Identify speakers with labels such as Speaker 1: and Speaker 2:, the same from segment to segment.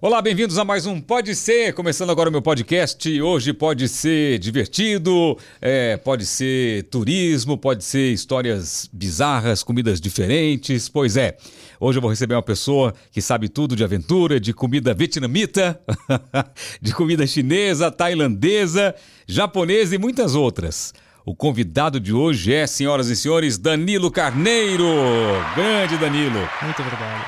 Speaker 1: Olá, bem-vindos a mais um Pode Ser, começando agora o meu podcast. Hoje pode ser divertido, é, pode ser turismo, pode ser histórias bizarras, comidas diferentes. Pois é, hoje eu vou receber uma pessoa que sabe tudo de aventura, de comida vietnamita, de comida chinesa, tailandesa, japonesa e muitas outras. O convidado de hoje é, senhoras e senhores, Danilo Carneiro. Grande Danilo.
Speaker 2: Muito obrigado.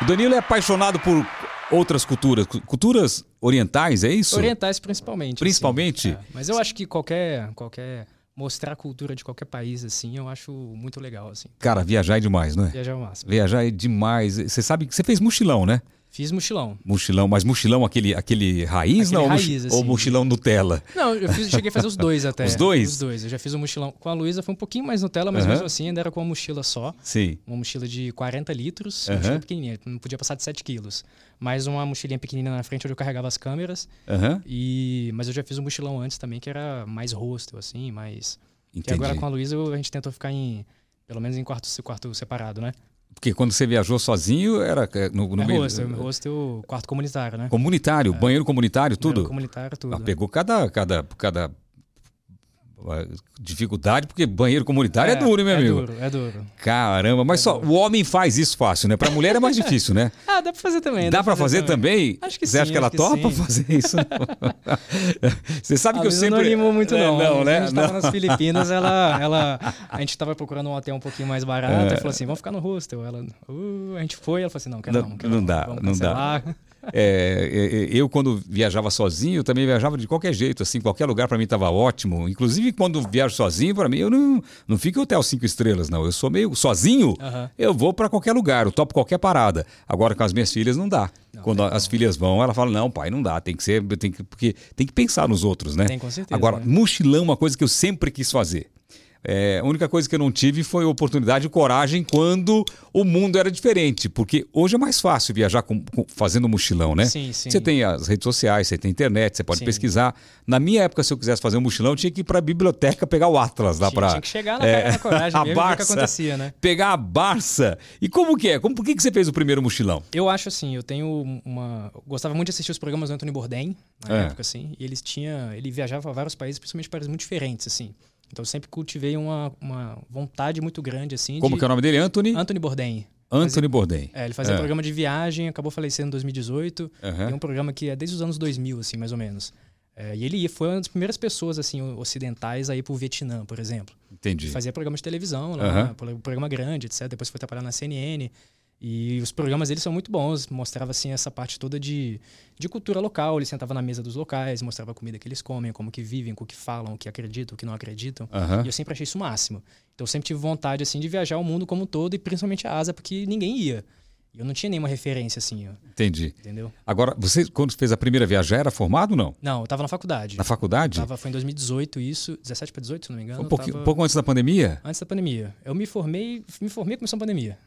Speaker 1: O Danilo é apaixonado por outras culturas. Cu- Culturas orientais, é isso?
Speaker 2: Orientais principalmente. assim.
Speaker 1: Principalmente?
Speaker 2: É, mas eu acho que qualquer, qualquer mostrar a cultura de qualquer país assim, eu acho muito legal assim.
Speaker 1: Cara, viajar é demais, não é?
Speaker 2: Viajar o máximo.
Speaker 1: Viajar é demais. Você sabe que você fez mochilão, né?
Speaker 2: Fiz mochilão.
Speaker 1: Mochilão, mas mochilão aquele, aquele raiz,
Speaker 2: Aquele
Speaker 1: não? Ou
Speaker 2: raiz,
Speaker 1: mochi-
Speaker 2: assim.
Speaker 1: Ou mochilão Nutella?
Speaker 2: Não, eu fiz- cheguei a fazer os dois até.
Speaker 1: Os dois?
Speaker 2: Os dois. Eu já fiz o mochilão com a Luísa, foi um pouquinho mais Nutella, mas
Speaker 1: Aham.
Speaker 2: mesmo assim ainda era com uma mochila só.
Speaker 1: Sim.
Speaker 2: Uma mochila de 40 litros, uma
Speaker 1: Aham.
Speaker 2: mochila pequenininha, não podia passar de 7 quilos. Mais uma mochilinha pequenininha na frente onde eu carregava as câmeras.
Speaker 1: Aham.
Speaker 2: E... Mas eu já fiz um mochilão antes também, que era mais hostel, assim, mais Que
Speaker 1: Entendi.
Speaker 2: agora com a Luísa eu- a gente tentou ficar em. Pelo menos em quarto, quarto separado, né?
Speaker 1: Porque quando você viajou sozinho, era é, no, no
Speaker 2: é
Speaker 1: meio-
Speaker 2: hostel, hostel, quarto comunitário, né?
Speaker 1: Comunitário, banheiro comunitário, tudo.
Speaker 2: Banheiro Comunitário, tudo.
Speaker 1: Ah, pegou cada, cada, cada ah, dificuldade, porque banheiro comunitário é, duro, hein, meu
Speaker 2: é
Speaker 1: amigo?
Speaker 2: duro, é duro.
Speaker 1: Caramba, mas só o homem faz isso fácil, né? Pra mulher é mais difícil, né?
Speaker 2: Ah, dá pra fazer também.
Speaker 1: Dá pra fazer também?
Speaker 2: Acho que
Speaker 1: Você acha
Speaker 2: sim,
Speaker 1: que ela
Speaker 2: acho que
Speaker 1: topa
Speaker 2: sim.
Speaker 1: fazer isso? Você sabe
Speaker 2: Ah,
Speaker 1: que eu
Speaker 2: mas eu
Speaker 1: sempre.
Speaker 2: não animo muito,
Speaker 1: É,
Speaker 2: não.
Speaker 1: Não,
Speaker 2: A
Speaker 1: né?
Speaker 2: gente tava
Speaker 1: Não.
Speaker 2: nas Filipinas, ela, ela. A gente tava procurando um hotel um pouquinho mais
Speaker 1: É.
Speaker 2: barato. Ela falou assim: vamos ficar no hostel. Ela, "Uh", a gente foi, ela falou assim: não, quero
Speaker 1: Não-
Speaker 2: não. quero
Speaker 1: não dá,
Speaker 2: vamos
Speaker 1: não dá.
Speaker 2: cancelar.
Speaker 1: É, é, é, eu, quando viajava sozinho, eu também viajava de qualquer jeito, assim, qualquer lugar pra mim tava ótimo. Inclusive, quando viajo sozinho, pra mim, eu não, não fico em hotel cinco estrelas, não. Eu sou meio sozinho,
Speaker 2: Aham.
Speaker 1: eu vou pra qualquer lugar, eu topo qualquer parada. Agora, com as minhas filhas, não dá. quando as filhas vão, ela fala: não, pai, não dá, tem que ser, tem que, porque tem que pensar nos outros, né?
Speaker 2: Tem, com certeza,
Speaker 1: Agora,
Speaker 2: né?
Speaker 1: mochilão é uma coisa que eu sempre quis fazer. É, a única coisa que eu não tive foi oportunidade e coragem quando o mundo era diferente, porque hoje é mais fácil viajar com- com- fazendo mochilão, né?
Speaker 2: Sim, sim.
Speaker 1: Você tem as redes sociais, você tem internet, você pode
Speaker 2: Sim.
Speaker 1: pesquisar. Na minha época, se eu quisesse fazer um mochilão, eu tinha que ir para a biblioteca pegar o Atlas lá
Speaker 2: Tinha,
Speaker 1: para
Speaker 2: tinha que chegar na, cara, na coragem
Speaker 1: É, a
Speaker 2: mesmo e ver o que
Speaker 1: Barça.
Speaker 2: acontecia, né?
Speaker 1: pegar a Barça. E como que é? Como, por que, que você fez o primeiro mochilão?
Speaker 2: Eu acho assim, eu tenho uma. eu gostava muito de assistir os programas do Anthony Bourdain, na
Speaker 1: É.
Speaker 2: época, assim. E eles tinha. Ele viajava a vários países, principalmente países muito diferentes, assim. Então eu sempre cultivei uma, uma vontade muito grande, assim.
Speaker 1: Como
Speaker 2: de...
Speaker 1: que é o nome dele? Anthony?
Speaker 2: Anthony Bourdain.
Speaker 1: Anthony Bourdain.
Speaker 2: É, ele fazia
Speaker 1: É.
Speaker 2: programa de viagem, acabou falecendo em 2018.
Speaker 1: Aham.
Speaker 2: E é um programa que é desde os anos 2000, assim, mais ou menos. É, e ele ia- foi uma das primeiras pessoas, assim, ocidentais a ir pro Vietnã, por exemplo.
Speaker 1: Entendi.
Speaker 2: Fazia programa de televisão,
Speaker 1: Aham.
Speaker 2: lá, pro- programa grande, etc. Depois foi trabalhar na CNN. E os programas dele são muito bons. Mostrava, assim, essa parte toda de, de cultura local. Ele sentava na mesa dos locais, mostrava a comida que eles comem, como que vivem, com o que falam, o que acreditam, o que não acreditam.
Speaker 1: Aham.
Speaker 2: E eu sempre achei isso o máximo. Então eu sempre tive vontade, assim, de viajar o mundo como um todo e principalmente a Ásia, porque ninguém ia. E eu não tinha nenhuma referência, assim, ó,
Speaker 1: Entendi.
Speaker 2: entendeu?
Speaker 1: Agora, você, quando fez a primeira viagem, já era formado ou não?
Speaker 2: Não, eu tava na faculdade.
Speaker 1: Na faculdade?
Speaker 2: Tava, foi em 2018 isso, 17 para 18, se não me engano.
Speaker 1: um
Speaker 2: eu
Speaker 1: pouquinho-
Speaker 2: tava-
Speaker 1: pouco antes da pandemia?
Speaker 2: Antes da pandemia. Eu me formei, me formei e começou a pandemia.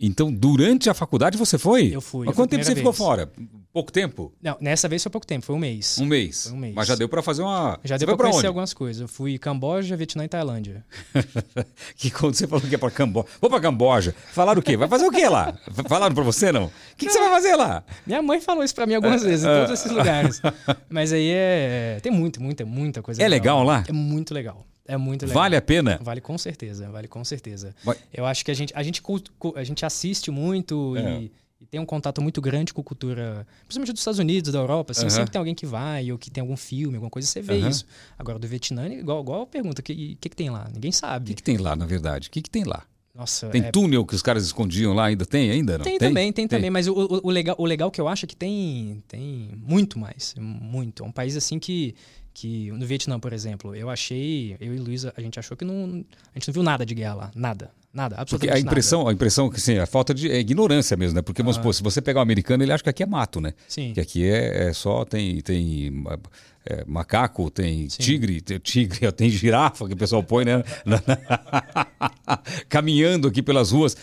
Speaker 1: Então, durante a faculdade você foi?
Speaker 2: Eu fui,
Speaker 1: Mas
Speaker 2: foi a
Speaker 1: quanto tempo
Speaker 2: primeira
Speaker 1: você ficou
Speaker 2: vez.
Speaker 1: fora? Pouco tempo?
Speaker 2: Não, nessa vez foi pouco tempo, foi um mês.
Speaker 1: Um mês.
Speaker 2: Foi um mês.
Speaker 1: Mas já deu pra fazer uma.
Speaker 2: Já
Speaker 1: Você
Speaker 2: deu pra
Speaker 1: foi
Speaker 2: conhecer
Speaker 1: onde?
Speaker 2: algumas coisas. Eu fui Camboja, Vietnã e Tailândia.
Speaker 1: Que quando você falou que é pra Camboja. Vou pra Camboja. Falaram o quê? Vai fazer o quê lá? F- Falaram pra você, não? O que, que você vai fazer lá?
Speaker 2: Minha mãe falou isso pra mim algumas
Speaker 1: É,
Speaker 2: vezes, em todos esses lugares. Mas aí é. Tem muito, muita, muita coisa
Speaker 1: É legal lá?
Speaker 2: É muito legal. É muito legal.
Speaker 1: Vale a pena?
Speaker 2: Vale com certeza, vale com certeza.
Speaker 1: Vai-
Speaker 2: Eu acho que a gente, a gente, cultu- cu- a gente assiste muito
Speaker 1: É.
Speaker 2: e, e tem um contato muito grande com cultura, principalmente dos Estados Unidos, da Europa. Assim,
Speaker 1: Aham.
Speaker 2: Sempre tem alguém que vai ou que tem algum filme, alguma coisa, você vê
Speaker 1: Aham.
Speaker 2: isso. Agora, do Vietnã, igual, igual a pergunta, o que, que, que tem lá? Ninguém
Speaker 1: O que,
Speaker 2: sabe.
Speaker 1: que tem lá, na verdade? O que, que tem lá?
Speaker 2: Nossa,
Speaker 1: Tem
Speaker 2: é-
Speaker 1: túnel que os caras escondiam lá? Ainda tem? Ainda não?
Speaker 2: tem, também, tem, também. Mas o, o- o legal, o legal que eu acho é que tem, tem muito mais, muito. É um país assim que, que no Vietnã, por exemplo, eu achei, eu e Luísa, a gente achou que não, a gente não viu nada de guerra lá, nada, nada,
Speaker 1: Porque
Speaker 2: absolutamente
Speaker 1: a
Speaker 2: nada. Ah.
Speaker 1: impressão, a impressão que assim, a falta de é ignorância mesmo, né? Porque, vamos supor, se você pegar um americano, ele acha que aqui é mato, né?
Speaker 2: Sim.
Speaker 1: Que aqui é, é só tem, tem é, macaco, tem
Speaker 2: Sim.
Speaker 1: tigre, tem tigre, tem girafa que o pessoal põe, né? Na- na- Caminhando aqui pelas ruas.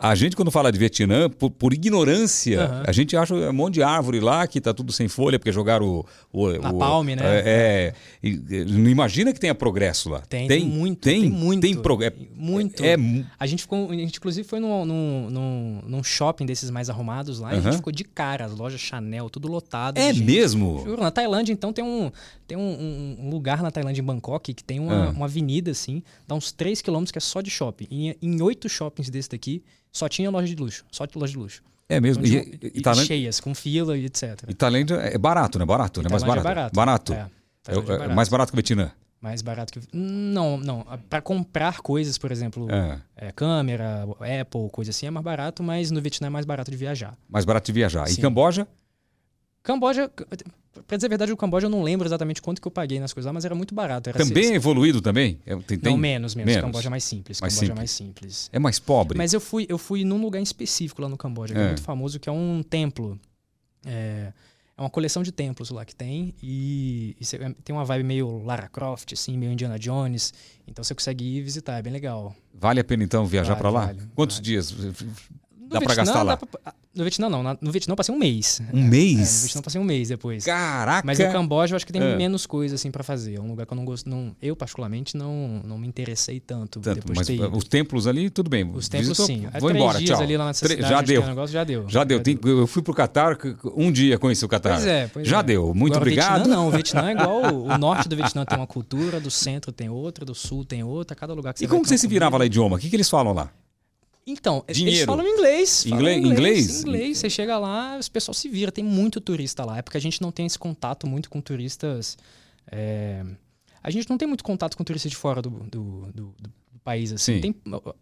Speaker 1: A gente, quando fala de Vietnã, por, por ignorância,
Speaker 2: Aham.
Speaker 1: a gente acha um monte de árvore lá que tá tudo sem folha, porque jogaram o. o o-
Speaker 2: Napalm, né?
Speaker 1: É. é, e- e não imagina que tenha progresso lá.
Speaker 2: Tem, tem muito, tem muito.
Speaker 1: Tem prog- é-
Speaker 2: Muito.
Speaker 1: É, mu-
Speaker 2: A gente ficou, a gente inclusive foi num, num, num, num shopping desses mais arrumados lá, e a
Speaker 1: Aham.
Speaker 2: gente ficou de cara, as lojas Chanel, tudo lotado.
Speaker 1: é
Speaker 2: de gente.
Speaker 1: mesmo?
Speaker 2: Juro, na Tailândia, então, tem um, tem um- um, um lugar na Tailândia, em Bangkok, que tem uma,
Speaker 1: Ah.
Speaker 2: uma avenida, assim, dá uns 3 quilômetros que é só de shopping. E em oito shoppings desse daqui, só tinha loja de luxo. Só tinha loja de luxo.
Speaker 1: É mesmo.
Speaker 2: Então,
Speaker 1: E,
Speaker 2: tinha-
Speaker 1: e,
Speaker 2: e
Speaker 1: Tailândia-
Speaker 2: cheias, com fila e etc.
Speaker 1: e Tailândia é barato, né? Barato, né? Mais
Speaker 2: Tailândia
Speaker 1: barato.
Speaker 2: é
Speaker 1: Barato.
Speaker 2: É,
Speaker 1: É,
Speaker 2: Tailândia é
Speaker 1: é
Speaker 2: barato.
Speaker 1: mais barato que Vietnã.
Speaker 2: Mais barato que... Não, não. Pra comprar coisas, por exemplo,
Speaker 1: É.
Speaker 2: é, câmera, Apple, coisa assim, é mais barato, mas no Vietnã é mais barato de viajar.
Speaker 1: Mais barato de viajar. E
Speaker 2: Sim. É
Speaker 1: Camboja?
Speaker 2: Camboja, pra dizer a verdade, o Camboja eu não lembro exatamente quanto que eu paguei nas coisas lá, mas era muito barato. Era
Speaker 1: Também
Speaker 2: seis-
Speaker 1: é evoluído também? É, tem- tem-
Speaker 2: Não, menos, menos.
Speaker 1: menos.
Speaker 2: Camboja é mais simples.
Speaker 1: Mais
Speaker 2: Camboja é mais simples.
Speaker 1: é mais pobre.
Speaker 2: Mas eu fui, eu fui num lugar em específico lá no Camboja, que é,
Speaker 1: É.
Speaker 2: muito famoso, que é um templo. É, é uma coleção de templos lá que tem. E, e cê- é- tem uma vibe meio Lara Croft, assim, meio Indiana Jones. Então você consegue ir visitar, é bem legal.
Speaker 1: Vale a pena então viajar
Speaker 2: Vale,
Speaker 1: pra lá?
Speaker 2: vale,
Speaker 1: Quantos
Speaker 2: vale.
Speaker 1: dias?
Speaker 2: No
Speaker 1: Dá pra gastar lá?
Speaker 2: pra- ah, no Vietnã não. na- No Vietnã eu passei um mês.
Speaker 1: Um
Speaker 2: É, no
Speaker 1: mês?
Speaker 2: Vietnã eu passei um mês depois.
Speaker 1: Caraca!
Speaker 2: Mas no Camboja eu acho que tem
Speaker 1: É.
Speaker 2: menos coisa assim para fazer. É um lugar que eu não gosto, não, eu particularmente não, não me interessei tanto,
Speaker 1: Tanto,
Speaker 2: depois
Speaker 1: mas
Speaker 2: de ter ido.
Speaker 1: os templos ali, tudo bem.
Speaker 2: Os templos
Speaker 1: Visitou,
Speaker 2: sim. É
Speaker 1: Vou
Speaker 2: três
Speaker 1: embora,
Speaker 2: dias
Speaker 1: tchau.
Speaker 2: ali lá nessa
Speaker 1: Tre-
Speaker 2: cidade
Speaker 1: já
Speaker 2: onde
Speaker 1: deu.
Speaker 2: tem o negócio, já deu.
Speaker 1: Já deu. Tem- eu fui pro Catar, c- um dia conheci o Catar.
Speaker 2: Pois é, pois
Speaker 1: já
Speaker 2: é.
Speaker 1: deu. Muito
Speaker 2: Agora,
Speaker 1: obrigado.
Speaker 2: O Vietnã não, o Vietnã é igual. O norte do Vietnã tem uma cultura, do centro tem outra, do sul tem outra, cada lugar que você
Speaker 1: E como
Speaker 2: vai
Speaker 1: que
Speaker 2: tem
Speaker 1: você se
Speaker 2: uma comida.
Speaker 1: virava lá idioma? O que, que eles falam lá?
Speaker 2: Então, eles
Speaker 1: Dinheiro.
Speaker 2: falam inglês. falam
Speaker 1: Inglê- inglês?
Speaker 2: Inglês. inglês. Você chega lá, os pessoal se vira. Tem muito turista lá. É porque a gente não tem esse contato muito com turistas. é, A gente não tem muito contato com turistas de fora do, do- do- do país, assim.
Speaker 1: Sim.
Speaker 2: Tem,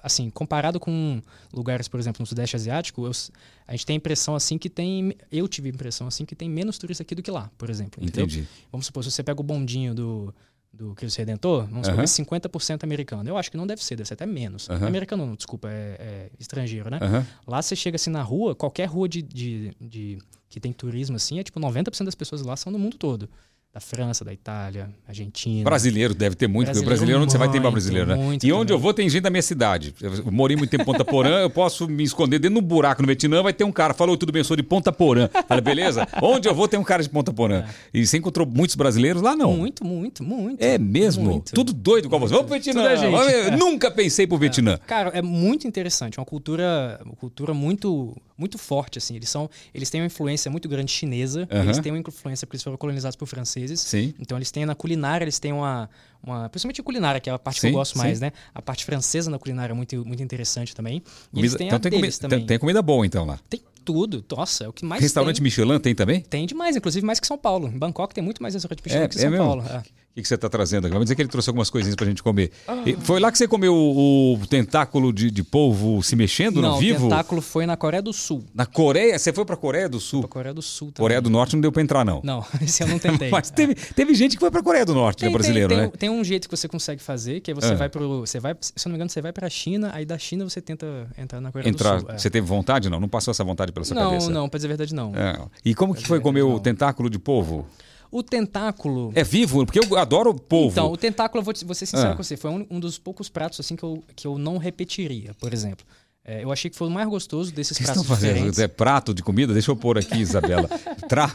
Speaker 2: assim, comparado com lugares, por exemplo, no Sudeste Asiático, eu s- a gente tem a impressão, assim, que tem... Eu tive a impressão, assim, que tem menos turista aqui do que lá, por exemplo. entendeu?
Speaker 1: Entendi.
Speaker 2: Vamos supor, se você pega o bondinho do, do Cristo Redentor, vamos supor
Speaker 1: Aham.
Speaker 2: que é 50% americano. Eu acho que não deve ser, deve ser até menos.
Speaker 1: Aham.
Speaker 2: Americano não, desculpa, é, é estrangeiro, né?
Speaker 1: Aham.
Speaker 2: Lá você chega assim na rua, qualquer rua de, de, de- que tem turismo assim, é tipo 90% das pessoas lá são do mundo todo. Da França, da Itália, Argentina.
Speaker 1: Brasileiro deve ter muito, porque
Speaker 2: Brasileiro,
Speaker 1: brasileiro onde você vai tem pra
Speaker 2: muito,
Speaker 1: brasileiro, né?
Speaker 2: muito
Speaker 1: E onde
Speaker 2: também.
Speaker 1: eu vou tem gente da minha cidade. Eu morei muito tempo em Ponta Porã, eu posso me esconder dentro de um buraco no Vietnã, vai ter um cara, falou tudo bem, eu sou de Ponta Porã. Falei, beleza? Onde eu vou tem um cara de Ponta Porã. E você encontrou muitos brasileiros lá não?
Speaker 2: É. Muito, muito, muito.
Speaker 1: É mesmo?
Speaker 2: Muito.
Speaker 1: Tudo doido igual você. Vamos pro Vietnã.
Speaker 2: Tudo a gente. É.
Speaker 1: Vamos- eu Nunca pensei pro Vietnã.
Speaker 2: Cara, é muito interessante, uma cultura, uma cultura muito, muito forte assim. Eles são, eles têm uma influência muito grande chinesa,
Speaker 1: Aham.
Speaker 2: eles têm uma influência porque eles foram colonizados por franceses.
Speaker 1: Sim.
Speaker 2: Então eles têm na culinária, eles têm uma. uma principalmente a culinária, que é a parte que
Speaker 1: Sim,
Speaker 2: eu gosto
Speaker 1: sim.
Speaker 2: mais, né? A parte francesa na culinária é muito, muito interessante também. E eles
Speaker 1: Comida-
Speaker 2: têm
Speaker 1: então
Speaker 2: a
Speaker 1: tem,
Speaker 2: deles
Speaker 1: comi-
Speaker 2: também.
Speaker 1: tem- tem comida boa então lá.
Speaker 2: Tem tudo. Nossa, é o que mais
Speaker 1: Restaurante
Speaker 2: tem.
Speaker 1: Michelin tem também?
Speaker 2: Tem demais, inclusive mais que São Paulo. Em Bangkok tem muito mais restaurante Michelin
Speaker 1: É,
Speaker 2: que
Speaker 1: é
Speaker 2: São
Speaker 1: mesmo?
Speaker 2: Paulo. É.
Speaker 1: O que, que você tá trazendo aqui? Vamos dizer que ele trouxe algumas coisinhas pra gente comer.
Speaker 2: Ah.
Speaker 1: E Foi lá que você comeu o, o tentáculo de, de polvo se mexendo
Speaker 2: Não,
Speaker 1: no
Speaker 2: o
Speaker 1: vivo?
Speaker 2: tentáculo foi na Coreia do Sul.
Speaker 1: Na Coreia? Você foi pra Coreia do Sul?
Speaker 2: Pra Coreia do Sul também.
Speaker 1: Coreia do Norte não deu pra entrar, não.
Speaker 2: Não, esse eu não tentei.
Speaker 1: Mas teve, teve gente que foi pra Coreia do Norte, é brasileiro,
Speaker 2: tem,
Speaker 1: né?
Speaker 2: tem um jeito que você consegue fazer, que é você
Speaker 1: Ah.
Speaker 2: vai pro. Você vai, se eu não me engano, você vai pra China, aí da China você tenta entrar na Coreia
Speaker 1: Entrar.
Speaker 2: do Sul. é.
Speaker 1: Você teve vontade? Não, não passou essa vontade pela sua
Speaker 2: não,
Speaker 1: cabeça.
Speaker 2: não, pra dizer a verdade, não.
Speaker 1: É. E como que foi comer o
Speaker 2: Não.
Speaker 1: tentáculo de polvo?
Speaker 2: O tentáculo.
Speaker 1: É vivo? Porque eu adoro polvo.
Speaker 2: Então, o tentáculo, eu vou, te- vou ser sincero
Speaker 1: Ah.
Speaker 2: com você, foi um, um dos poucos pratos assim que eu, que eu não repetiria, por exemplo. É, eu achei que foi o mais gostoso desses
Speaker 1: O que vocês
Speaker 2: pratos
Speaker 1: estão fazendo?
Speaker 2: diferentes.
Speaker 1: É prato de comida? Deixa eu pôr aqui, Isabela. Tra...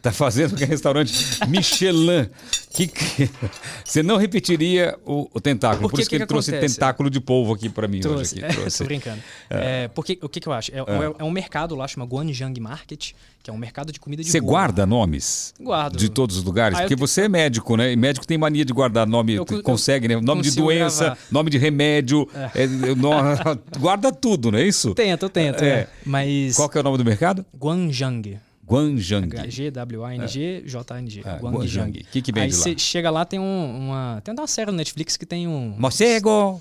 Speaker 1: Tá fazendo que é restaurante Michelin. Que... que- Você não repetiria o, o tentáculo.
Speaker 2: Porque
Speaker 1: Por isso que,
Speaker 2: que
Speaker 1: ele
Speaker 2: que
Speaker 1: trouxe
Speaker 2: acontece?
Speaker 1: tentáculo de polvo aqui pra mim
Speaker 2: Trouxe, é.
Speaker 1: hoje. Aqui. Ah.
Speaker 2: tô brincando. É, porque, o que, que eu acho? É, é- é um mercado lá, chama Guanjiang Market, que é um mercado de comida de
Speaker 1: Você
Speaker 2: rua.
Speaker 1: guarda nomes?
Speaker 2: Guardo.
Speaker 1: De todos os lugares?
Speaker 2: Ah, eu
Speaker 1: Porque
Speaker 2: te-
Speaker 1: você é médico, né? E médico tem mania de guardar nome,
Speaker 2: Eu co-
Speaker 1: consegue, né? Nome de
Speaker 2: consigo
Speaker 1: doença,
Speaker 2: gravar.
Speaker 1: nome de remédio. é, eu não- guarda tudo, não é isso?
Speaker 2: Tento, tento.
Speaker 1: É.
Speaker 2: É. Mas
Speaker 1: Qual que é o nome do mercado?
Speaker 2: Guanjang.
Speaker 1: Guanjang.
Speaker 2: G-W-A-N-G, J-A-N-G.
Speaker 1: Ah,
Speaker 2: Guanjang.
Speaker 1: Guanjang. Que que vende
Speaker 2: Aí
Speaker 1: lá?
Speaker 2: você chega lá, tem um- uma... Tem até uma série no Netflix que tem um...
Speaker 1: Morcego.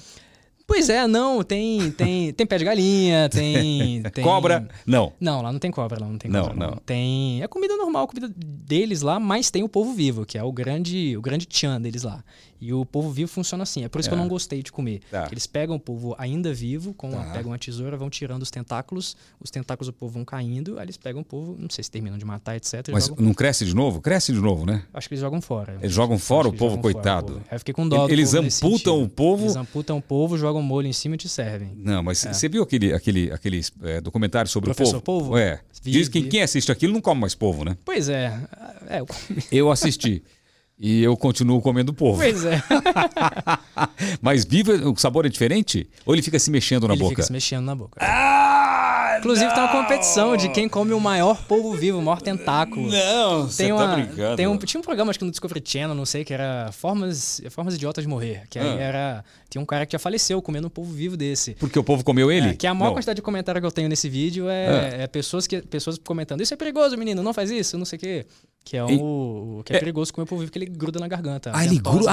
Speaker 2: Pois é, não, tem tem tem pé de galinha, tem, tem-
Speaker 1: Cobra. Não.
Speaker 2: Não, lá não tem cobra, lá não tem
Speaker 1: Não,
Speaker 2: cobra.
Speaker 1: não.
Speaker 2: Tem é comida normal, comida deles lá, mas tem o povo vivo, que é o grande o grande tchan deles lá. E o povo vivo funciona assim. É por isso que eu não gostei de comer.
Speaker 1: Tá.
Speaker 2: Eles pegam o povo ainda vivo, com a-
Speaker 1: Tá.
Speaker 2: pegam a tesoura, vão tirando os tentáculos, os tentáculos do povo vão caindo, aí eles pegam o povo, não sei se terminam de matar, etc. e
Speaker 1: Mas
Speaker 2: jogam-
Speaker 1: não cresce de novo? Cresce de novo, né?
Speaker 2: acho que eles jogam fora.
Speaker 1: Eles jogam fora
Speaker 2: Acho
Speaker 1: o
Speaker 2: que
Speaker 1: povo,
Speaker 2: jogam fora o
Speaker 1: coitado.
Speaker 2: povo. é. Aí eu fiquei com dó do
Speaker 1: Eles
Speaker 2: povo nesse
Speaker 1: amputam
Speaker 2: sentido.
Speaker 1: o povo?
Speaker 2: Eles amputam o povo, jogam molho em cima e te servem.
Speaker 1: Não, mas você viu aquele, aquele, aquele é, documentário sobre
Speaker 2: É. Professor
Speaker 1: o povo?
Speaker 2: Polvo?
Speaker 1: É.
Speaker 2: Vi,
Speaker 1: Diz que
Speaker 2: vi.
Speaker 1: quem assiste aquilo não come mais povo, né?
Speaker 2: Pois é. é eu-
Speaker 1: Eu assisti. e eu continuo comendo povo.
Speaker 2: pois é.
Speaker 1: Mas vivo, o sabor é diferente? Ou ele fica se mexendo na
Speaker 2: Ele
Speaker 1: boca?
Speaker 2: fica se mexendo na boca.
Speaker 1: Ah!
Speaker 2: Inclusive, tem uma
Speaker 1: não!
Speaker 2: competição de quem come o maior polvo vivo, o maior tentáculo.
Speaker 1: Não, você tá
Speaker 2: Tem uma,
Speaker 1: brincando.
Speaker 2: tem um, tinha um programa, acho que no Discovery Channel, não sei, que era Formas, Formas Idiotas de Morrer. Que aí
Speaker 1: Ah.
Speaker 2: era. Tinha um cara que já faleceu comendo um polvo vivo desse.
Speaker 1: Porque o povo comeu ele?
Speaker 2: É, que a maior
Speaker 1: Não. Ah.
Speaker 2: quantidade de comentário que eu tenho nesse vídeo é, é pessoas, que, pessoas comentando: Isso é perigoso, menino, não faz isso, não sei o quê. Que é, um, o que é, perigoso comer o polvo vivo, que ele gruda na garganta.
Speaker 1: Ah, ele
Speaker 2: Tem a tosse
Speaker 1: gruda.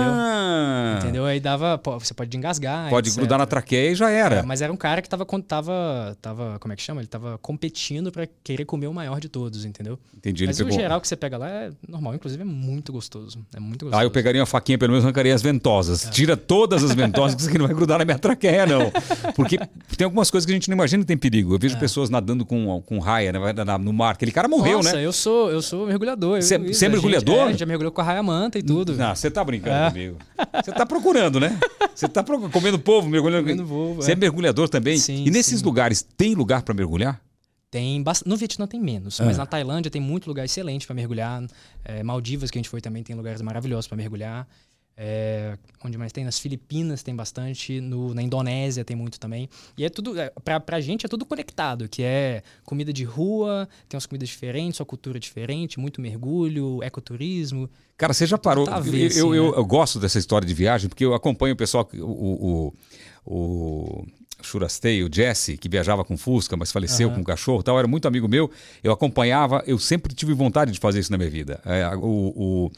Speaker 2: dele,
Speaker 1: Ah!
Speaker 2: Entendeu? Aí dava. pô, Você pode engasgar.
Speaker 1: Pode
Speaker 2: etc.
Speaker 1: grudar na traqueia e já era.
Speaker 2: É, mas era um cara que tava, con- tava, tava. Como é que chama? Ele tava competindo pra querer comer o maior de todos, entendeu?
Speaker 1: Entendi, ele
Speaker 2: mas o
Speaker 1: pegou.
Speaker 2: geral que você pega lá é normal, inclusive é muito gostoso. É muito gostoso.
Speaker 1: Aí Ah, eu pegaria uma faquinha, pelo menos arrancaria as ventosas.
Speaker 2: É.
Speaker 1: Tira todas as ventosas, que isso aqui não vai grudar na minha traqueia, não. Porque tem algumas coisas que a gente não imagina que tem perigo. Eu vejo
Speaker 2: É.
Speaker 1: pessoas nadando com, com raia né, vai nadar no mar. Aquele cara morreu,
Speaker 2: Nossa, é
Speaker 1: né?
Speaker 2: eu sou, eu sou mergulhador.
Speaker 1: Você-
Speaker 2: eu,
Speaker 1: você
Speaker 2: isso,
Speaker 1: é
Speaker 2: a gente-
Speaker 1: mergulhador?
Speaker 2: é, a gente já mergulhou com a raia manta e tudo.
Speaker 1: Não, você tá brincando
Speaker 2: Ah.
Speaker 1: comigo. Você tá procurando, né? Você tá procurando, comendo povo, mergulhando.
Speaker 2: Comendo polvo,
Speaker 1: Você é.
Speaker 2: é.
Speaker 1: mergulhador também?
Speaker 2: Sim,
Speaker 1: e nesses
Speaker 2: sim.
Speaker 1: lugares, tem lugar pra mergulhar?
Speaker 2: Tem bast... No Vietnã tem menos,
Speaker 1: É.
Speaker 2: mas na Tailândia tem muito lugar excelente pra mergulhar. É, Maldivas, que a gente foi também, tem lugares maravilhosos pra mergulhar. É, onde mais tem? Nas Filipinas tem bastante, no, na Indonésia tem muito também. E é tudo, é, pra, pra gente é tudo conectado, que é comida de rua, tem umas comidas diferentes, uma cultura diferente, muito mergulho, ecoturismo.
Speaker 1: Cara, você já parou.
Speaker 2: Tá a
Speaker 1: eu,
Speaker 2: ver, assim,
Speaker 1: eu, eu-
Speaker 2: né?
Speaker 1: eu gosto dessa história de viagem, porque eu acompanho o pessoal, que- o, o, o Churastei, o Jesse, que viajava com Fusca, mas faleceu com o cachorro e tal, era muito amigo meu. Eu acompanhava, eu sempre tive vontade de fazer isso na minha vida. É, o, o,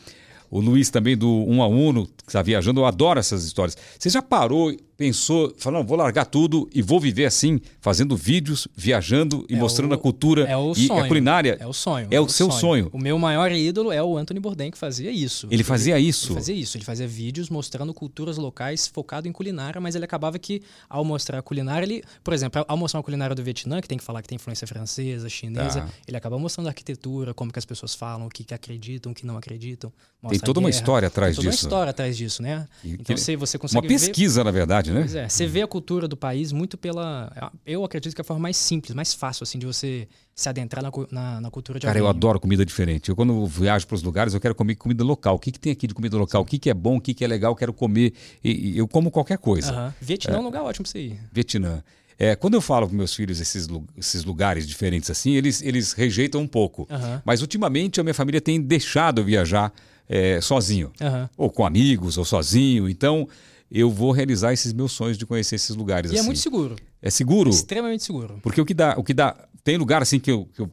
Speaker 1: o Luiz também, do Um a Uno, que está viajando, eu adoro essas histórias. Você já parou, pensou, falou, não, vou largar tudo e vou viver assim, fazendo vídeos, viajando e
Speaker 2: É
Speaker 1: mostrando
Speaker 2: o-
Speaker 1: a cultura
Speaker 2: É o
Speaker 1: e
Speaker 2: sonho.
Speaker 1: a culinária?
Speaker 2: É o sonho.
Speaker 1: É o seu sonho.
Speaker 2: O meu maior ídolo é o Anthony Bourdain, que fazia isso.
Speaker 1: Ele fazia isso.
Speaker 2: Ele fazia isso, ele fazia vídeos mostrando culturas locais focado em culinária, mas ele acabava que, ao mostrar a culinária, ele, por exemplo, ao mostrar uma culinária do Vietnã, que tem que falar que tem influência francesa, chinesa,
Speaker 1: Tá.
Speaker 2: ele acaba mostrando a arquitetura, como que as pessoas falam, o que, que acreditam, o que não acreditam. mostra
Speaker 1: Tem
Speaker 2: a
Speaker 1: toda uma
Speaker 2: guerra.
Speaker 1: história atrás
Speaker 2: Tem toda
Speaker 1: disso.
Speaker 2: uma história atrás disso, né?
Speaker 1: E que-
Speaker 2: Então você, você
Speaker 1: Uma
Speaker 2: consegue ver
Speaker 1: pesquisa, na verdade, né?
Speaker 2: Pois é, você vê a cultura do país muito pela. Eu acredito que é a forma mais simples, mais fácil, assim, de você se adentrar na, cu- na, na cultura de
Speaker 1: Cara, eu
Speaker 2: alguém.
Speaker 1: adoro comida diferente. Eu, quando eu viajo para os lugares, eu quero comer comida local. O que, que tem aqui de comida local? O que, que é bom? O que, que é legal? Eu quero comer. E, e eu como qualquer coisa.
Speaker 2: Aham. Vietnã é. um lugar ótimo pra você ir.
Speaker 1: Vietnã. É, quando eu falo para meus filhos esses, lu- esses lugares diferentes assim, eles, eles rejeitam um pouco.
Speaker 2: Aham.
Speaker 1: Mas ultimamente a minha família tem deixado eu viajar é, sozinho.
Speaker 2: Aham.
Speaker 1: Ou com amigos, ou sozinho. Então eu vou realizar esses meus sonhos de conhecer esses lugares
Speaker 2: E é
Speaker 1: assim.
Speaker 2: muito seguro.
Speaker 1: É seguro?
Speaker 2: Extremamente seguro.
Speaker 1: Porque o que dá, o que dá. Tem lugar assim que eu, que eu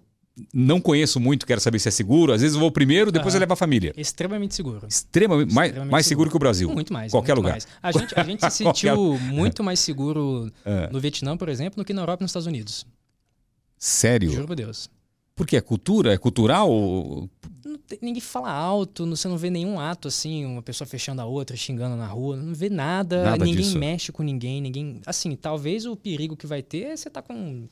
Speaker 1: não conheço muito, quero saber se é seguro. Às vezes eu vou primeiro, depois eu levo a família.
Speaker 2: Extremamente seguro.
Speaker 1: Extremamente, mais,
Speaker 2: Extremamente
Speaker 1: mais seguro
Speaker 2: seguro.
Speaker 1: que o Brasil.
Speaker 2: Muito mais.
Speaker 1: Qualquer
Speaker 2: muito
Speaker 1: lugar.
Speaker 2: mais. A gente, a gente se
Speaker 1: Qualquer-
Speaker 2: sentiu muito mais seguro
Speaker 1: É.
Speaker 2: no Vietnã, por exemplo, do que na Europa e nos Estados Unidos.
Speaker 1: Sério?
Speaker 2: Juro por Deus.
Speaker 1: Porque é cultura, é cultural. ou-
Speaker 2: Não tem- ninguém fala alto, não- você não vê nenhum ato assim, uma pessoa fechando a outra, xingando na rua, não vê nada,
Speaker 1: Nada
Speaker 2: ninguém
Speaker 1: disso.
Speaker 2: mexe com ninguém, ninguém. Assim, talvez o perigo que vai ter é você tá com.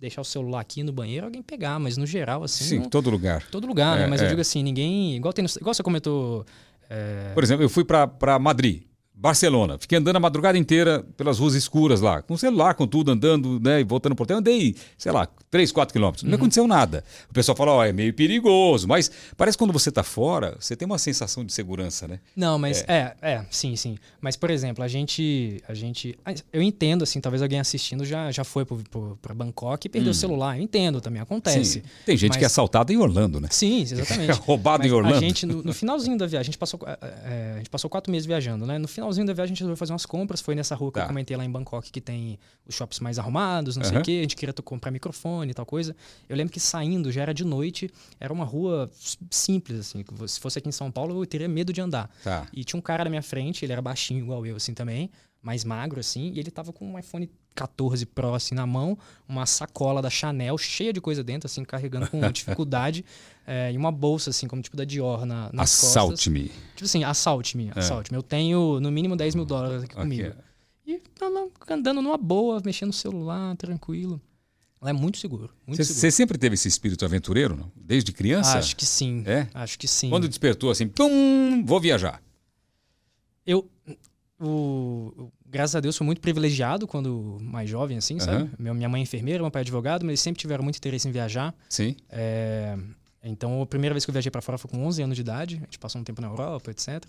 Speaker 2: deixar o celular aqui no banheiro alguém pegar, mas no geral, assim.
Speaker 1: Sim,
Speaker 2: não-
Speaker 1: todo lugar.
Speaker 2: todo lugar,
Speaker 1: É,
Speaker 2: né? Mas
Speaker 1: é.
Speaker 2: eu digo assim, ninguém. Igual, tem no- igual você comentou. é,
Speaker 1: Por exemplo, eu fui para Madrid, Barcelona. Fiquei andando a madrugada inteira pelas ruas escuras lá, com celular, com tudo, andando, né, e voltando por hotel. Andei, sei lá, 3, 4 quilômetros.
Speaker 2: Uhum.
Speaker 1: Não aconteceu nada. O pessoal fala, ó, é meio perigoso, mas parece que quando você tá fora, você tem uma sensação de segurança, né?
Speaker 2: Não, mas é. é, sim, sim. Mas por exemplo, a gente, a gente, eu entendo assim, talvez alguém assistindo já, já foi pro- pro- pra Bangkok e perdeu o celular. Eu entendo, também acontece.
Speaker 1: Hum. Sim. Tem gente
Speaker 2: Mas-
Speaker 1: que é assaltada em Orlando, né?
Speaker 2: Sim, exatamente.
Speaker 1: Roubado em
Speaker 2: Mas
Speaker 1: Orlando.
Speaker 2: A gente, no, no finalzinho da viagem, a gente, passou, eh, eh, a gente passou quatro meses viajando, né? No finalzinho da viagem, a gente resolveu fazer umas compras. Foi nessa rua
Speaker 1: Tá.
Speaker 2: que eu comentei lá em Bangkok, que tem os shops mais arrumados, não sei
Speaker 1: Aham.
Speaker 2: o quê. A gente queria to- comprar microfone e tal coisa. Eu lembro que saindo, já era de noite, era uma rua s- simples, assim. que Se fosse aqui em São Paulo, eu teria medo de andar.
Speaker 1: Tá.
Speaker 2: E tinha um cara na minha frente, ele era baixinho igual eu, assim também. mais magro, assim, e ele tava com um iPhone 14 Pro, assim, na mão, uma sacola da Chanel cheia de coisa dentro, assim, carregando com dificuldade, é, e uma bolsa, assim, como tipo da Dior na, nas costas.
Speaker 1: Assalte-me.
Speaker 2: Tipo assim, assalte-me, assalte-me. Eu tenho no mínimo 10 mil dólares aqui
Speaker 1: É.
Speaker 2: comigo.
Speaker 1: Ok.
Speaker 2: E tá lá, andando numa boa, mexendo no celular, tranquilo. Lá é muito seguro, muito
Speaker 1: Você
Speaker 2: seguro.
Speaker 1: você sempre teve esse espírito aventureiro, não? Desde criança?
Speaker 2: Acho que sim.
Speaker 1: É?
Speaker 2: Acho que sim.
Speaker 1: Quando despertou assim, pum, vou viajar.
Speaker 2: Eu, o, o- graças a Deus, fui muito privilegiado quando mais jovem, assim, sabe?
Speaker 1: Aham.
Speaker 2: Meu- Minha mãe é enfermeira, meu pai é advogado, mas eles sempre tiveram muito interesse em viajar.
Speaker 1: Sim.
Speaker 2: É, então, a primeira vez que eu viajei para fora foi com 11 anos de idade. A gente passou um tempo na Europa, etc.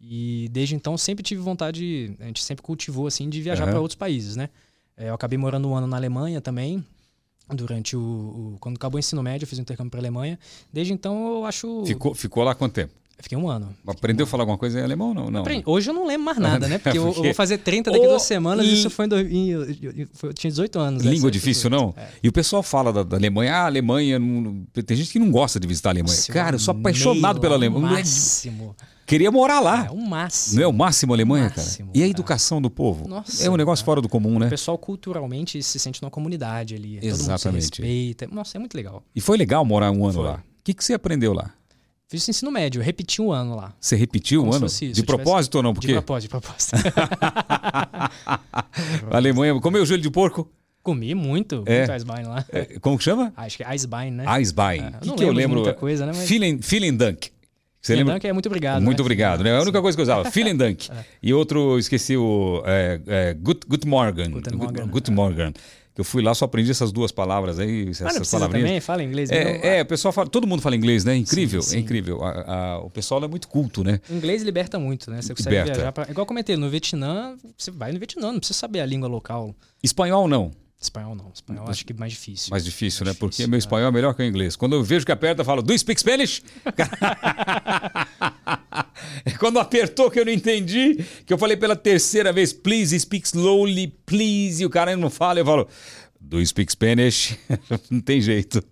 Speaker 2: E desde então sempre tive vontade, a gente sempre cultivou assim de viajar
Speaker 1: Aham.
Speaker 2: para outros países, né? É, eu acabei morando um ano na Alemanha também. Durante o, o- quando acabou o ensino médio, eu fiz um intercâmbio para Alemanha. Desde então eu acho
Speaker 1: Ficou, ficou lá quanto tempo?
Speaker 2: fiquei um ano.
Speaker 1: Aprendeu a falar alguma coisa em alemão ou não? não?
Speaker 2: Apre- Hoje eu não lembro mais nada, né? Porque eu, eu
Speaker 1: Porque-
Speaker 2: vou fazer 30 daqui a duas
Speaker 1: Ô,
Speaker 2: semanas,
Speaker 1: e-
Speaker 2: isso foi em, dois- em- eu- eu- eu tinha 18 anos. né?
Speaker 1: Língua
Speaker 2: Isso foi
Speaker 1: difícil,
Speaker 2: 18.
Speaker 1: não? E o pessoal fala da, da Alemanha, ah, a Alemanha. não- não- tem gente que não gosta de visitar a Alemanha.
Speaker 2: Nossa,
Speaker 1: Cara, eu sou
Speaker 2: amei
Speaker 1: apaixonado
Speaker 2: lá,
Speaker 1: pela
Speaker 2: O
Speaker 1: Alemanha.
Speaker 2: máximo.
Speaker 1: Queria morar lá.
Speaker 2: É o máximo.
Speaker 1: Não é o máximo a Alemanha,
Speaker 2: Máximo,
Speaker 1: cara? E a
Speaker 2: cara.
Speaker 1: educação do povo?
Speaker 2: Nossa,
Speaker 1: é um negócio
Speaker 2: cara.
Speaker 1: fora do comum, né?
Speaker 2: O pessoal culturalmente se sente numa comunidade ali. Todo mundo se
Speaker 1: Exatamente.
Speaker 2: respeita. Nossa, é muito legal.
Speaker 1: E foi legal morar um ano
Speaker 2: Foi.
Speaker 1: lá. O que, que você aprendeu lá?
Speaker 2: Fiz o ensino médio, repeti um ano lá.
Speaker 1: Você repetiu
Speaker 2: Como
Speaker 1: um
Speaker 2: se
Speaker 1: ano?
Speaker 2: fosse isso,
Speaker 1: de
Speaker 2: eu tivesse-
Speaker 1: propósito ou não?
Speaker 2: De
Speaker 1: Porque
Speaker 2: propósito, de propósito.
Speaker 1: a Alemanha comeu joelho de porco.
Speaker 2: Comi muito,
Speaker 1: É.
Speaker 2: muito Eisbein lá.
Speaker 1: É, Como que chama?
Speaker 2: Acho que é Eisbein, né?
Speaker 1: Eisbein.
Speaker 2: É, eu
Speaker 1: O
Speaker 2: não
Speaker 1: que, que eu
Speaker 2: lembro de
Speaker 1: lembro?
Speaker 2: muita coisa, né, mas-
Speaker 1: Vielen- Vielen Dank. Você lembra?
Speaker 2: Então, que é muito obrigado.
Speaker 1: Muito
Speaker 2: né? É.
Speaker 1: obrigado, né? É a única coisa que eu usava. Vielen Dank. E outro, esqueci o. É, é, gut, gut Morgen.
Speaker 2: Guten Morgen.
Speaker 1: Gut- Guten Morgen. Que eu fui lá, só aprendi essas duas palavras aí,
Speaker 2: Ah, não
Speaker 1: essas
Speaker 2: precisa
Speaker 1: palavrinhas.
Speaker 2: também? Fala inglês. né?
Speaker 1: É, é, o pessoal fala, todo mundo fala inglês, né? É Incrível,
Speaker 2: Sim, sim.
Speaker 1: é incrível. A- a- o pessoal é muito culto, né?
Speaker 2: O inglês liberta muito, né? Você consegue
Speaker 1: Liberta.
Speaker 2: viajar pra... Igual eu comentei, no Vietnã, você vai no Vietnã, não precisa saber a língua local.
Speaker 1: Espanhol não,
Speaker 2: Espanhol não. Espanhol acho que é mais difícil.
Speaker 1: mais difícil, né?
Speaker 2: Difícil,
Speaker 1: Porque meu espanhol é melhor que o inglês. Quando eu vejo que aperta, eu falo, do you speak Spanish? Quando apertou que eu não entendi, que eu falei pela terceira vez, please speak slowly, please, e o cara não fala, eu falo, do you speak Spanish? não tem jeito.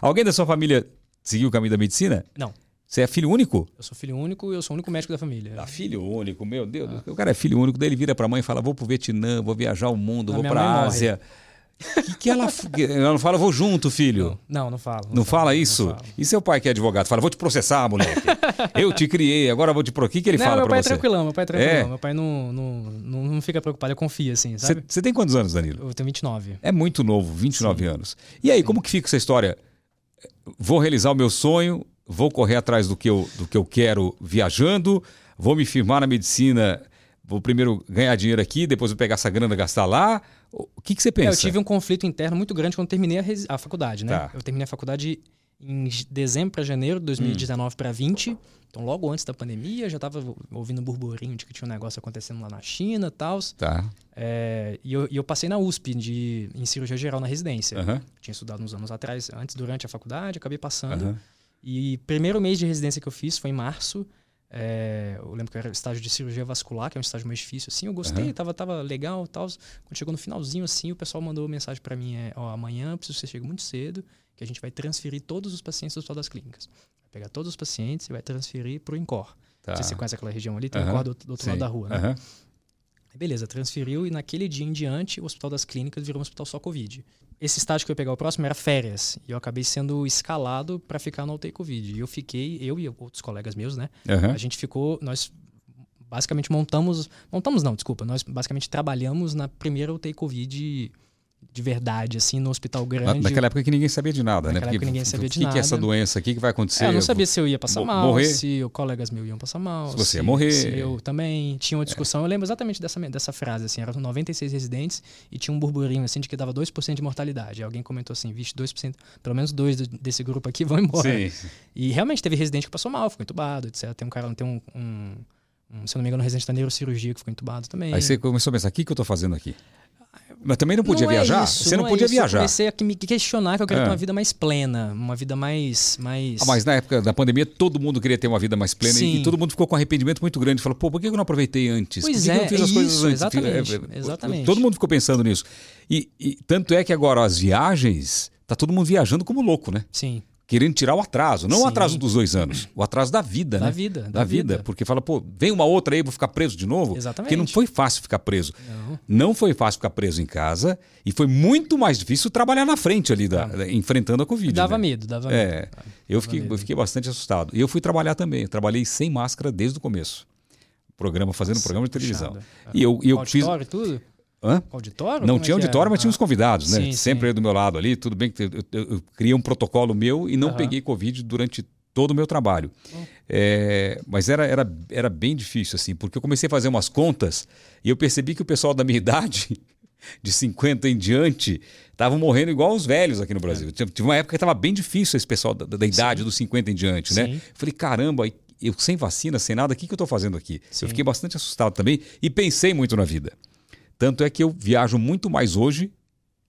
Speaker 1: Alguém da sua família seguiu o caminho da medicina?
Speaker 2: Não.
Speaker 1: Você é filho único?
Speaker 2: Eu sou filho único e eu sou o único médico da família.
Speaker 1: Ah, filho único, meu Deus. do céu. O cara é filho único, daí ele vira pra mãe e fala: vou pro Vietnã, vou viajar o mundo,
Speaker 2: Ah,
Speaker 1: vou
Speaker 2: minha
Speaker 1: pra
Speaker 2: mãe morre.
Speaker 1: Ásia. O que, que ela. f- Ela não fala, vou junto, filho. Não.
Speaker 2: Não, não falo.
Speaker 1: fala
Speaker 2: falo,
Speaker 1: isso?
Speaker 2: Não, falo.
Speaker 1: E seu pai que é advogado fala, vou te processar, moleque. Eu te criei, agora eu vou te pro. O que, que ele
Speaker 2: Não,
Speaker 1: fala
Speaker 2: meu
Speaker 1: pra
Speaker 2: pai é
Speaker 1: você?
Speaker 2: tranquilão, meu pai é tranquilão.
Speaker 1: É?
Speaker 2: Meu pai não, não, não, não fica preocupado, eu confio, assim,
Speaker 1: Você
Speaker 2: sabe?
Speaker 1: você tem quantos anos, Danilo?
Speaker 2: Eu tenho 29.
Speaker 1: É muito novo, 29 anos. E aí, como que fica essa história? Vou realizar o meu sonho, vou correr atrás do que eu, do que eu quero viajando, vou me firmar na medicina, vou primeiro ganhar dinheiro aqui, depois vou pegar essa grana e gastar lá. O que, que você
Speaker 2: É,
Speaker 1: pensa?
Speaker 2: eu tive um conflito interno muito grande quando terminei a, resi- a faculdade, né?
Speaker 1: Tá.
Speaker 2: Eu terminei a faculdade em j- dezembro para janeiro de 2019 pra para 20. Então, logo antes da pandemia, já tava ouvindo burburinho de que tinha um negócio acontecendo lá na China e tal.
Speaker 1: Tá.
Speaker 2: É, e, eu, e eu passei na USP de, em cirurgia geral na residência.
Speaker 1: Aham.
Speaker 2: Tinha estudado uns anos atrás, antes, durante a faculdade, acabei passando.
Speaker 1: aham.
Speaker 2: E primeiro mês de residência que eu fiz foi em março. É, eu lembro que era estágio de cirurgia vascular, que é um estágio mais difícil, assim. Eu gostei,
Speaker 1: Aham.
Speaker 2: tava, tava legal e tal. Quando chegou no finalzinho, assim, o pessoal mandou mensagem pra mim: é, Ó, amanhã preciso que você chegue muito cedo, que a gente vai transferir todos os pacientes do Hospital das Clínicas. Vai pegar todos os pacientes e vai transferir pro Incor.
Speaker 1: Tá.
Speaker 2: Não sei se você conhece aquela região ali, tem o
Speaker 1: Aham.
Speaker 2: Incor do, do outro
Speaker 1: Sim.
Speaker 2: lado da rua, né?
Speaker 1: Aham.
Speaker 2: Aí Beleza, transferiu e naquele dia em diante o Hospital das Clínicas virou um hospital só Covid. Esse estágio que eu ia pegar o próximo era férias e eu acabei sendo escalado para ficar na UTI Covid. E eu fiquei, eu e outros colegas meus, né?
Speaker 1: aham.
Speaker 2: A gente ficou, nós basicamente montamos, montamos não, desculpa, nós basicamente trabalhamos na primeira UTI Covid de verdade, assim, no hospital
Speaker 1: Na-
Speaker 2: grande.
Speaker 1: Naquela época que ninguém sabia de nada, né?
Speaker 2: Naquela época ninguém sabia
Speaker 1: o
Speaker 2: de
Speaker 1: que, que é
Speaker 2: nada.
Speaker 1: essa doença? O que, que vai acontecer?
Speaker 2: É, eu não sabia se eu ia passar
Speaker 1: mo-
Speaker 2: mal,
Speaker 1: morrer.
Speaker 2: se o colegas meus iam passar mal.
Speaker 1: Se você ia morrer.
Speaker 2: Se eu também. Tinha uma discussão, eu lembro exatamente dessa, me- dessa frase, assim, eram 96 residentes e tinha um burburinho, assim, de que dava 2% de mortalidade. Aí Alguém comentou assim, vixe, 2%, pelo menos dois do- desse grupo aqui vão embora.
Speaker 1: Sim.
Speaker 2: E realmente teve residente que passou mal, ficou entubado, etc. Tem um cara, tem um, um- um, se eu não me engano, um residente da neurocirurgia que ficou entubado também.
Speaker 1: Aí você começou a pensar, o que, que eu tô fazendo aqui? Mas também não podia
Speaker 2: é
Speaker 1: viajar?
Speaker 2: isso,
Speaker 1: você não,
Speaker 2: é
Speaker 1: podia
Speaker 2: isso. Eu
Speaker 1: viajar.
Speaker 2: comecei a que- me questionar que eu queria
Speaker 1: É.
Speaker 2: ter uma vida mais plena, uma vida mais. mais...
Speaker 1: Ah, mas na época da pandemia, todo mundo queria ter uma vida mais plena e,
Speaker 2: Sim.
Speaker 1: e todo mundo ficou com um arrependimento muito grande. Falou, pô, por que eu não aproveitei antes? por que
Speaker 2: Pois
Speaker 1: que eu não
Speaker 2: é,
Speaker 1: fiz
Speaker 2: é
Speaker 1: as coisas
Speaker 2: isso,
Speaker 1: antes?
Speaker 2: exatamente,
Speaker 1: Fica- é, é,
Speaker 2: exatamente.
Speaker 1: Todo mundo ficou pensando nisso. E, e tanto é que agora as viagens, tá todo mundo viajando como louco, né?
Speaker 2: Sim.
Speaker 1: querendo tirar o atraso, não o
Speaker 2: Sim.
Speaker 1: atraso dos dois anos, o atraso da vida,
Speaker 2: Da
Speaker 1: né?
Speaker 2: vida,
Speaker 1: Da,
Speaker 2: da
Speaker 1: vida.
Speaker 2: vida.
Speaker 1: porque fala, pô, vem uma outra aí, vou ficar preso de novo. Porque não
Speaker 2: Exatamente.
Speaker 1: foi fácil ficar preso.
Speaker 2: Não.
Speaker 1: Não foi fácil ficar preso em casa e foi muito mais difícil trabalhar na frente ali, da, da- enfrentando a Covid.
Speaker 2: Ah. Dava
Speaker 1: né?
Speaker 2: medo, dava
Speaker 1: É,
Speaker 2: medo.
Speaker 1: eu fiquei,
Speaker 2: medo.
Speaker 1: eu fiquei bastante assustado. E eu fui trabalhar também, eu trabalhei sem máscara desde o começo. Programa, fazendo programa de televisão.
Speaker 2: puxado.
Speaker 1: E eu, e eu fiz.
Speaker 2: auditório e tudo?
Speaker 1: Hã?
Speaker 2: Auditório?
Speaker 1: Não
Speaker 2: Como é
Speaker 1: tinha
Speaker 2: que
Speaker 1: auditório,
Speaker 2: era?
Speaker 1: mas tinha uns convidados, né?
Speaker 2: Sim,
Speaker 1: Sempre
Speaker 2: sim.
Speaker 1: aí do meu lado ali, tudo bem que eu, eu- eu criei um protocolo meu e não
Speaker 2: Aham. Hum.
Speaker 1: peguei Covid durante todo o meu trabalho.
Speaker 2: Bom.
Speaker 1: É, mas era, era, era bem difícil, assim, porque eu comecei a fazer umas contas e eu percebi que o pessoal da minha idade, de 50 em diante, estavam morrendo igual os velhos aqui no
Speaker 2: É.
Speaker 1: Brasil. Tinha- Tive uma época que estava bem difícil esse pessoal da, da- da idade dos 50 em diante, né?
Speaker 2: Sim.
Speaker 1: Falei, caramba, eu sem vacina, sem nada, o que, que eu estou fazendo aqui?
Speaker 2: Sim.
Speaker 1: Eu fiquei bastante assustado também e pensei muito na vida. Tanto é que eu viajo muito mais hoje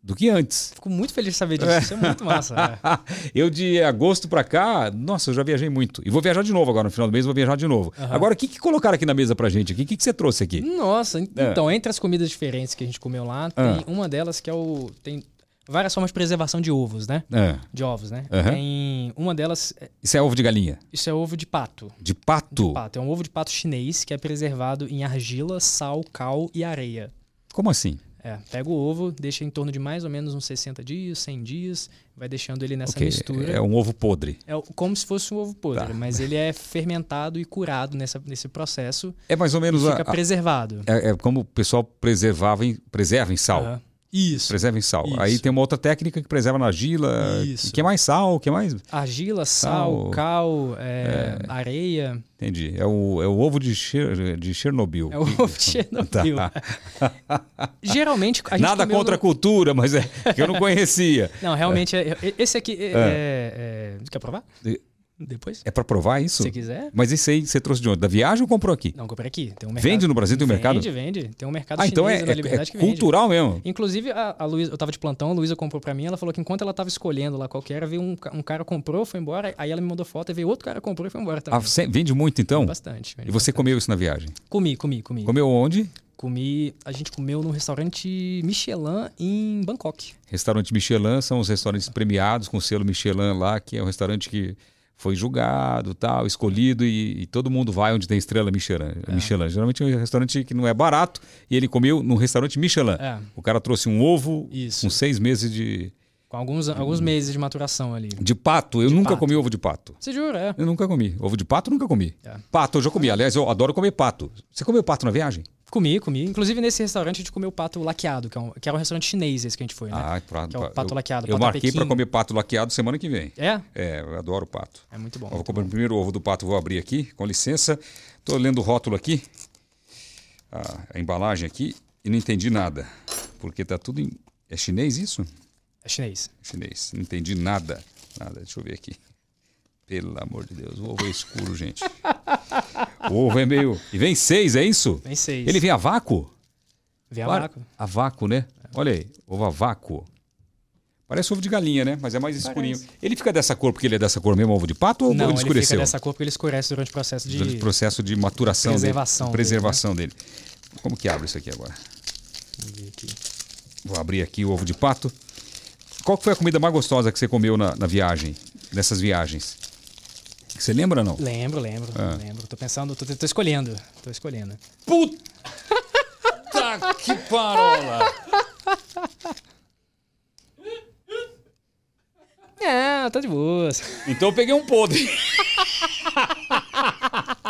Speaker 1: do que antes.
Speaker 2: Ah, Fico muito feliz de saber disso. Isso é muito massa. é.
Speaker 1: eu de agosto pra cá, nossa, eu já viajei muito. E vou viajar de novo agora no final do mês, vou viajar de novo.
Speaker 2: Aham. Hum.
Speaker 1: Agora, o que, que colocaram aqui na mesa pra gente? aqui? O que, que você trouxe aqui?
Speaker 2: Nossa, en-
Speaker 1: É.
Speaker 2: então, entre as comidas diferentes que a gente comeu lá,
Speaker 1: Ah.
Speaker 2: tem uma delas que é o. Tem várias formas de preservação de ovos, né?
Speaker 1: Ah,
Speaker 2: De ovos, né?
Speaker 1: Aham.
Speaker 2: Tem. Uma delas. é-
Speaker 1: isso é ovo de galinha?
Speaker 2: Isso é ovo de pato.
Speaker 1: De pato?
Speaker 2: Pato. É um ovo de pato chinês que é preservado em argila, sal, cal e areia.
Speaker 1: Como assim?
Speaker 2: É, pega o ovo, deixa em torno de mais ou menos uns 60 dias, 100 dias, vai deixando ele nessa
Speaker 1: Ok,
Speaker 2: mistura.
Speaker 1: É um ovo podre.
Speaker 2: É o- como se fosse um ovo podre,
Speaker 1: Tá.
Speaker 2: mas ele é fermentado e curado nessa, nesse processo
Speaker 1: É mais ou
Speaker 2: e
Speaker 1: menos. a-
Speaker 2: fica
Speaker 1: a-
Speaker 2: preservado.
Speaker 1: é, é como o pessoal preservava em, preserva em sal.
Speaker 2: Aham. Isso.
Speaker 1: Preserva em sal.
Speaker 2: Isso.
Speaker 1: Aí tem uma outra técnica que preserva na argila.
Speaker 2: Isso.
Speaker 1: Que é mais sal, que é mais.
Speaker 2: Argila, sal,
Speaker 1: Sal,
Speaker 2: cal, é, areia.
Speaker 1: Entendi. É o, é o ovo de, Cher- de Chernobyl.
Speaker 2: É o ovo de Chernobyl.
Speaker 1: Tá.
Speaker 2: Geralmente. A gente
Speaker 1: Nada
Speaker 2: comeu
Speaker 1: contra a
Speaker 2: no-
Speaker 1: cultura, mas é que eu não conhecia.
Speaker 2: Não, realmente. é- é- esse aqui. É, é- é- Quer provar?
Speaker 1: E-
Speaker 2: Depois?
Speaker 1: É pra provar isso?
Speaker 2: Se você quiser.
Speaker 1: Mas isso aí você trouxe de onde? Da viagem ou comprou aqui?
Speaker 2: Não, comprei aqui. Tem um mercado.
Speaker 1: Vende no Brasil, tem um mercado?
Speaker 2: Vende, vende. Tem um mercado
Speaker 1: Ah,
Speaker 2: chinês
Speaker 1: então é,
Speaker 2: na
Speaker 1: é-
Speaker 2: Liberdade
Speaker 1: é
Speaker 2: que vende.
Speaker 1: cultural mesmo.
Speaker 2: Inclusive, a, a Luísa, eu tava de plantão, a Luísa comprou pra mim, ela falou que enquanto ela tava escolhendo lá qual que era, veio um, ca- um cara comprou, foi embora, aí ela me mandou foto, aí veio outro cara comprou e foi embora também.
Speaker 1: Ah, você- vende muito então?
Speaker 2: Bastante.
Speaker 1: E você comeu isso na viagem?
Speaker 2: Comi, comi, comi.
Speaker 1: Comeu onde?
Speaker 2: Comi, a gente comeu num restaurante Michelin em Bangkok.
Speaker 1: Restaurante Michelin, são os restaurantes premiados com o selo Michelin lá, que é um restaurante que foi julgado, tal, escolhido e, e todo mundo vai onde tem estrela Michelin. Michelin. Geralmente é um restaurante que não é barato e ele comeu num restaurante Michelin.
Speaker 2: É,
Speaker 1: O cara trouxe um ovo
Speaker 2: isso.
Speaker 1: com seis meses de,
Speaker 2: Com
Speaker 1: Hum.
Speaker 2: alguns, alguns meses de maturação ali.
Speaker 1: de pato. Eu nunca
Speaker 2: pato.
Speaker 1: comi ovo de pato.
Speaker 2: Você jura? É.
Speaker 1: Eu nunca comi. Ovo de pato, eu nunca comi.
Speaker 2: É.
Speaker 1: Pato, eu já comi. Aliás, eu adoro comer pato. Você comeu pato na viagem?
Speaker 2: Comi, comi. Inclusive, nesse restaurante, a gente comeu pato laqueado, que, é um- que era um restaurante chinês esse que a gente foi, né?
Speaker 1: Ah, pra,
Speaker 2: Que é o
Speaker 1: pra-
Speaker 2: pato
Speaker 1: eu,
Speaker 2: laqueado,
Speaker 1: Eu
Speaker 2: pato
Speaker 1: marquei pra
Speaker 2: pequim.
Speaker 1: comer pato laqueado semana que vem.
Speaker 2: É?
Speaker 1: É, eu adoro pato.
Speaker 2: É muito bom.
Speaker 1: Ó, vou comer o primeiro ovo do pato, vou abrir aqui, com licença. Tô lendo o rótulo aqui, a, a embalagem aqui, e não entendi nada. Porque tá tudo em. É chinês isso?
Speaker 2: É chinês.
Speaker 1: Chinês. Não entendi nada. Nada. Deixa eu ver aqui. Pelo amor de Deus, o ovo é escuro, gente. O ovo é meio. E vem seis, é isso?
Speaker 2: Nem sei.
Speaker 1: Ele vem a vácuo?
Speaker 2: Vem a
Speaker 1: Claro.
Speaker 2: vaca.
Speaker 1: A vácuo, né? Olha aí, ovo a vácuo. Parece ovo de galinha, né? Mas é mais escurinho. Ele fica dessa cor porque ele é dessa cor mesmo, ovo de pato, ou
Speaker 2: Não,
Speaker 1: ele
Speaker 2: ele fica
Speaker 1: escureceu?
Speaker 2: dessa cor porque ele escurece durante o processo de...
Speaker 1: Durante o processo de maturação
Speaker 2: Preservação
Speaker 1: dele.
Speaker 2: dele, né?
Speaker 1: Preservação dele, Como que abre isso aqui agora?
Speaker 2: Vamos ver aqui.
Speaker 1: Vou abrir aqui o ovo de pato. Qual que foi a comida mais gostosa que você comeu na, na viagem? Nessas viagens? Você lembra ou não?
Speaker 2: Lembro, lembro,
Speaker 1: Ah.
Speaker 2: lembro. Tô pensando, tô, tô escolhendo. Tô escolhendo.
Speaker 1: Puta que parola!
Speaker 2: É, tá de boas.
Speaker 1: Então eu peguei um podre.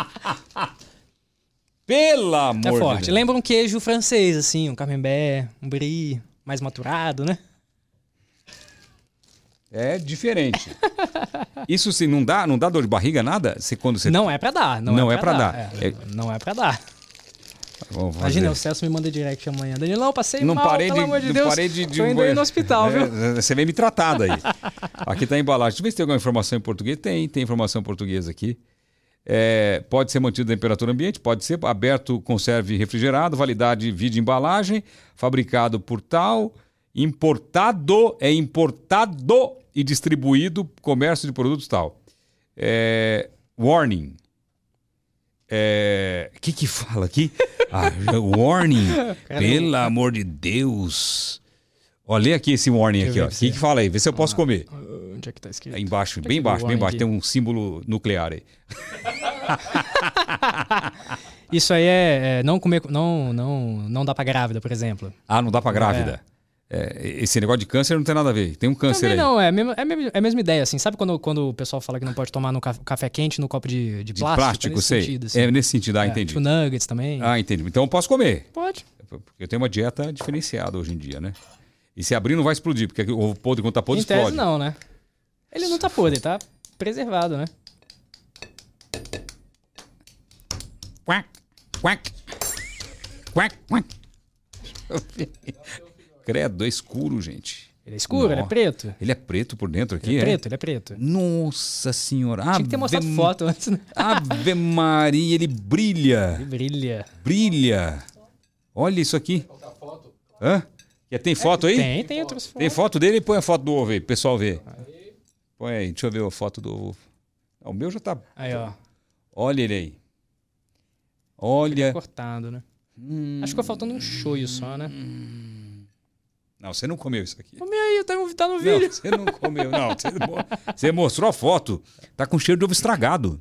Speaker 1: Pelo
Speaker 2: É
Speaker 1: amor
Speaker 2: forte.
Speaker 1: de Deus.
Speaker 2: Lembra um queijo francês, assim, um camembert, um brie, mais maturado, né?
Speaker 1: É diferente. Isso se não dá, não dá dor de barriga nada? Se quando você
Speaker 2: Não é pra dar, não,
Speaker 1: Não
Speaker 2: é,
Speaker 1: é pra dar.
Speaker 2: É, Não é pra dar.
Speaker 1: Vamos fazer.
Speaker 2: Imagina, o Celso me manda direct amanhã. Danilão, passei
Speaker 1: não
Speaker 2: mal,
Speaker 1: parei
Speaker 2: pelo
Speaker 1: de,
Speaker 2: amor de
Speaker 1: não
Speaker 2: Deus.
Speaker 1: parei de, de
Speaker 2: Tô indo aí no hospital, viu?
Speaker 1: É, Você vem me tratar daí. aqui tá a embalagem. Deixa eu ver se tem alguma informação em português. Tem, tem informação em português aqui. É, pode ser mantido a temperatura ambiente, pode ser aberto, conserve refrigerado, validade vídeo embalagem, fabricado por tal, importado, é importado e distribuído, comércio de produtos tal. É, warning. É, que que fala aqui? Ah, warning. Pelo amor de Deus. Olha aqui esse warning
Speaker 2: Deixa eu
Speaker 1: aqui, ó. O que
Speaker 2: ver pra você.
Speaker 1: que fala aí? Vê se eu posso comer.
Speaker 2: Onde Onde é que tá escrito?
Speaker 1: É embaixo,
Speaker 2: Onde é
Speaker 1: bem
Speaker 2: que
Speaker 1: embaixo,
Speaker 2: o
Speaker 1: bem
Speaker 2: homem
Speaker 1: embaixo.
Speaker 2: aqui?
Speaker 1: Tem um símbolo nuclear aí.
Speaker 2: Isso aí é, é não comer, não, não, não dá pra grávida, por exemplo.
Speaker 1: Ah, não dá pra grávida. É, esse negócio de câncer não tem nada a ver. Tem um câncer
Speaker 2: Também
Speaker 1: aí.
Speaker 2: não, é a mesma, é a mesma- é a mesma ideia, assim. Sabe quando, quando o pessoal fala que não pode tomar no ca- café quente no copo de, de
Speaker 1: De
Speaker 2: plástico? É
Speaker 1: plástico,
Speaker 2: nesse
Speaker 1: sei.
Speaker 2: sentido, assim.
Speaker 1: É nesse sentido, ah,
Speaker 2: É,
Speaker 1: entendi.
Speaker 2: Tipo nuggets também.
Speaker 1: Ah, entendi. Então eu posso comer.
Speaker 2: Pode.
Speaker 1: Porque eu tenho uma dieta diferenciada hoje em dia, né? E se abrir não vai explodir, porque o ovo podre quando tá podre
Speaker 2: em tese,
Speaker 1: explode.
Speaker 2: não, né? Ele não tá podre, tá preservado, né?
Speaker 1: Quack, quack, quack, quack. Credo, é escuro, gente.
Speaker 2: Ele é escuro, ele é
Speaker 1: Nó.
Speaker 2: preto.
Speaker 1: Ele é preto por dentro aqui,
Speaker 2: Ele é
Speaker 1: é?
Speaker 2: preto, ele é preto.
Speaker 1: Nossa senhora.
Speaker 2: Tinha que ter mostrado
Speaker 1: Ave-
Speaker 2: foto antes, né?
Speaker 1: Ave Maria, ele brilha.
Speaker 2: Ele brilha.
Speaker 1: Brilha. Olha isso aqui. Hã? Já tem foto aí?
Speaker 2: Tem, tem outras
Speaker 1: Tem
Speaker 2: fotos.
Speaker 1: foto dele? Põe a foto do ovo aí, pro pessoal ver. Põe aí, deixa eu ver a foto do ovo. Ah, O meu já tá.
Speaker 2: Aí, ó.
Speaker 1: Olha ele aí. Olha.
Speaker 2: Cortado, né?
Speaker 1: Hum.
Speaker 2: Acho que ficou faltando um shoyu só, né?
Speaker 1: Não, você não comeu isso aqui.
Speaker 2: Come aí, tá, no- tá no
Speaker 1: Não,
Speaker 2: vídeo.
Speaker 1: você não comeu, não. Você, mo- você mostrou a foto. Tá com cheiro de ovo estragado.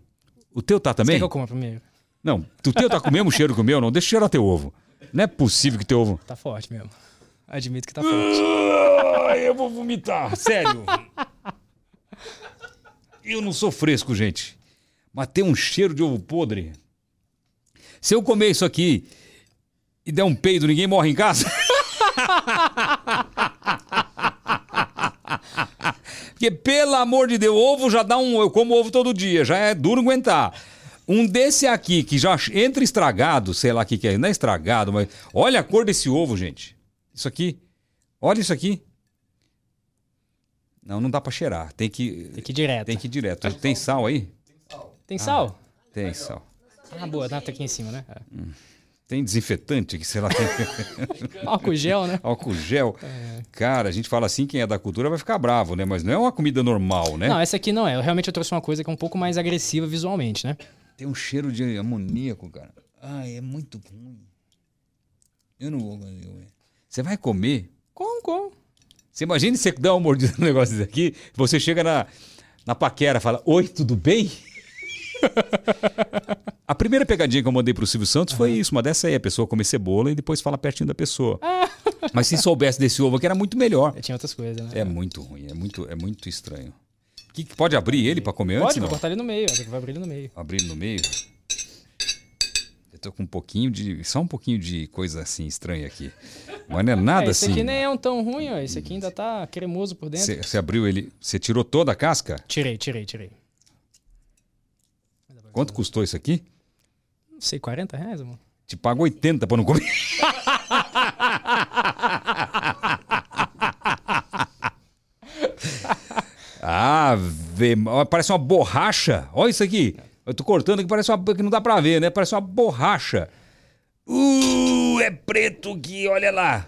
Speaker 1: O teu tá
Speaker 2: Você
Speaker 1: também?
Speaker 2: quer que eu coma primeiro?
Speaker 1: Não, o teu tá com o mesmo cheiro que o meu, não. Deixa eu cheirar teu ovo. Não é possível que teu ovo.
Speaker 2: Tá forte mesmo. Admito
Speaker 1: Hum.
Speaker 2: que tá forte.
Speaker 1: Ai, eu vou vomitar, sério. Eu não sou fresco, gente. Mas tem um cheiro de ovo podre. Se eu comer isso aqui e der um peido, ninguém morre em casa? Porque, pelo amor de Deus, ovo já dá um. Eu como ovo todo dia, já é duro aguentar. Um desse aqui que já entra estragado, sei lá o que, que é, não é estragado, mas. Olha a cor desse ovo, gente. Isso aqui. Olha isso aqui. Não, não dá pra cheirar. Tem que,
Speaker 2: Tem que ir direto.
Speaker 1: tem
Speaker 2: Tem,
Speaker 1: que Ah. ir direto. Tem sal aí?
Speaker 2: sal?
Speaker 1: Tem sal.
Speaker 2: Tá na boa, tá tá aqui em cima, né? É.
Speaker 1: Tem desinfetante que sei lá tem
Speaker 2: Álcool gel, né?
Speaker 1: álcool gel. Cara, a gente fala assim, quem é da cultura vai ficar bravo, né? Mas não é uma comida normal, né?
Speaker 2: Não, essa aqui não é. Eu realmente eu trouxe uma coisa que é um pouco mais agressiva visualmente, né?
Speaker 1: Tem um cheiro de amoníaco, cara. Ah, é muito ruim. Eu não vou conseguir comer. Você vai comer?
Speaker 2: Com, com.
Speaker 1: Você imagina você dar uma mordida no negócio daqui, você chega na, na paquera e fala, oi, tudo bem? a primeira pegadinha que eu mandei pro Silvio Santos foi isso, uma dessa aí, a pessoa come cebola e depois fala pertinho da pessoa. Mas se soubesse desse ovo aqui, era muito melhor.
Speaker 2: Eu tinha outras coisas, né?
Speaker 1: É muito ruim, é muito, é muito estranho. Que, que- pode abrir ele pra comer antes?
Speaker 2: Pode vou
Speaker 1: Não?
Speaker 2: cortar ele no meio, acho que vai abrir ele no meio.
Speaker 1: Abrir ele no meio. Eu tô com um pouquinho de. Só um pouquinho de coisa assim estranha aqui. Mas não é nada
Speaker 2: é, esse
Speaker 1: assim. Hum.
Speaker 2: aqui nem é um tão ruim, ó. Esse aqui ainda tá cremoso por dentro.
Speaker 1: Você você abriu ele. Você tirou toda a casca?
Speaker 2: Tirei, tirei, tirei.
Speaker 1: Quanto custou isso aqui?
Speaker 2: Não sei, 40 reais, amor?
Speaker 1: Te pago 80 pra não comer. Ave, ma- parece uma borracha. Olha isso aqui. Eu tô cortando aqui, parece uma que não dá pra ver, né? Parece uma borracha. Uh, é preto aqui, olha lá.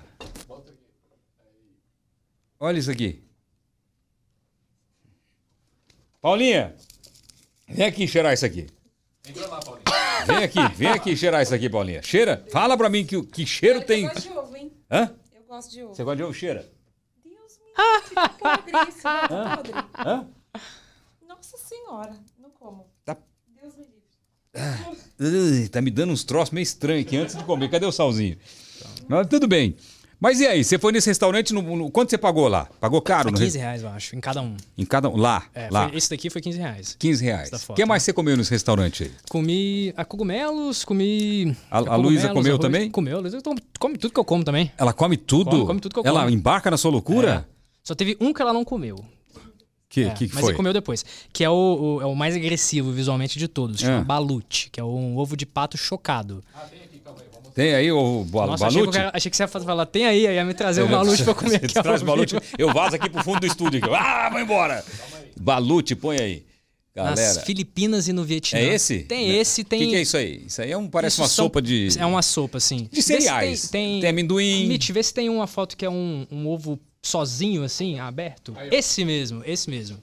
Speaker 1: Olha isso aqui. Paulinha, vem aqui cheirar isso aqui. Vem aqui, vem aqui cheirar isso aqui, Paulinha. Cheira. Fala pra mim que, que cheiro tem.
Speaker 3: Eu gosto de ovo, hein?
Speaker 1: Hã?
Speaker 3: Eu gosto de ovo.
Speaker 1: Você gosta de ovo? Cheira.
Speaker 3: Deus me livre, que podre isso, né? Podre.
Speaker 1: Hã?
Speaker 3: Nossa senhora, não como.
Speaker 1: Tá,
Speaker 3: Deus me livre.
Speaker 1: Ui, tá me dando uns troços meio estranhos aqui antes de comer. Cadê o salzinho? Mas tudo bem. Mas e aí? Você foi nesse restaurante, no, no- quanto você pagou lá? Pagou caro? No,
Speaker 2: 15
Speaker 1: Ah, re-
Speaker 2: reais, eu acho, em cada um.
Speaker 1: em cada um? Lá,
Speaker 2: É,
Speaker 1: lá.
Speaker 2: foi- esse daqui foi 15 reais.
Speaker 1: 15 reais.
Speaker 2: Essa
Speaker 1: O
Speaker 2: foto, né?
Speaker 1: que mais você comeu nesse restaurante aí?
Speaker 2: Comi a cogumelos, comi.
Speaker 1: A- a Luísa
Speaker 2: cogumelos,
Speaker 1: comeu
Speaker 2: arroz-
Speaker 1: também?
Speaker 2: Comeu, a Luísa come- come tudo que eu como também.
Speaker 1: Ela come tudo?
Speaker 2: Come, come tudo que eu
Speaker 1: Ela
Speaker 2: como.
Speaker 1: embarca na sua loucura?
Speaker 2: É. Só teve um que ela não comeu.
Speaker 1: Que,
Speaker 2: É,
Speaker 1: que que
Speaker 2: mas
Speaker 1: foi?
Speaker 2: ele comeu depois. Que é o, o- é o mais agressivo visualmente de todos. Chama
Speaker 1: Ah.
Speaker 2: balute, que é um ovo de pato chocado.
Speaker 1: Tem aí o ba
Speaker 2: Nossa, achei que, é eu
Speaker 1: balute?
Speaker 2: quero- achei que você ia fa- falar, tem aí, aí ia me trazer o balute pra eu comer aqui.
Speaker 1: É Você
Speaker 2: ao
Speaker 1: traz o balute,
Speaker 2: vivo.
Speaker 1: eu vazo aqui pro fundo do estúdio. aqui. Ah, vai embora. Balute, põe aí.
Speaker 2: Nas
Speaker 1: Galera,
Speaker 2: Filipinas e no Vietnã.
Speaker 1: é esse?
Speaker 2: Tem
Speaker 1: Né?
Speaker 2: esse, tem...
Speaker 1: O que, que é isso aí? Isso aí é um, parece
Speaker 2: isso
Speaker 1: uma
Speaker 2: são-
Speaker 1: sopa de...
Speaker 2: É uma sopa, assim.
Speaker 1: De cereais.
Speaker 2: Tem,
Speaker 1: Tem amendoim.
Speaker 2: Mitch, vê se tem uma foto que é um, um ovo sozinho, assim, aberto. esse mesmo, esse mesmo.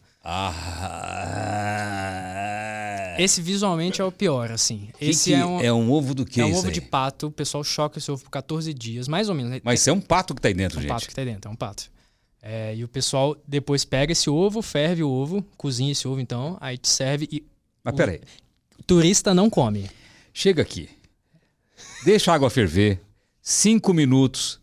Speaker 1: Ah.
Speaker 2: Esse visualmente é o pior, assim.
Speaker 1: Que
Speaker 2: esse
Speaker 1: que
Speaker 2: é um...
Speaker 1: ovo do que
Speaker 2: é um
Speaker 1: isso
Speaker 2: ovo
Speaker 1: aí?
Speaker 2: de pato, o pessoal choca esse ovo por 14 dias, mais ou menos. né?
Speaker 1: Mas isso é um pato que tá aí dentro,
Speaker 2: É um
Speaker 1: gente.
Speaker 2: pato que tá aí dentro, é um pato. É, e o pessoal depois pega esse ovo, ferve o ovo, cozinha esse ovo então, aí te serve e
Speaker 1: Mas
Speaker 2: Um
Speaker 1: peraí,
Speaker 2: o turista não come.
Speaker 1: chega aqui. Deixa a água ferver. Cinco minutos.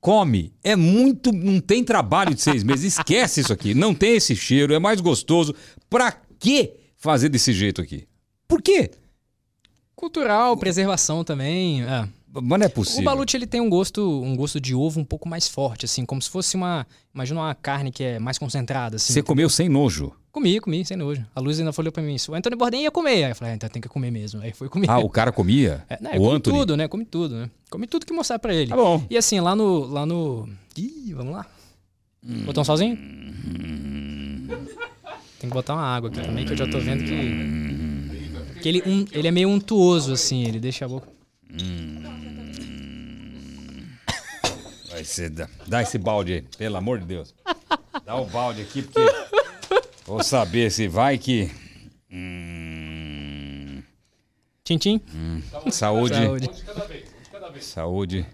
Speaker 1: Come. É muito. Não tem trabalho de seis meses. Esquece isso aqui. Não tem esse cheiro. É mais gostoso. Pra que fazer desse jeito aqui? Por quê?
Speaker 2: Cultural, preservação também. é.
Speaker 1: Mas não é
Speaker 2: O
Speaker 1: possível.
Speaker 2: balut ele tem um gosto, um gosto de ovo um pouco mais forte, assim, como se fosse uma, imagina uma carne que é mais concentrada, assim.
Speaker 1: Você comeu sem nojo.
Speaker 2: Comi, comi, sem nojo. A Luz ainda falou pra mim, o Antônio Borden ia comer. Aí eu falei, ah, então tem que comer mesmo. Aí foi comer.
Speaker 1: Ah, o cara comia?
Speaker 2: É, né,
Speaker 1: o
Speaker 2: come
Speaker 1: Anthony?
Speaker 2: tudo, né? Come tudo, né? Come tudo que mostrar pra ele.
Speaker 1: Tá bom.
Speaker 2: E assim, lá no. Lá no... Ih, vamos lá. Botar um sozinho? Tem que botar uma água aqui também, que eu já tô vendo que. que ele, um- ele é meio untuoso, assim, ele deixa a boca.
Speaker 1: Vai ser, dá, dá esse balde aí, pelo amor de Deus. Dá o balde aqui, porque. Vou saber se vai que. Hum,
Speaker 2: Tchim, tchim.
Speaker 1: saúde.
Speaker 2: Saúde.
Speaker 1: Saúde.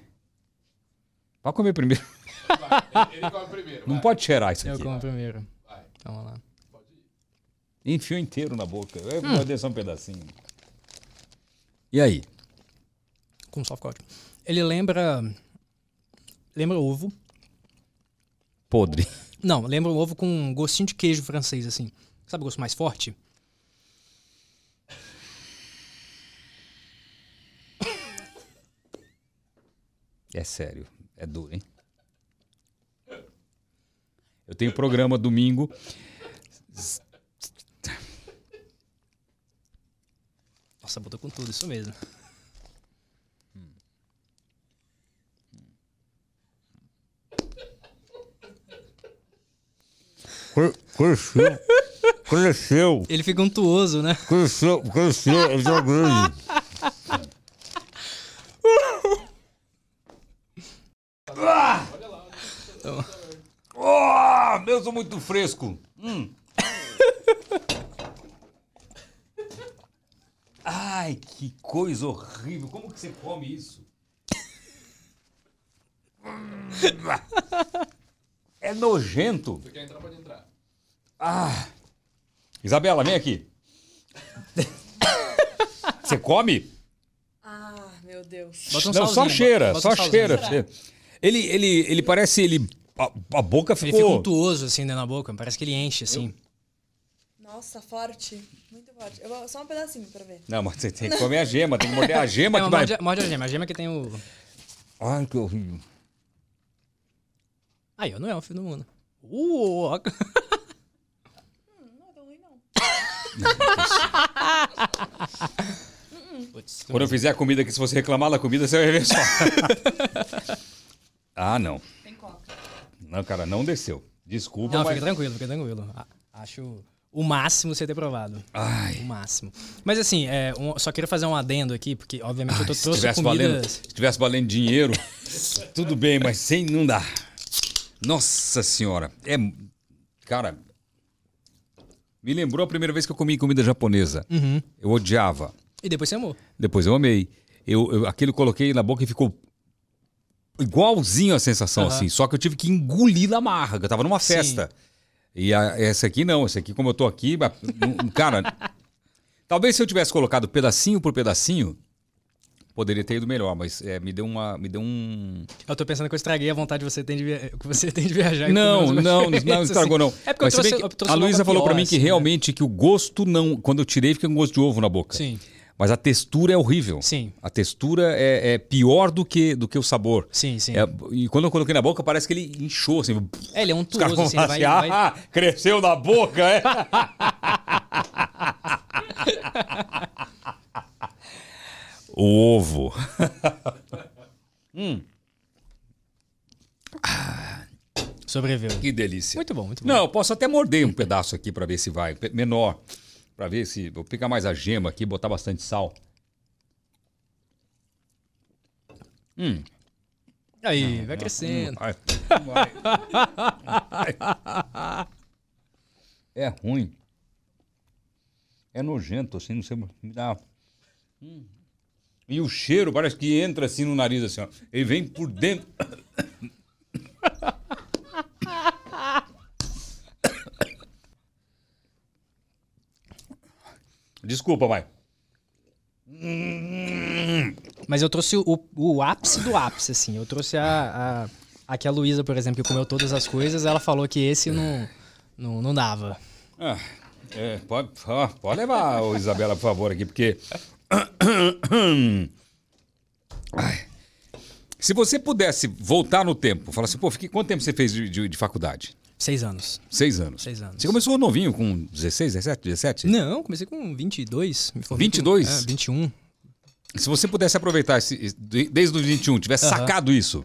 Speaker 1: Vai comer primeiro.
Speaker 4: Ele come primeiro.
Speaker 1: Não pode cheirar isso
Speaker 2: Eu
Speaker 1: aqui.
Speaker 2: como primeiro. Então, vamos lá.
Speaker 1: Enfiou inteiro na boca. Eu
Speaker 2: Hum.
Speaker 1: vou deixar um pedacinho. E aí?
Speaker 2: Com soft coat. Ele lembra. Lembra ovo.
Speaker 1: Podre.
Speaker 2: Não, lembra o ovo com um gostinho de queijo francês, assim. Sabe o gosto mais forte?
Speaker 1: É sério, é duro, hein? Eu tenho programa domingo.
Speaker 2: Nossa, botou com tudo, isso mesmo.
Speaker 1: Cresceu. Cresceu.
Speaker 2: Ele fica untuoso, né?
Speaker 1: Cresceu, cresceu, é tão grande. Ah, meu, eu sou muito fresco. Hum. Ai, que coisa horrível. Como que você come isso? Hum. É nojento. Ah.
Speaker 4: Quer entrar, pode entrar.
Speaker 1: Isabela, vem aqui. Você come?
Speaker 3: Ah, meu Deus.
Speaker 2: Bota um
Speaker 1: Não, só
Speaker 2: salzinho,
Speaker 1: cheira,
Speaker 2: bota
Speaker 1: só
Speaker 2: um salzinho.
Speaker 1: cheira. cheira. Ele, ele, ele parece, ele, a, a boca
Speaker 2: Ele fica
Speaker 1: ficou... é
Speaker 2: untuoso, assim, né, na boca. Parece que ele enche, assim.
Speaker 3: Nossa, forte. Muito forte. Eu vou- só um pedacinho pra ver.
Speaker 1: Não, mas você tem que comer a gema, tem que morder a gema
Speaker 2: É,
Speaker 1: que vai...
Speaker 2: mas morde, morde a gema. A gema que tem o...
Speaker 1: Ai, que horrível.
Speaker 2: Aí, eu não é o fim do mundo. Uh, ó.
Speaker 3: Hum, Não é tão ruim, não.
Speaker 2: Putz,
Speaker 1: Quando eu fizer a comida aqui, se você reclamar da comida, você vai ver só. ah, não.
Speaker 3: Tem coca.
Speaker 1: Não, cara, não desceu. Desculpa,
Speaker 2: Não,
Speaker 1: mas...
Speaker 2: fica tranquilo, fica tranquilo. A- Acho o máximo você ter provado.
Speaker 1: Ai,
Speaker 2: O máximo. Mas assim, é, um- só queria fazer um adendo aqui, porque obviamente eu tô,
Speaker 1: se
Speaker 2: trouxe
Speaker 1: tivesse, valendo,
Speaker 2: comidas...
Speaker 1: se tivesse valendo dinheiro, tudo bem, mas sem não dá. Nossa senhora, é... Cara, me lembrou a primeira vez que eu comi comida japonesa.
Speaker 2: Uhum.
Speaker 1: Eu odiava.
Speaker 2: E depois você amou.
Speaker 1: Depois eu amei. Eu, eu, aquilo eu coloquei na boca e ficou igualzinho a sensação,
Speaker 2: Aham.
Speaker 1: assim. Só que eu tive que engolir na marra, que eu tava numa
Speaker 2: Sim.
Speaker 1: festa. E a- essa aqui não, essa aqui, como eu tô aqui, ba- não- cara. talvez se eu tivesse colocado pedacinho por pedacinho, poderia ter ido melhor, mas é, me deu uma. Me deu um.
Speaker 2: Eu tô pensando que eu estraguei a vontade que você tem de, via- que você tem de viajar. e
Speaker 1: Não,
Speaker 2: comer umas
Speaker 1: não,
Speaker 2: coisas,
Speaker 1: não estragou, não.
Speaker 2: assim. É porque eu
Speaker 1: Mas se
Speaker 2: trouxe,
Speaker 1: bem que
Speaker 2: eu trouxe
Speaker 1: a
Speaker 2: uma
Speaker 1: Luísa falou pra mim
Speaker 2: pior,
Speaker 1: que
Speaker 2: assim, né?
Speaker 1: realmente que o gosto não. Quando eu tirei, fica com gosto de ovo na boca.
Speaker 2: Sim,
Speaker 1: Mas a textura é horrível.
Speaker 2: Sim.
Speaker 1: A textura é, é pior do que, do que o sabor.
Speaker 2: sim, sim.
Speaker 1: É, e quando eu coloquei na boca, parece que ele inchou, assim.
Speaker 2: É, ele é um
Speaker 1: Os caras
Speaker 2: tuoso,
Speaker 1: vão
Speaker 2: assim,
Speaker 1: falar
Speaker 2: ele
Speaker 1: assim,
Speaker 2: vai, ele vai-
Speaker 1: ah, cresceu na boca, é? o ovo.
Speaker 2: Sobreviveu.
Speaker 1: Que delícia.
Speaker 2: Muito bom, muito bom.
Speaker 1: Não, eu posso até morder um pedaço aqui pra ver se vai. pe- Menor. Pra ver se. Vou pegar mais a gema aqui, botar bastante sal.
Speaker 2: Aí, vai crescendo.
Speaker 1: Ai, vai. É ruim. É nojento, assim, não sei. Me dá. Hum. E o cheiro parece que entra assim no nariz, assim, ó. Ele vem por dentro. Desculpa, vai.
Speaker 2: Mas eu trouxe o, o ápice do ápice, assim. Eu trouxe a, a. Aqui a Luísa, por exemplo, que comeu todas as coisas, ela falou que esse não, não, não dava.
Speaker 1: Ah, é, pode, ó, pode levar, ô Isabela, por favor, aqui, porque. Ai. Se você pudesse voltar no tempo, falar assim, pô, fiquei, quanto tempo você fez de, de- de faculdade?
Speaker 2: Seis anos.
Speaker 1: Seis anos.
Speaker 2: Seis anos.
Speaker 1: Você começou novinho, com 16, 17, 17?
Speaker 2: Não, comecei com 22. Me formei com-
Speaker 1: 22?
Speaker 2: é, 21.
Speaker 1: Se você pudesse aproveitar esse, de- desde os 21, tivesse
Speaker 2: Aham.
Speaker 1: sacado isso,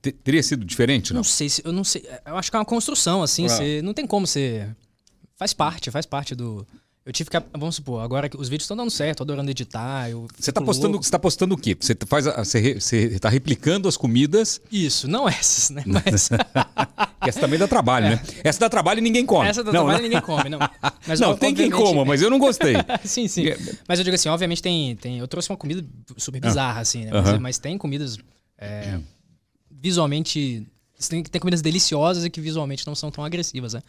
Speaker 1: te- teria sido diferente, não?
Speaker 2: Não sei, se- eu não sei. Eu acho que é uma construção, assim.
Speaker 1: Ah.
Speaker 2: você- não tem como você. Faz parte, faz parte do. Eu tive que. Vamos supor, agora que os vídeos estão dando certo, tô adorando editar. Eu
Speaker 1: Você tá
Speaker 2: fico
Speaker 1: postando,
Speaker 2: louco.
Speaker 1: você tá postando o quê? Você faz, a- você, re- você tá replicando as comidas,
Speaker 2: Isso, não essas, né? Mas.
Speaker 1: que essa também dá trabalho, né? Essa dá trabalho e ninguém come.
Speaker 2: É. Essa da
Speaker 1: não,
Speaker 2: trabalho
Speaker 1: né?
Speaker 2: ninguém come, não. Mas,
Speaker 1: não,
Speaker 2: ob-
Speaker 1: tem quem
Speaker 2: obviamente-
Speaker 1: coma, mas eu não gostei.
Speaker 2: sim, sim.
Speaker 1: É.
Speaker 2: Mas eu digo assim, obviamente tem. tem eu trouxe uma comida super bizarra, assim, né?
Speaker 1: Ah. Aham.
Speaker 2: Mas, mas tem comidas é, visualmente. Tem, tem comidas deliciosas e que visualmente não são tão agressivas, né?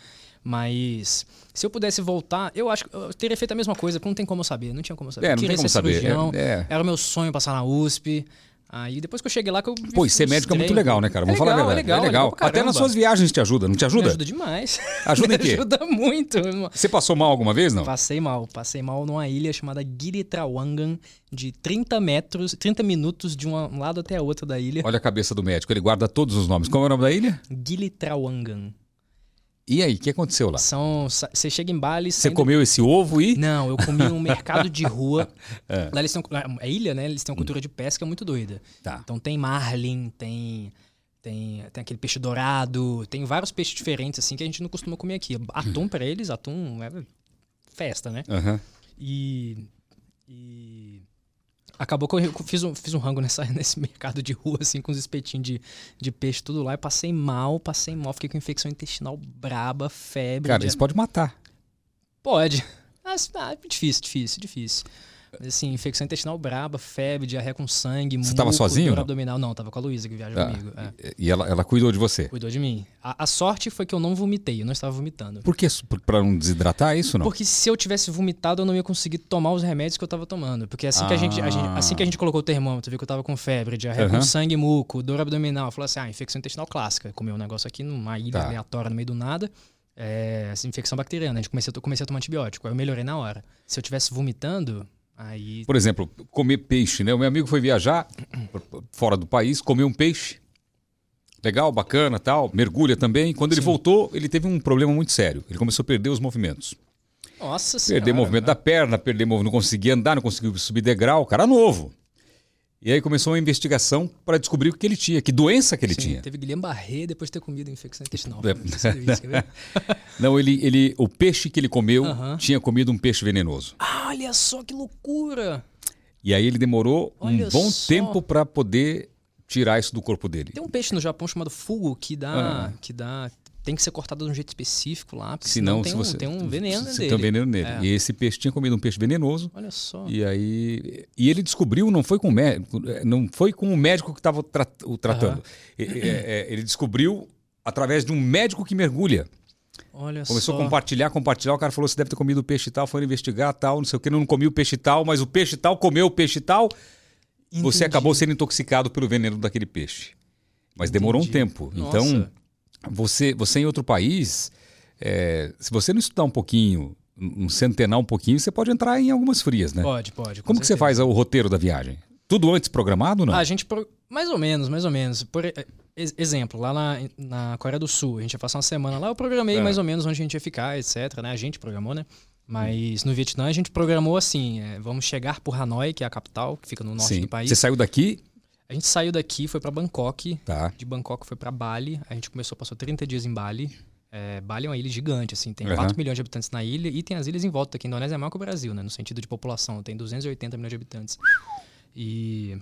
Speaker 2: Mas se eu pudesse voltar, eu acho que eu teria feito a mesma coisa, porque não tem como eu saber. Não tinha como eu saber.
Speaker 1: É,
Speaker 2: eu
Speaker 1: não
Speaker 2: queria
Speaker 1: tem como
Speaker 2: ser
Speaker 1: saber,
Speaker 2: cirurgião,
Speaker 1: é, é.
Speaker 2: Era o meu sonho passar na USP. Aí depois que eu cheguei lá, que eu. me
Speaker 1: Pô, e ser
Speaker 2: frustrei
Speaker 1: médico é muito
Speaker 2: um
Speaker 1: legal,
Speaker 2: pouco.
Speaker 1: né, cara?
Speaker 2: É
Speaker 1: Vamos
Speaker 2: legal,
Speaker 1: falar a
Speaker 2: É
Speaker 1: verdade.
Speaker 2: legal, é legal pra
Speaker 1: Até nas
Speaker 2: caramba.
Speaker 1: suas viagens te ajuda, não te
Speaker 2: Me
Speaker 1: ajuda?
Speaker 2: ajuda demais.
Speaker 1: Ajuda em
Speaker 2: Me
Speaker 1: quê?
Speaker 2: Ajuda muito. irmão.
Speaker 1: Você passou mal alguma vez, não?
Speaker 2: Passei mal, passei mal numa ilha chamada Giritrawangan, de 30 metros, 30 minutos de um lado até a outra da ilha.
Speaker 1: Olha a cabeça do médico, ele guarda todos os nomes. Qual é o nome da ilha?
Speaker 2: Giritrawangan.
Speaker 1: E aí, o que aconteceu lá?
Speaker 2: São, sa- você chega em Bali,
Speaker 1: Você
Speaker 2: sai do-
Speaker 1: comeu esse ovo e.
Speaker 2: Não, eu comi um mercado de rua. Lá eles têm, lá- é ilha, né? Eles têm uma cultura de pesca muito doida.
Speaker 1: Hum. Tá.
Speaker 2: Então tem marlin, tem, tem tem aquele peixe dourado, tem vários peixes diferentes assim que a gente não costuma comer aqui.
Speaker 1: Hum.
Speaker 2: Atum pra eles, atum é festa, né?
Speaker 1: Aham.
Speaker 2: E. e acabou que eu fiz um, fiz um rango nessa, nesse mercado de rua, assim, com os espetinhos de, de peixe tudo lá. E passei mal, passei mal. Fiquei com infecção intestinal braba, febre.
Speaker 1: Cara,
Speaker 2: dia-
Speaker 1: isso pode matar.
Speaker 2: Pode. Mas, ah, é difícil, difícil, difícil. Mas, assim, infecção intestinal braba, febre, diarreia com sangue,
Speaker 1: Você tava
Speaker 2: muco,
Speaker 1: sozinho?
Speaker 2: dor abdominal. Não, tava com a Luísa, que viaja
Speaker 1: Ah.
Speaker 2: comigo. é.
Speaker 1: E ela, ela cuidou de você.
Speaker 2: Cuidou de mim. A, a sorte foi que eu não vomitei, eu não estava vomitando.
Speaker 1: Por que? isso? Por- Pra não desidratar é isso, não?
Speaker 2: Porque se eu tivesse vomitado, eu não ia conseguir tomar os remédios que eu tava tomando. Porque assim, que, a gente, a gente-
Speaker 1: Ah.
Speaker 2: assim que a gente colocou o termômetro, viu que eu tava com febre, diarreia
Speaker 1: Aham.
Speaker 2: com sangue muco, dor abdominal, falou assim, ah, infecção intestinal clássica. Comer um negócio aqui numa ilha
Speaker 1: Tá.
Speaker 2: aleatória no meio do nada. É, assim, infecção bacteriana. A gente comecei, eu comecei a tomar antibiótico. Aí eu melhorei na hora. Se eu tivesse vomitando, aí...
Speaker 1: Por exemplo, comer peixe, né? O meu amigo foi viajar fora do país, comeu um peixe. Legal, bacana, tal, mergulha também. Quando ele voltou, ele teve um problema muito sério. Ele começou a perder os movimentos.
Speaker 2: Nossa senhora. né?
Speaker 1: Perder movimento da perna, perder movimento, não conseguia andar, não conseguia subir degrau, cara novo. E aí começou uma investigação para descobrir o que ele tinha, que doença que ele
Speaker 2: Sim,
Speaker 1: tinha.
Speaker 2: Teve Guillain-Barré depois de ter comido infecção intestinal.
Speaker 1: É.
Speaker 2: Você viu isso, quer ver?
Speaker 1: Não, ele, ele, o peixe que ele comeu
Speaker 2: Aham.
Speaker 1: tinha comido um peixe venenoso.
Speaker 2: Ah, Olha só que loucura!
Speaker 1: E aí ele demorou um
Speaker 2: Olha
Speaker 1: bom
Speaker 2: só.
Speaker 1: tempo para poder tirar isso do corpo dele.
Speaker 2: Tem um peixe no Japão chamado fugu que dá, que dá, tem que ser cortado de um jeito específico lá, porque
Speaker 1: Se não,
Speaker 2: senão, tem,
Speaker 1: se
Speaker 2: um,
Speaker 1: você
Speaker 2: tem um veneno
Speaker 1: se
Speaker 2: dele.
Speaker 1: Tem um veneno nele.
Speaker 2: É. Ah.
Speaker 1: E esse peixe tinha comido um peixe venenoso.
Speaker 2: Olha só.
Speaker 1: E aí, e ele descobriu, não foi com o médico, não foi com o médico que estava o tratando. E- e- é, ele descobriu através de um médico que mergulha.
Speaker 2: Olha
Speaker 1: Começou
Speaker 2: só.
Speaker 1: a compartilhar, compartilhar. O cara falou: você deve ter comido peixe tal, foram investigar tal, não sei o que, não comi o peixe tal, mas o peixe tal comeu o peixe tal. Você
Speaker 2: Entendi.
Speaker 1: acabou sendo intoxicado pelo veneno daquele peixe. Mas demorou um
Speaker 2: Entendi.
Speaker 1: tempo.
Speaker 2: Nossa.
Speaker 1: Então, você, você em outro país, é, se você não estudar um pouquinho, um centenar um pouquinho, você pode entrar em algumas frias, né?
Speaker 2: Pode, pode. com
Speaker 1: Como que você
Speaker 2: certeza. Ah,
Speaker 1: faz o roteiro da viagem? Tudo antes programado ou não?
Speaker 2: A gente, pro- mais ou menos, mais ou menos. Por e- ex- exemplo, lá na, na Coreia do Sul, a gente ia passar uma semana lá, eu programei
Speaker 1: É.
Speaker 2: mais ou menos onde a gente ia ficar, etc. Né? A gente programou, né?
Speaker 1: Hum.
Speaker 2: Mas no Vietnã a gente programou assim: é, vamos chegar por Hanoi, que é a capital, que fica no norte
Speaker 1: Sim.
Speaker 2: do país.
Speaker 1: Você saiu daqui,
Speaker 2: A gente saiu daqui, foi pra Bangkok,
Speaker 1: tá?
Speaker 2: de Bangkok foi pra Bali. A gente começou, passou 30 dias em Bali. É, Bali é uma ilha gigante, assim, tem
Speaker 1: Aham.
Speaker 2: 4 milhões de habitantes na ilha e tem as ilhas em volta, que a Indonésia é maior que o Brasil, né? No sentido de população, tem 280 milhões de habitantes. E,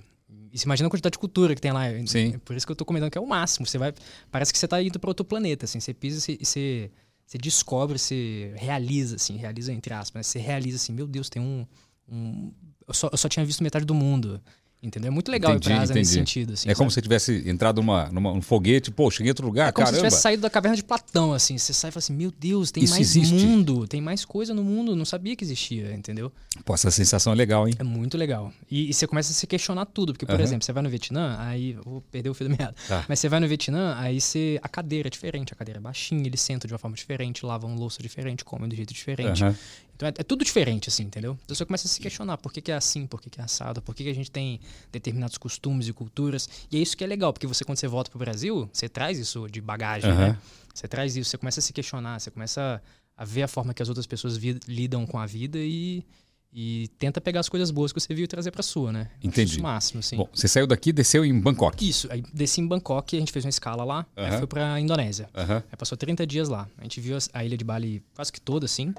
Speaker 2: e se imagina a quantidade de cultura que tem lá.
Speaker 1: Sim.
Speaker 2: É Por isso que eu tô comentando que é o máximo. Você vai. Parece que você tá indo pra outro planeta, assim. Você pisa e você- e você. Você descobre, você realiza, assim, realiza entre aspas, né? Você realiza assim, meu Deus, tem um. um- eu, só, eu só tinha visto metade do mundo. Entendeu? É muito legal
Speaker 1: Entendi,
Speaker 2: ir pra Ásia nesse
Speaker 1: entendi.
Speaker 2: sentido. Assim,
Speaker 1: é como
Speaker 2: sabe?
Speaker 1: se você tivesse entrado numa, numa- num foguete, pô, cheguei em outro lugar,
Speaker 2: É como
Speaker 1: Ah,
Speaker 2: se
Speaker 1: caramba.
Speaker 2: tivesse saído da caverna de Platão, assim. Você sai e fala assim, meu Deus, tem
Speaker 1: Isso
Speaker 2: mais
Speaker 1: existe?
Speaker 2: mundo, tem mais coisa no mundo, não sabia que existia, entendeu?
Speaker 1: Pô, essa sensação é legal, hein?
Speaker 2: É muito legal. E, e você começa a se questionar tudo, porque, por
Speaker 1: Aham.
Speaker 2: exemplo, você vai no Vietnã, aí. Vou perder o fio da meada.
Speaker 1: Tá.
Speaker 2: Mas você vai no Vietnã, aí você. A cadeira é diferente, a cadeira é baixinha, eles sentam de uma forma diferente, lavam louça diferente, comem do jeito diferente.
Speaker 1: Aham.
Speaker 2: Então é, é tudo diferente, assim, entendeu? Então você começa a se questionar por que, que é assim, por que, que é assado, por que, que a gente tem determinados costumes e culturas. E é isso que é legal, porque você, quando você volta pro Brasil, você traz isso de bagagem,
Speaker 1: Aham.
Speaker 2: né? Você traz isso, você começa a se questionar, você começa a ver a forma que as outras pessoas vi- lidam com a vida e, e tenta pegar as coisas boas que você viu e trazer pra sua, né? Acho
Speaker 1: Entendi.
Speaker 2: Isso o máximo, assim.
Speaker 1: Bom, você saiu daqui e desceu em Bangkok.
Speaker 2: Isso, aí desci em Bangkok, a gente fez uma escala lá,
Speaker 1: Aham.
Speaker 2: aí foi pra Indonésia.
Speaker 1: Aham.
Speaker 2: Aí passou 30 dias lá. A gente viu as- a ilha de Bali quase que toda, assim.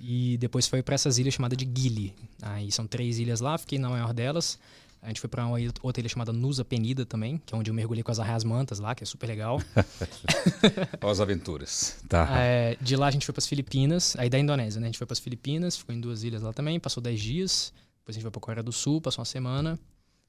Speaker 2: E depois foi pra essas ilhas chamadas de Gili. Aí são três ilhas lá, fiquei na maior delas. A gente foi pra uma ilha- outra ilha chamada Nusa Penida também, que é onde eu mergulhei com as arraias mantas lá, que é super legal.
Speaker 1: Ó As aventuras. Tá.
Speaker 2: É, de lá a gente foi pras Filipinas, aí da Indonésia, né? A gente foi pras Filipinas, ficou em duas ilhas lá também, passou 10 dias. Depois a gente foi pra Coreia do Sul, passou uma semana.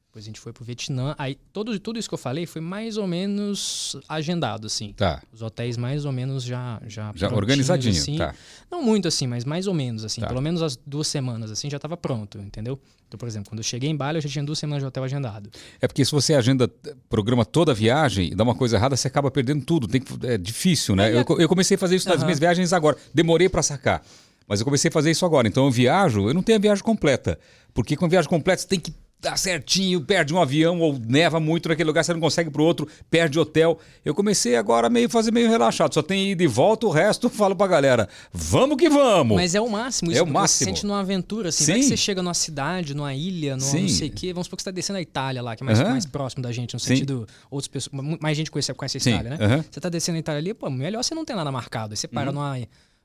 Speaker 2: Depois a gente foi pro Vietnã. Aí todo, tudo isso que eu falei foi mais ou menos agendado, assim.
Speaker 1: Tá.
Speaker 2: Os hotéis mais ou menos já já,
Speaker 1: Já
Speaker 2: prontinhos,
Speaker 1: organizadinho,
Speaker 2: assim.
Speaker 1: tá.
Speaker 2: Não muito assim, mas mais ou menos assim.
Speaker 1: Tá.
Speaker 2: Pelo menos as duas semanas assim já estava pronto, entendeu? Então, por exemplo, quando eu cheguei em Bali, eu já tinha duas semanas de hotel agendado.
Speaker 1: É porque se você agenda, eh, programa toda a viagem e dá uma coisa errada, você acaba perdendo tudo. Tem que- é difícil, né? Eu, co- eu comecei a fazer isso nas
Speaker 2: Aham.
Speaker 1: minhas viagens agora. Demorei pra sacar. Mas eu comecei a fazer isso agora. Então eu viajo, eu não tenho a viagem completa. Porque com a viagem completa você tem que dar certinho, perde um avião ou neva muito naquele lugar, você não consegue ir pro outro, perde hotel. Eu comecei agora a meio fazer meio relaxado. Só tem ida e volta, o resto eu falo pra galera. Vamos que vamos!
Speaker 2: Mas é o máximo isso,
Speaker 1: É o
Speaker 2: porque
Speaker 1: máximo.
Speaker 2: você se sente numa aventura assim,
Speaker 1: Sim.
Speaker 2: vai que você chega numa cidade, numa ilha, numa
Speaker 1: Sim.
Speaker 2: não sei o quê, vamos supor que você tá descendo a Itália lá, que é mais,
Speaker 1: Aham.
Speaker 2: mais próximo da gente, no
Speaker 1: Sim.
Speaker 2: sentido outras pessoas, mu- mais gente conhece, conhece a
Speaker 1: Sim,
Speaker 2: Itália, né?
Speaker 1: aham. Uhum.
Speaker 2: Você tá descendo a Itália ali, pô, melhor você não tem nada marcado. Aí você para numa-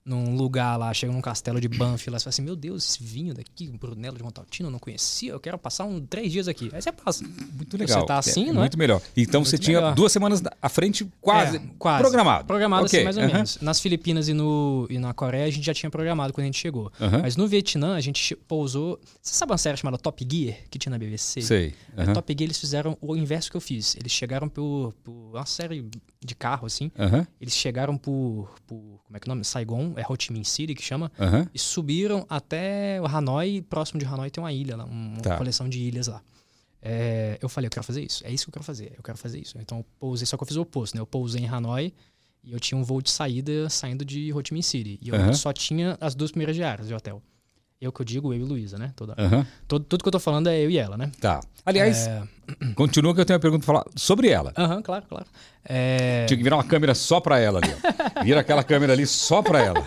Speaker 2: num lugar lá, chega num castelo de Banff lá, você fala assim, meu Deus, esse vinho daqui, Brunello de Montaltino, eu não conhecia, eu quero passar um, três dias aqui. Aí você passa.
Speaker 1: Muito legal.
Speaker 2: Você tá assim,
Speaker 1: é,
Speaker 2: não é?
Speaker 1: Muito melhor. Então você tinha
Speaker 2: melhor.
Speaker 1: duas semanas à frente, quase,
Speaker 2: É, quase.
Speaker 1: programado.
Speaker 2: Programado,
Speaker 1: Ok,
Speaker 2: assim, mais ou
Speaker 1: aham.
Speaker 2: menos. Nas Filipinas e, no, e na Coreia, a gente já tinha programado quando a gente chegou.
Speaker 1: Aham.
Speaker 2: Mas no Vietnã, a gente che- pousou... Você sabe uma série chamada Top Gear, que tinha na BBC?
Speaker 1: Sei.
Speaker 2: É,
Speaker 1: aham.
Speaker 2: Top Gear, eles fizeram o inverso que eu fiz. Eles chegaram por, por uma série de carro, assim.
Speaker 1: Aham,
Speaker 2: Eles chegaram por, por... Como é que é o nome? Saigon, é Ho Chi Minh City que chama.
Speaker 1: aham.
Speaker 2: E subiram até o Hanoi. Próximo de Hanoi tem uma ilha lá, um, uma
Speaker 1: Tá.
Speaker 2: coleção de ilhas lá. É, eu falei, eu quero fazer isso. É isso que eu quero fazer. Eu quero fazer isso. Então eu pousei, só que eu fiz o oposto, né? Eu pousei em Hanoi e eu tinha um voo de saída saindo de Ho Chi Minh City. E eu
Speaker 1: Aham.
Speaker 2: só tinha as duas primeiras diárias de hotel. Eu que eu digo, eu e Luísa, né? Toda,
Speaker 1: aham.
Speaker 2: todo, tudo que eu tô falando é eu e ela, né?
Speaker 1: Tá. Aliás,
Speaker 2: É,
Speaker 1: continua que eu tenho uma pergunta pra falar sobre ela.
Speaker 2: Aham, claro, claro. É,
Speaker 1: Tinha que virar uma câmera só pra ela ali. ó. Vira aquela câmera ali só pra ela.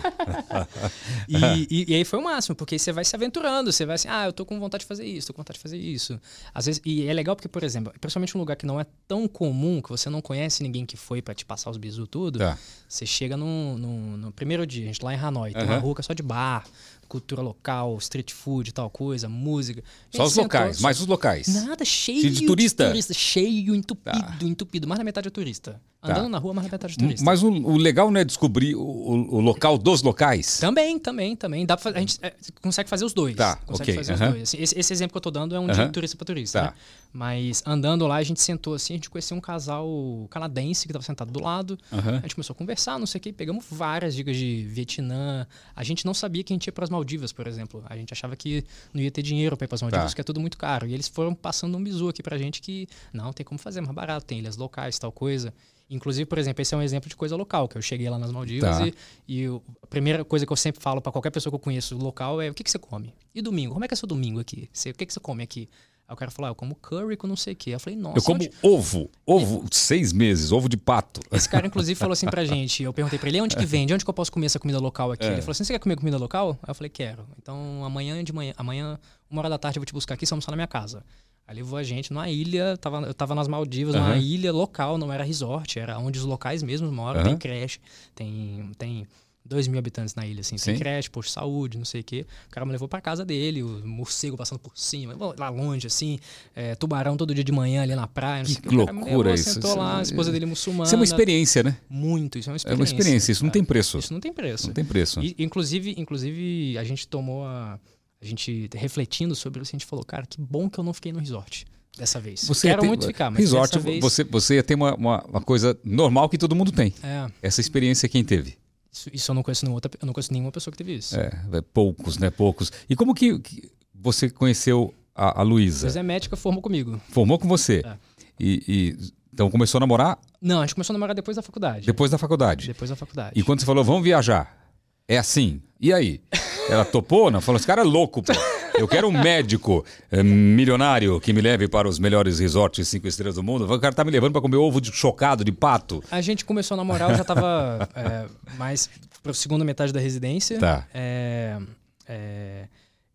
Speaker 2: E, e- e aí foi o máximo, porque aí você vai se aventurando, você vai assim, ah, eu tô com vontade de fazer isso, tô com vontade de fazer isso. Às vezes, e é legal porque, por exemplo, principalmente um lugar que não é tão comum, que você não conhece ninguém que foi pra te passar os bisu tudo,
Speaker 1: Tá.
Speaker 2: você chega num- num- no primeiro dia, a gente lá em Hanoi, tem uma
Speaker 1: Aham.
Speaker 2: rua que é só de bar, cultura local, street food, tal coisa, música. A
Speaker 1: Só
Speaker 2: gente
Speaker 1: os
Speaker 2: sentou,
Speaker 1: locais, mas os locais.
Speaker 2: Nada, cheio
Speaker 1: de turista.
Speaker 2: cheio, entupido,
Speaker 1: Tá.
Speaker 2: entupido. Mais da metade é turista.
Speaker 1: Tá.
Speaker 2: Andando na rua, mais da metade é turista.
Speaker 1: Mas o, o legal não é descobrir o, o- o local dos locais.
Speaker 2: Também, também, também. Dá pra, fazer- a gente é, consegue fazer os dois.
Speaker 1: Tá,
Speaker 2: consegue
Speaker 1: ok,
Speaker 2: fazer
Speaker 1: aham.
Speaker 2: os dois. Assim, esse, esse exemplo que eu tô dando é um
Speaker 1: Aham.
Speaker 2: de turista pra turista.
Speaker 1: Tá.
Speaker 2: né? Mas andando lá, a gente sentou assim, a gente conheceu um casal canadense que tava sentado do lado.
Speaker 1: Aham.
Speaker 2: A gente começou a conversar, não sei o que, pegamos várias dicas de Vietnã. A gente não sabia que a gente ia pras Maldivas, por exemplo. A gente achava que não ia ter dinheiro pra ir pras Maldivas,
Speaker 1: Tá.
Speaker 2: porque é tudo muito caro. E eles foram passando um bizu aqui pra gente que não tem como fazer é mais barato, tem ilhas locais, tal coisa. Inclusive, por exemplo, esse é um exemplo de coisa local, que eu cheguei lá nas Maldivas
Speaker 1: Tá.
Speaker 2: e, e eu- a primeira coisa que eu sempre falo pra qualquer pessoa que eu conheço local é o que, que você come? E domingo? Como é que é seu domingo aqui? Você- o que, que você come aqui? Aí o cara falou, ah, eu como curry com não sei o quê. Eu falei, nossa,
Speaker 1: Eu como
Speaker 2: onde-
Speaker 1: ovo, ovo, seis meses, ovo de pato.
Speaker 2: esse cara, inclusive, falou assim pra gente. Eu perguntei pra ele
Speaker 1: É.
Speaker 2: onde que vende, onde que eu posso comer essa comida local aqui. Ele falou assim: você quer comer comida local? Aí eu falei, quero. Então amanhã de manhã, amanhã, uma hora da tarde, eu vou te buscar aqui, você almoçar na minha casa. Aí levou a gente numa ilha, tava, eu tava nas Maldivas, numa
Speaker 1: Aham.
Speaker 2: ilha local, não era resort, era onde os locais mesmos moram,
Speaker 1: Aham.
Speaker 2: tem creche, tem. tem 2 mil habitantes na ilha, assim, tem
Speaker 1: Sim.
Speaker 2: creche, posto de saúde, não sei o quê. O cara me levou pra casa dele, o morcego passando por cima, lá longe, assim, é, tubarão todo dia de manhã ali na praia. não
Speaker 1: Que
Speaker 2: sei o quê. O cara me
Speaker 1: loucura isso,
Speaker 2: Sentou
Speaker 1: isso
Speaker 2: lá, a
Speaker 1: é-
Speaker 2: esposa dele é muçulmana.
Speaker 1: Isso é uma experiência, né?
Speaker 2: Muito, isso é
Speaker 1: É
Speaker 2: uma experiência.
Speaker 1: uma experiência, isso não
Speaker 2: cara.
Speaker 1: tem preço.
Speaker 2: Isso não tem preço.
Speaker 1: Não tem preço. né?
Speaker 2: E, inclusive, inclusive, a gente tomou a. A gente refletindo sobre isso, a gente falou, cara, que bom que eu não fiquei no resort. dessa vez.
Speaker 1: Você
Speaker 2: Quero
Speaker 1: tem-
Speaker 2: muito ficar, mas
Speaker 1: Resort,
Speaker 2: dessa vez...
Speaker 1: você, você tem uma, uma- uma coisa normal que todo mundo tem.
Speaker 2: É,
Speaker 1: Essa experiência quem teve.
Speaker 2: isso, isso eu, não conheço nenhuma outra, eu não conheço nenhuma pessoa que teve isso.
Speaker 1: É, é, poucos, né? Poucos. E como que, que você conheceu a, a Luísa?
Speaker 2: Mas é médica, formou comigo.
Speaker 1: Formou com você.
Speaker 2: É.
Speaker 1: E, e- então começou a namorar
Speaker 2: Não, a gente começou a namorar depois da faculdade.
Speaker 1: depois da faculdade.
Speaker 2: Depois da faculdade.
Speaker 1: E quando você falou, vamos viajar, é assim. E aí? Ela topou? Não? Falou, esse cara é louco, pô. Eu quero um médico eh, milionário que me leve para os melhores resorts cinco estrelas do mundo. O cara tá me levando para comer ovo de chocado de pato.
Speaker 2: A gente começou a namorar, eu já tava é, mais pra segunda metade da residência.
Speaker 1: Tá.
Speaker 2: É, é,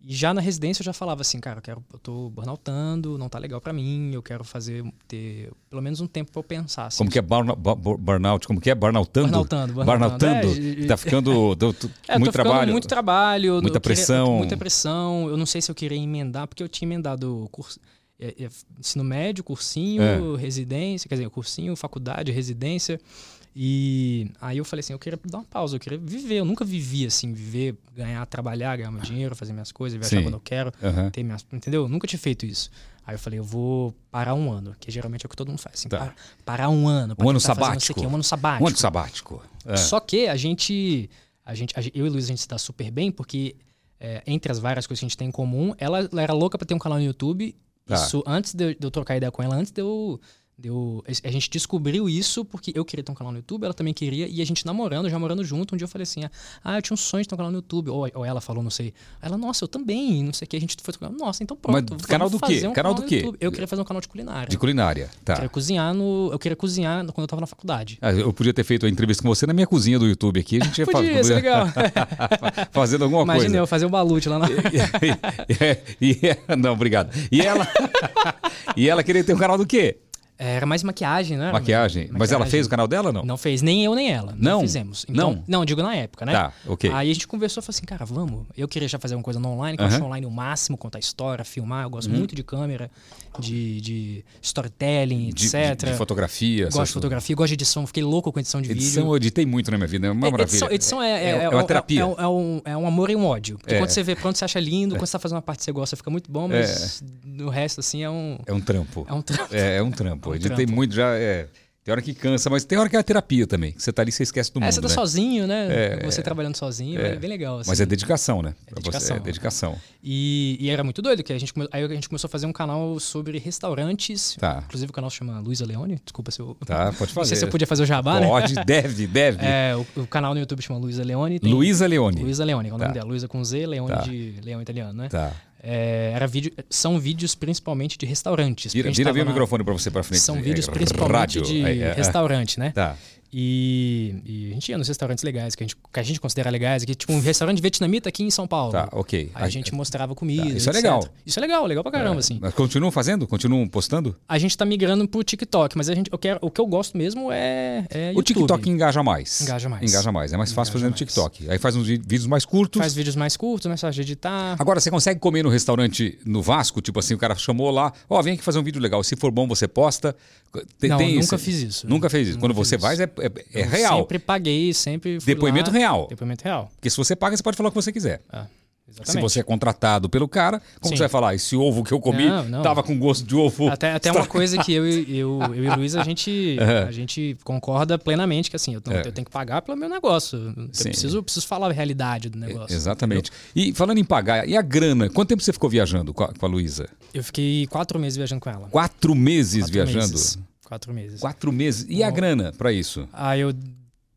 Speaker 2: e já na residência eu já falava assim, cara, eu, quero, eu tô burnoutando, não tá legal pra mim, eu quero fazer, ter pelo menos um tempo pra eu pensar. Assim,
Speaker 1: Como que é burna- bu- bu- burnout? Como que é burnoutando?
Speaker 2: Burnoutando, burnoutando.
Speaker 1: Burnoutando?
Speaker 2: É, e- e-
Speaker 1: tá ficando deu tu-
Speaker 2: É, eu
Speaker 1: muito
Speaker 2: tô ficando
Speaker 1: trabalho.
Speaker 2: Muito trabalho. eu-
Speaker 1: Muita
Speaker 2: eu queria-
Speaker 1: pressão.
Speaker 2: muita pressão. Eu não sei se eu queria emendar, porque eu tinha emendado curso, é, é, ensino médio, cursinho,
Speaker 1: É.
Speaker 2: residência, quer dizer, cursinho, faculdade, residência. E aí eu falei assim, eu queria dar uma pausa, eu queria viver. Eu nunca vivi assim, viver, ganhar, trabalhar, ganhar meu dinheiro, fazer minhas coisas, viajar
Speaker 1: Sim.
Speaker 2: quando eu quero,
Speaker 1: Aham.
Speaker 2: ter minhas. Entendeu? Eu nunca tinha feito isso. Aí eu falei, eu vou parar um ano, que geralmente é o que todo mundo faz. Assim,
Speaker 1: Tá.
Speaker 2: para- parar um ano. pra
Speaker 1: Um ano
Speaker 2: tentar fazer não sei o
Speaker 1: sabático.
Speaker 2: quê, Um ano sabático.
Speaker 1: Um ano sabático. É.
Speaker 2: Só que a gente, a gente, a gen- eu e Luiz, a gente se dá super bem, porque é, entre as várias coisas que a gente tem em comum, ela, ela era louca pra ter um canal no YouTube.
Speaker 1: Tá.
Speaker 2: Isso antes de eu, de eu trocar ideia com ela, antes de eu, de eu- A gente descobriu isso porque eu queria ter um canal no YouTube, ela também queria, e a gente namorando, já morando junto. Um dia eu falei assim: ah, eu tinha um sonho de ter um canal no YouTube. Ou, ou ela falou, não sei. Ela, nossa, eu também, não sei o que. A gente foi. Nossa, então
Speaker 1: Mas
Speaker 2: pronto. vamos
Speaker 1: canal do quê?
Speaker 2: fazer Um
Speaker 1: Canal do
Speaker 2: no
Speaker 1: quê?
Speaker 2: YouTube." Eu queria fazer um canal de culinária.
Speaker 1: De culinária.
Speaker 2: Eu
Speaker 1: Tá.
Speaker 2: queria cozinhar no. Eu queria cozinhar quando eu tava na faculdade.
Speaker 1: Ah, eu podia ter feito a entrevista com você na minha cozinha do YouTube aqui. A gente ia
Speaker 2: Podia, isso é legal.
Speaker 1: fa- fazendo alguma
Speaker 2: Imagina
Speaker 1: coisa.
Speaker 2: eu fazer um balute lá na.
Speaker 1: e, e- e- não, obrigado. E ela, e ela queria ter um canal do quê?
Speaker 2: É, Era mais maquiagem, né?
Speaker 1: Maquiagem. Mas ela fez o canal dela ou não?
Speaker 2: Não. não fez, nem eu nem ela.
Speaker 1: Não?
Speaker 2: Não fizemos. Então,
Speaker 1: Não?
Speaker 2: não. digo na época, né?
Speaker 1: Tá, ok.
Speaker 2: Aí a gente conversou e falou assim, cara, vamos. Eu queria já fazer uma coisa no online, que eu
Speaker 1: Aham. Uhum.
Speaker 2: acho online o máximo, contar história, filmar. Eu gosto muito de câmera, de, de storytelling,
Speaker 1: De, de-
Speaker 2: etc.
Speaker 1: de fotografia.
Speaker 2: gosto
Speaker 1: essas-
Speaker 2: de fotografia, gosto de edição, fiquei louco com edição de
Speaker 1: Edição
Speaker 2: vídeo.
Speaker 1: eu editei muito na minha vida. É uma
Speaker 2: É,
Speaker 1: maravilha.
Speaker 2: edição, edição é, é,
Speaker 1: É-
Speaker 2: é-
Speaker 1: é uma
Speaker 2: é-
Speaker 1: terapia.
Speaker 2: É, um- é um, é um amor e um ódio. Porque
Speaker 1: É.
Speaker 2: quando você vê pronto, você acha lindo, quando você tá fazendo uma parte que você gosta, fica muito bom, mas no resto, assim, é um.
Speaker 1: É um trampo.
Speaker 2: É um trampo.
Speaker 1: É, é um trampo.
Speaker 2: É um
Speaker 1: Editei
Speaker 2: trampo.
Speaker 1: muito já. é, Tem hora que cansa, mas tem hora que é a terapia também. que Você tá ali, você esquece do mundo.
Speaker 2: É, você tá
Speaker 1: né?
Speaker 2: sozinho, né? você trabalhando sozinho, é, bem legal. assim.
Speaker 1: Mas é dedicação, né? Pra você-
Speaker 2: dedicação.
Speaker 1: é dedicação.
Speaker 2: e, e era muito doido, que a gente come- aí a gente começou a fazer um canal sobre restaurantes.
Speaker 1: Tá.
Speaker 2: Inclusive o canal se chama Luísa Leone. Desculpa se eu.
Speaker 1: Tá, pode
Speaker 2: Não
Speaker 1: fazer.
Speaker 2: sei se eu podia fazer o jabá, né?
Speaker 1: Pode, deve, deve.
Speaker 2: É, o, o canal no YouTube chama Luísa Leone. tem-
Speaker 1: Luísa Leone.
Speaker 2: Luísa Leone, que é o
Speaker 1: Tá.
Speaker 2: nome dela. Luísa com Z, Leone
Speaker 1: Tá.
Speaker 2: de Leão italiano, né?
Speaker 1: Tá.
Speaker 2: É, era vídeo, são vídeos principalmente de restaurantes. porque
Speaker 1: Vira,
Speaker 2: a gente
Speaker 1: vira
Speaker 2: tava
Speaker 1: bem o
Speaker 2: na-
Speaker 1: microfone pra você pra frente.
Speaker 2: São
Speaker 1: É,
Speaker 2: vídeos
Speaker 1: é,
Speaker 2: principalmente
Speaker 1: rádio.
Speaker 2: de
Speaker 1: É, é,
Speaker 2: restaurante, né?
Speaker 1: Tá.
Speaker 2: E, e a gente ia nos restaurantes legais, que a gente, que a gente considera legais, aqui, tipo um restaurante vietnamita aqui em São Paulo.
Speaker 1: Tá, ok.
Speaker 2: Aí a gente mostrava comida.
Speaker 1: Tá, isso é
Speaker 2: etc.
Speaker 1: legal.
Speaker 2: Isso é legal, legal pra caramba, assim.
Speaker 1: Ah, Mas continuam fazendo? Continuam postando?
Speaker 2: A gente tá migrando pro TikTok, mas a gente, eu quero, o que eu gosto mesmo é, é
Speaker 1: O
Speaker 2: YouTube.
Speaker 1: TikTok engaja mais.
Speaker 2: Engaja mais.
Speaker 1: Engaja mais. É mais fácil fazer
Speaker 2: Engaja
Speaker 1: no Tiktok. Aí faz uns vi- vídeos mais curtos.
Speaker 2: Faz vídeos mais curtos, mais fácil de editar.
Speaker 1: Agora, você consegue comer no restaurante no Vasco? Tipo assim, o cara chamou lá, ó, vem aqui fazer um vídeo legal. Se for bom, você posta. Tem-
Speaker 2: Não,
Speaker 1: tem
Speaker 2: nunca fiz isso.
Speaker 1: Nunca fez isso.
Speaker 2: Nunca
Speaker 1: Quando
Speaker 2: fiz
Speaker 1: você
Speaker 2: isso.
Speaker 1: faz, é, é- é
Speaker 2: Eu
Speaker 1: real.
Speaker 2: Sempre paguei, sempre fui
Speaker 1: Depoimento
Speaker 2: lá.
Speaker 1: real.
Speaker 2: Depoimento real.
Speaker 1: Porque se você paga, você pode falar o que você quiser.
Speaker 2: Ah,
Speaker 1: Se
Speaker 2: exatamente.
Speaker 1: você é contratado pelo cara, como
Speaker 2: Sim.
Speaker 1: você vai falar? Esse ovo que eu comi
Speaker 2: Não, não.
Speaker 1: tava com gosto de ovo.
Speaker 2: Até, até uma coisa que eu, e- eu, eu e o Luiz, a gente, a gente concorda plenamente que assim, eu, não-
Speaker 1: É.
Speaker 2: eu tenho que pagar pelo meu negócio. Eu
Speaker 1: Sim. É,
Speaker 2: preciso, eu preciso falar a realidade do negócio.
Speaker 1: Exatamente. E falando em pagar, e a grana? Quanto tempo você ficou viajando com a, com a Luísa?
Speaker 2: Eu fiquei quatro meses viajando com ela.
Speaker 1: Quatro meses
Speaker 2: Quatro
Speaker 1: viajando?
Speaker 2: meses. Quatro meses.
Speaker 1: Quatro meses. E a
Speaker 2: Não.
Speaker 1: grana pra isso?
Speaker 2: Aí eu,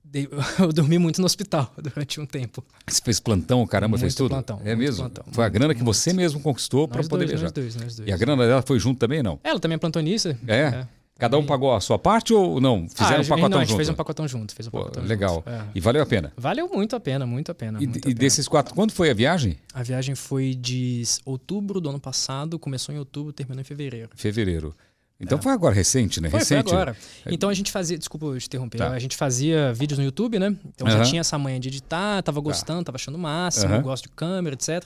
Speaker 2: dei- eu dormi muito no hospital durante um tempo.
Speaker 1: Você fez plantão, caramba,
Speaker 2: Muito
Speaker 1: fez tudo?
Speaker 2: plantão,
Speaker 1: é
Speaker 2: muito
Speaker 1: mesmo?
Speaker 2: plantão,
Speaker 1: foi a
Speaker 2: muito,
Speaker 1: grana que você mesmo conquistou pra
Speaker 2: Nós
Speaker 1: poder
Speaker 2: dois,
Speaker 1: viajar.
Speaker 2: nós dois, nós dois.
Speaker 1: E a grana dela foi junto também, não?
Speaker 2: Ela também é plantonista.
Speaker 1: É? Cada um pagou a sua parte ou não?
Speaker 2: Ah, a
Speaker 1: Fizeram um
Speaker 2: gente-
Speaker 1: pacotão
Speaker 2: não, a gente
Speaker 1: junto?
Speaker 2: fez um pacotão junto. Fez um
Speaker 1: Pô,
Speaker 2: pacotão
Speaker 1: legal.
Speaker 2: junto. É.
Speaker 1: E valeu a pena.
Speaker 2: Valeu muito a pena, muito a pena.
Speaker 1: E,
Speaker 2: muito a
Speaker 1: e
Speaker 2: pena.
Speaker 1: desses quatro, quando foi a viagem?
Speaker 2: A viagem foi de s- outubro do ano passado, começou em outubro, terminou em fevereiro.
Speaker 1: Fevereiro. Então foi agora, recente, né?
Speaker 2: É. Foi, foi
Speaker 1: recente.
Speaker 2: agora. Então a gente fazia, desculpa eu te interromper,
Speaker 1: Tá.
Speaker 2: a gente fazia vídeos no YouTube, né? Então já
Speaker 1: Aham. Tá.
Speaker 2: tinha essa manha de editar, tava gostando, tava achando o máximo,
Speaker 1: Aham.
Speaker 2: eu gosto de câmera, etc.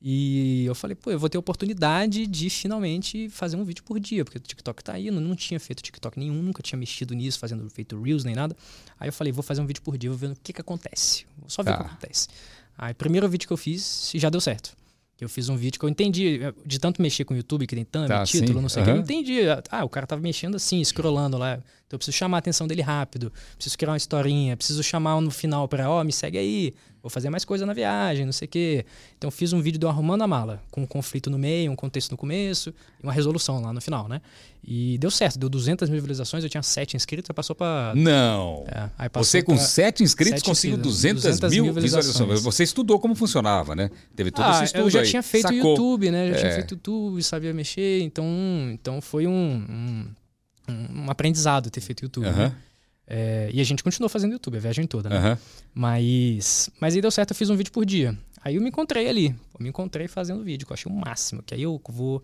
Speaker 2: E eu falei, pô, eu vou ter a oportunidade de finalmente fazer um vídeo por dia, porque o TikTok tá aí, eu não tinha feito TikTok nenhum, nunca tinha mexido nisso, fazendo feito Reels nem nada. Aí eu falei, vou fazer um vídeo por dia, vou ver o que que acontece. Vou só ver
Speaker 1: Tá.
Speaker 2: o que acontece. Aí, primeiro vídeo que eu fiz, já deu certo. Que eu fiz um vídeo que eu entendi, eu- de tanto mexer com o YouTube, que tem thumb,
Speaker 1: Tá,
Speaker 2: título,
Speaker 1: sim,
Speaker 2: não sei o que, eu
Speaker 1: aham.
Speaker 2: entendi. Ah, o cara tava mexendo assim, scrollando lá. Então eu preciso chamar a atenção dele rápido, preciso criar uma historinha, preciso chamar um no final pra, ó, me segue aí, vou fazer mais coisa na viagem, não sei o quê. Então eu fiz um vídeo do Arrumando a Mala, com um conflito no meio, um contexto no começo e uma resolução lá no final, né? E deu certo, deu 200 mil visualizações, eu tinha 7 inscritos, aí passou pra...
Speaker 1: Não.
Speaker 2: é, aí passou
Speaker 1: Você com
Speaker 2: pra-
Speaker 1: sete inscritos
Speaker 2: sete
Speaker 1: conseguiu
Speaker 2: inscritos,
Speaker 1: 200,
Speaker 2: 200
Speaker 1: mil
Speaker 2: mil
Speaker 1: visualizações.
Speaker 2: visualizações.
Speaker 1: Você estudou como funcionava, né? Teve todo esse estudo
Speaker 2: Ah, eu já
Speaker 1: aí.
Speaker 2: tinha feito
Speaker 1: Sacou.
Speaker 2: YouTube, né? Eu já
Speaker 1: É.
Speaker 2: tinha feito YouTube, sabia mexer, então, então foi um, um, um aprendizado ter feito YouTube.
Speaker 1: Aham,
Speaker 2: né? É, e a gente continuou fazendo YouTube a viagem toda, né?
Speaker 1: aham.
Speaker 2: Mas, mas aí deu certo, eu fiz um vídeo por dia. Aí eu me encontrei ali, eu me encontrei fazendo vídeo, que eu achei o máximo, que aí eu vou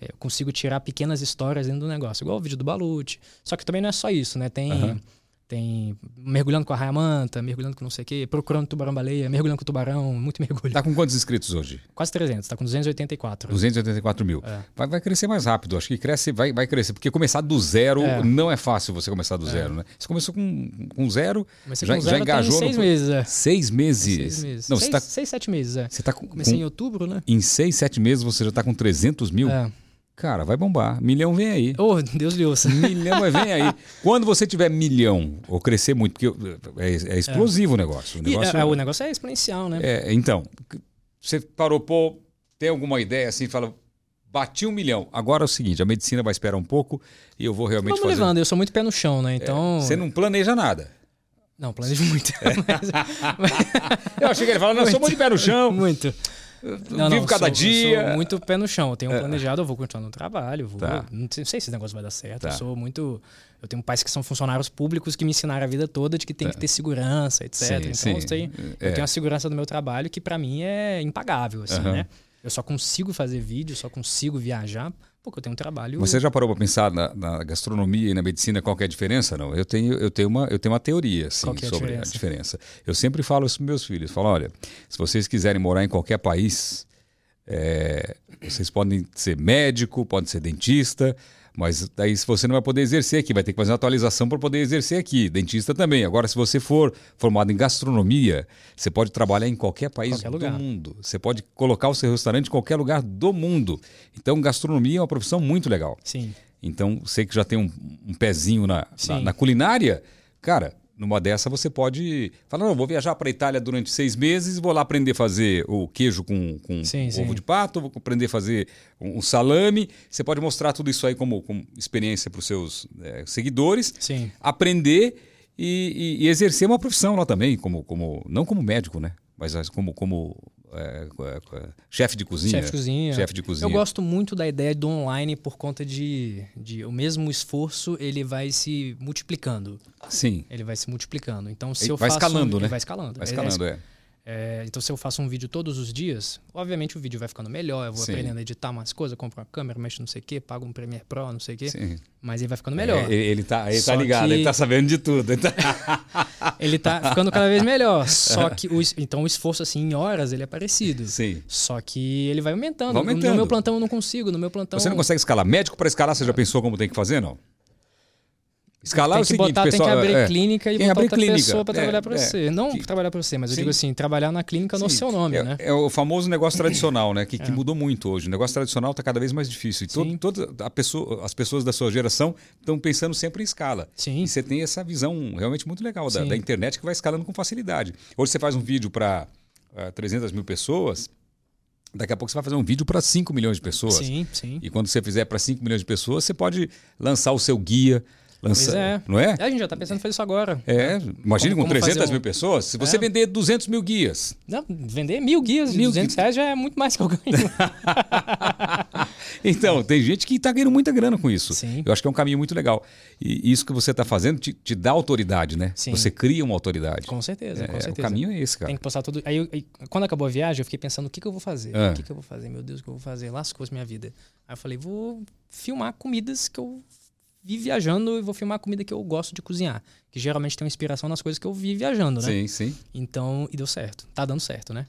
Speaker 2: é, eu consigo tirar pequenas histórias dentro do negócio, igual o vídeo do Balute. Só que também não é só isso, né? Tem
Speaker 1: Aham.
Speaker 2: tem mergulhando com a raia manta, mergulhando com não sei o quê, procurando tubarão-baleia, mergulhando com tubarão, muito mergulho.
Speaker 1: Tá com quantos inscritos hoje?
Speaker 2: Quase 300, tá com 284.
Speaker 1: 284 mil.
Speaker 2: É.
Speaker 1: Vai, vai crescer mais rápido. Acho que cresce, vai, vai crescer. Porque começar do zero
Speaker 2: É.
Speaker 1: não é fácil você começar do zero, né? Você começou com, com zero,
Speaker 2: Comecei
Speaker 1: Já-
Speaker 2: com
Speaker 1: já
Speaker 2: zero, tem
Speaker 1: engajou
Speaker 2: seis
Speaker 1: no-
Speaker 2: meses, é.
Speaker 1: seis meses.
Speaker 2: Seis meses.
Speaker 1: Não,
Speaker 2: seis,
Speaker 1: você tá,
Speaker 2: seis, sete meses, é.
Speaker 1: você tá com,
Speaker 2: Comecei
Speaker 1: com-
Speaker 2: em outubro, né?
Speaker 1: em seis, sete meses você já tá com 300 mil.
Speaker 2: É.
Speaker 1: Cara, vai bombar. Milhão vem aí.
Speaker 2: Oh, Deus lhe ouça.
Speaker 1: Milhão vai vem aí. Quando você tiver milhão ou crescer muito, porque é, é explosivo o negócio. O
Speaker 2: E,
Speaker 1: negócio
Speaker 2: é, é, o negócio é exponencial, né?
Speaker 1: É, então, c- você parou, pô, tem alguma ideia assim, fala, bati um milhão. Agora é o seguinte, a medicina vai esperar um pouco e eu vou realmente
Speaker 2: Vamos
Speaker 1: fazer. um É,
Speaker 2: levando, eu sou muito pé no chão, né? Então.
Speaker 1: Você não planeja nada.
Speaker 2: Não, planejo muito.
Speaker 1: É. Eu achei que ele falava, não, eu sou muito de pé no
Speaker 2: Mas-
Speaker 1: chão,
Speaker 2: muito. Não,
Speaker 1: vivo
Speaker 2: não,
Speaker 1: cada
Speaker 2: sou-
Speaker 1: dia. É.
Speaker 2: Sou muito pé no chão. Eu tenho planejado, eu vou continuar no trabalho. Vou,
Speaker 1: Tá.
Speaker 2: Não sei não sei se esse negócio vai dar certo.
Speaker 1: Tá.
Speaker 2: Eu sou muito. Eu tenho pais que são funcionários públicos que me ensinaram a vida toda de que tem que ter segurança, etc.
Speaker 1: Sim,
Speaker 2: então
Speaker 1: Tá. sim.
Speaker 2: eu tenho,
Speaker 1: É.
Speaker 2: eu tenho a segurança do meu trabalho que pra mim é impagável, assim,
Speaker 1: Aham.
Speaker 2: né? Eu só consigo fazer vídeo, só consigo viajar porque eu tenho um trabalho.
Speaker 1: Você já parou para pensar na, na gastronomia e na medicina qual que é a diferença? Não, eu tenho, eu tenho, uma, eu tenho uma teoria assim,
Speaker 2: Qual que é a
Speaker 1: sobre
Speaker 2: diferença?
Speaker 1: a diferença. Eu sempre falo isso para meus filhos. Falo, olha, se vocês quiserem morar em qualquer país, é, vocês podem ser médico, podem ser dentista, mas daí se você não vai poder exercer aqui, vai ter que fazer uma atualização para poder exercer aqui. Dentista também. Agora, se você for formado em gastronomia, você pode trabalhar em qualquer país
Speaker 2: Qualquer
Speaker 1: do
Speaker 2: lugar.
Speaker 1: mundo. Você pode colocar o seu restaurante em qualquer lugar do mundo. Então, gastronomia é uma profissão muito legal.
Speaker 2: Sim.
Speaker 1: Então, você que já tem um, um pezinho na, na,
Speaker 2: Sim.
Speaker 1: na culinária, cara, numa dessa você pode falar, não, vou viajar para Itália durante seis meses, vou lá aprender a fazer o queijo com, com
Speaker 2: Sim,
Speaker 1: ovo
Speaker 2: sim.
Speaker 1: de pato, vou aprender a fazer um, um salame. Você pode mostrar tudo isso aí como, como experiência para os seus eh, seguidores,
Speaker 2: Sim.
Speaker 1: aprender e, e- e exercer uma profissão lá também, como, como não como médico, né? Mas as- como, como eh, eh, eh, chefe de cozinha.
Speaker 2: Chefe de cozinha.
Speaker 1: Chefe de cozinha.
Speaker 2: Eu gosto muito da ideia do online por conta de, de o mesmo esforço ele vai se multiplicando.
Speaker 1: Sim.
Speaker 2: Ele vai se multiplicando. Então, se
Speaker 1: Ele
Speaker 2: eu
Speaker 1: vai
Speaker 2: faço
Speaker 1: escalando,
Speaker 2: um,
Speaker 1: né?
Speaker 2: Vai escalando.
Speaker 1: Vai escalando, é.
Speaker 2: É, então, se eu faço um vídeo todos os dias, obviamente o vídeo vai ficando melhor. Eu vou
Speaker 1: Sim.
Speaker 2: aprendendo a editar umas coisas, compro uma câmera, mexo não sei o quê, pago um Premiere Pro, não sei o quê.
Speaker 1: Sim.
Speaker 2: Mas ele vai ficando melhor.
Speaker 1: É, ele, ele tá, ele tá
Speaker 2: Só
Speaker 1: ligado, ele
Speaker 2: que-
Speaker 1: tá sabendo de tudo. ele tá-
Speaker 2: Ele tá ficando cada vez melhor. Só que o, es- então o esforço, assim, em horas, ele é parecido.
Speaker 1: Sim.
Speaker 2: Só que ele vai aumentando.
Speaker 1: Vai
Speaker 2: No-
Speaker 1: aumentando.
Speaker 2: No meu plantão eu não consigo. No meu plantão.
Speaker 1: Você não consegue escalar médico para escalar, você já pensou como tem que fazer, não? Escalar é
Speaker 2: tem
Speaker 1: o
Speaker 2: que
Speaker 1: seguinte,
Speaker 2: botar,
Speaker 1: pessoal.
Speaker 2: tem que abrir
Speaker 1: é,
Speaker 2: clínica e
Speaker 1: tem que
Speaker 2: botar
Speaker 1: abrir
Speaker 2: outra
Speaker 1: clínica,
Speaker 2: pessoa pra
Speaker 1: é,
Speaker 2: trabalhar pra
Speaker 1: é,
Speaker 2: você. Não
Speaker 1: que-
Speaker 2: trabalhar pra você, mas eu
Speaker 1: Sim.
Speaker 2: digo assim, trabalhar na clínica no
Speaker 1: sim,
Speaker 2: seu nome,
Speaker 1: é,
Speaker 2: né? É.
Speaker 1: é o famoso negócio tradicional, né? Que, que mudou muito hoje. O negócio tradicional está cada vez mais difícil. E to-
Speaker 2: Sim.
Speaker 1: toda a pessoa, as pessoas da sua geração estão pensando sempre em escala.
Speaker 2: Sim.
Speaker 1: E você tem essa visão realmente muito legal da,
Speaker 2: Sim.
Speaker 1: da internet que vai escalando com facilidade. Hoje você faz um vídeo para 300 mil pessoas, daqui a pouco você vai fazer um vídeo para 5 milhões de pessoas.
Speaker 2: Sim, sim.
Speaker 1: E quando você fizer para 5 milhões de pessoas, você pode lançar o seu guia. Lança,
Speaker 2: Pois é.
Speaker 1: Não é?
Speaker 2: A gente já tá pensando em fazer isso agora.
Speaker 1: É, imagine
Speaker 2: Como-
Speaker 1: com
Speaker 2: como fazer
Speaker 1: 300
Speaker 2: um-
Speaker 1: mil pessoas, se você
Speaker 2: É.
Speaker 1: vender 200 mil guias.
Speaker 2: Não, vender mil guias de
Speaker 1: Mil
Speaker 2: 200 reais já é muito mais que eu ganho.
Speaker 1: Então, tem gente que está ganhando muita grana com isso.
Speaker 2: Sim.
Speaker 1: Eu acho que é um caminho muito legal. E isso que você está fazendo te, te dá autoridade, né?
Speaker 2: Sim.
Speaker 1: Você cria uma autoridade.
Speaker 2: com certeza, com
Speaker 1: É, o
Speaker 2: certeza.
Speaker 1: caminho é esse, cara.
Speaker 2: Tem que postar tudo. Aí, eu- aí, quando acabou a viagem, eu fiquei pensando, o que, que eu vou fazer?
Speaker 1: Ah.
Speaker 2: O que, que eu vou fazer? Meu Deus, o que eu vou fazer? Lascou minha vida. Aí eu falei, vou filmar comidas que eu vi viajando e vou filmar comida que eu gosto de cozinhar. Que geralmente tem uma inspiração nas coisas que eu vi viajando, né?
Speaker 1: Sim, sim.
Speaker 2: Então, e deu certo. Tá dando certo, né?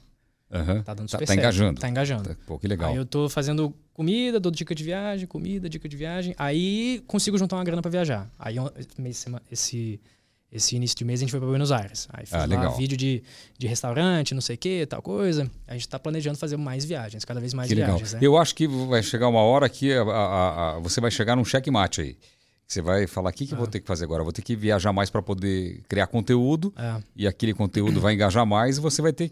Speaker 1: Aham.
Speaker 2: Tá dando
Speaker 1: Tá,
Speaker 2: super
Speaker 1: tá
Speaker 2: certo.
Speaker 1: engajando.
Speaker 2: Tá engajando.
Speaker 1: Tá- Pô, que legal.
Speaker 2: Aí eu tô fazendo comida, dou dica de viagem, comida, dica de viagem. Aí consigo juntar uma grana pra viajar. Aí eu- esse, sema- esse, Esse início de mês a gente foi para Buenos Aires. Aí fiz
Speaker 1: Ah,
Speaker 2: lá
Speaker 1: legal.
Speaker 2: vídeo de, de restaurante, não sei o que, tal coisa. A gente tá planejando fazer mais viagens, cada vez mais
Speaker 1: que legal.
Speaker 2: viagens, né?
Speaker 1: Eu acho que vai chegar uma hora que a- a- a- você vai chegar num checkmate aí. Você vai falar, o que, que
Speaker 2: Ah.
Speaker 1: eu vou ter que fazer agora? Eu Vou ter que viajar mais para poder criar conteúdo
Speaker 2: É.
Speaker 1: e aquele conteúdo vai engajar mais e você vai ter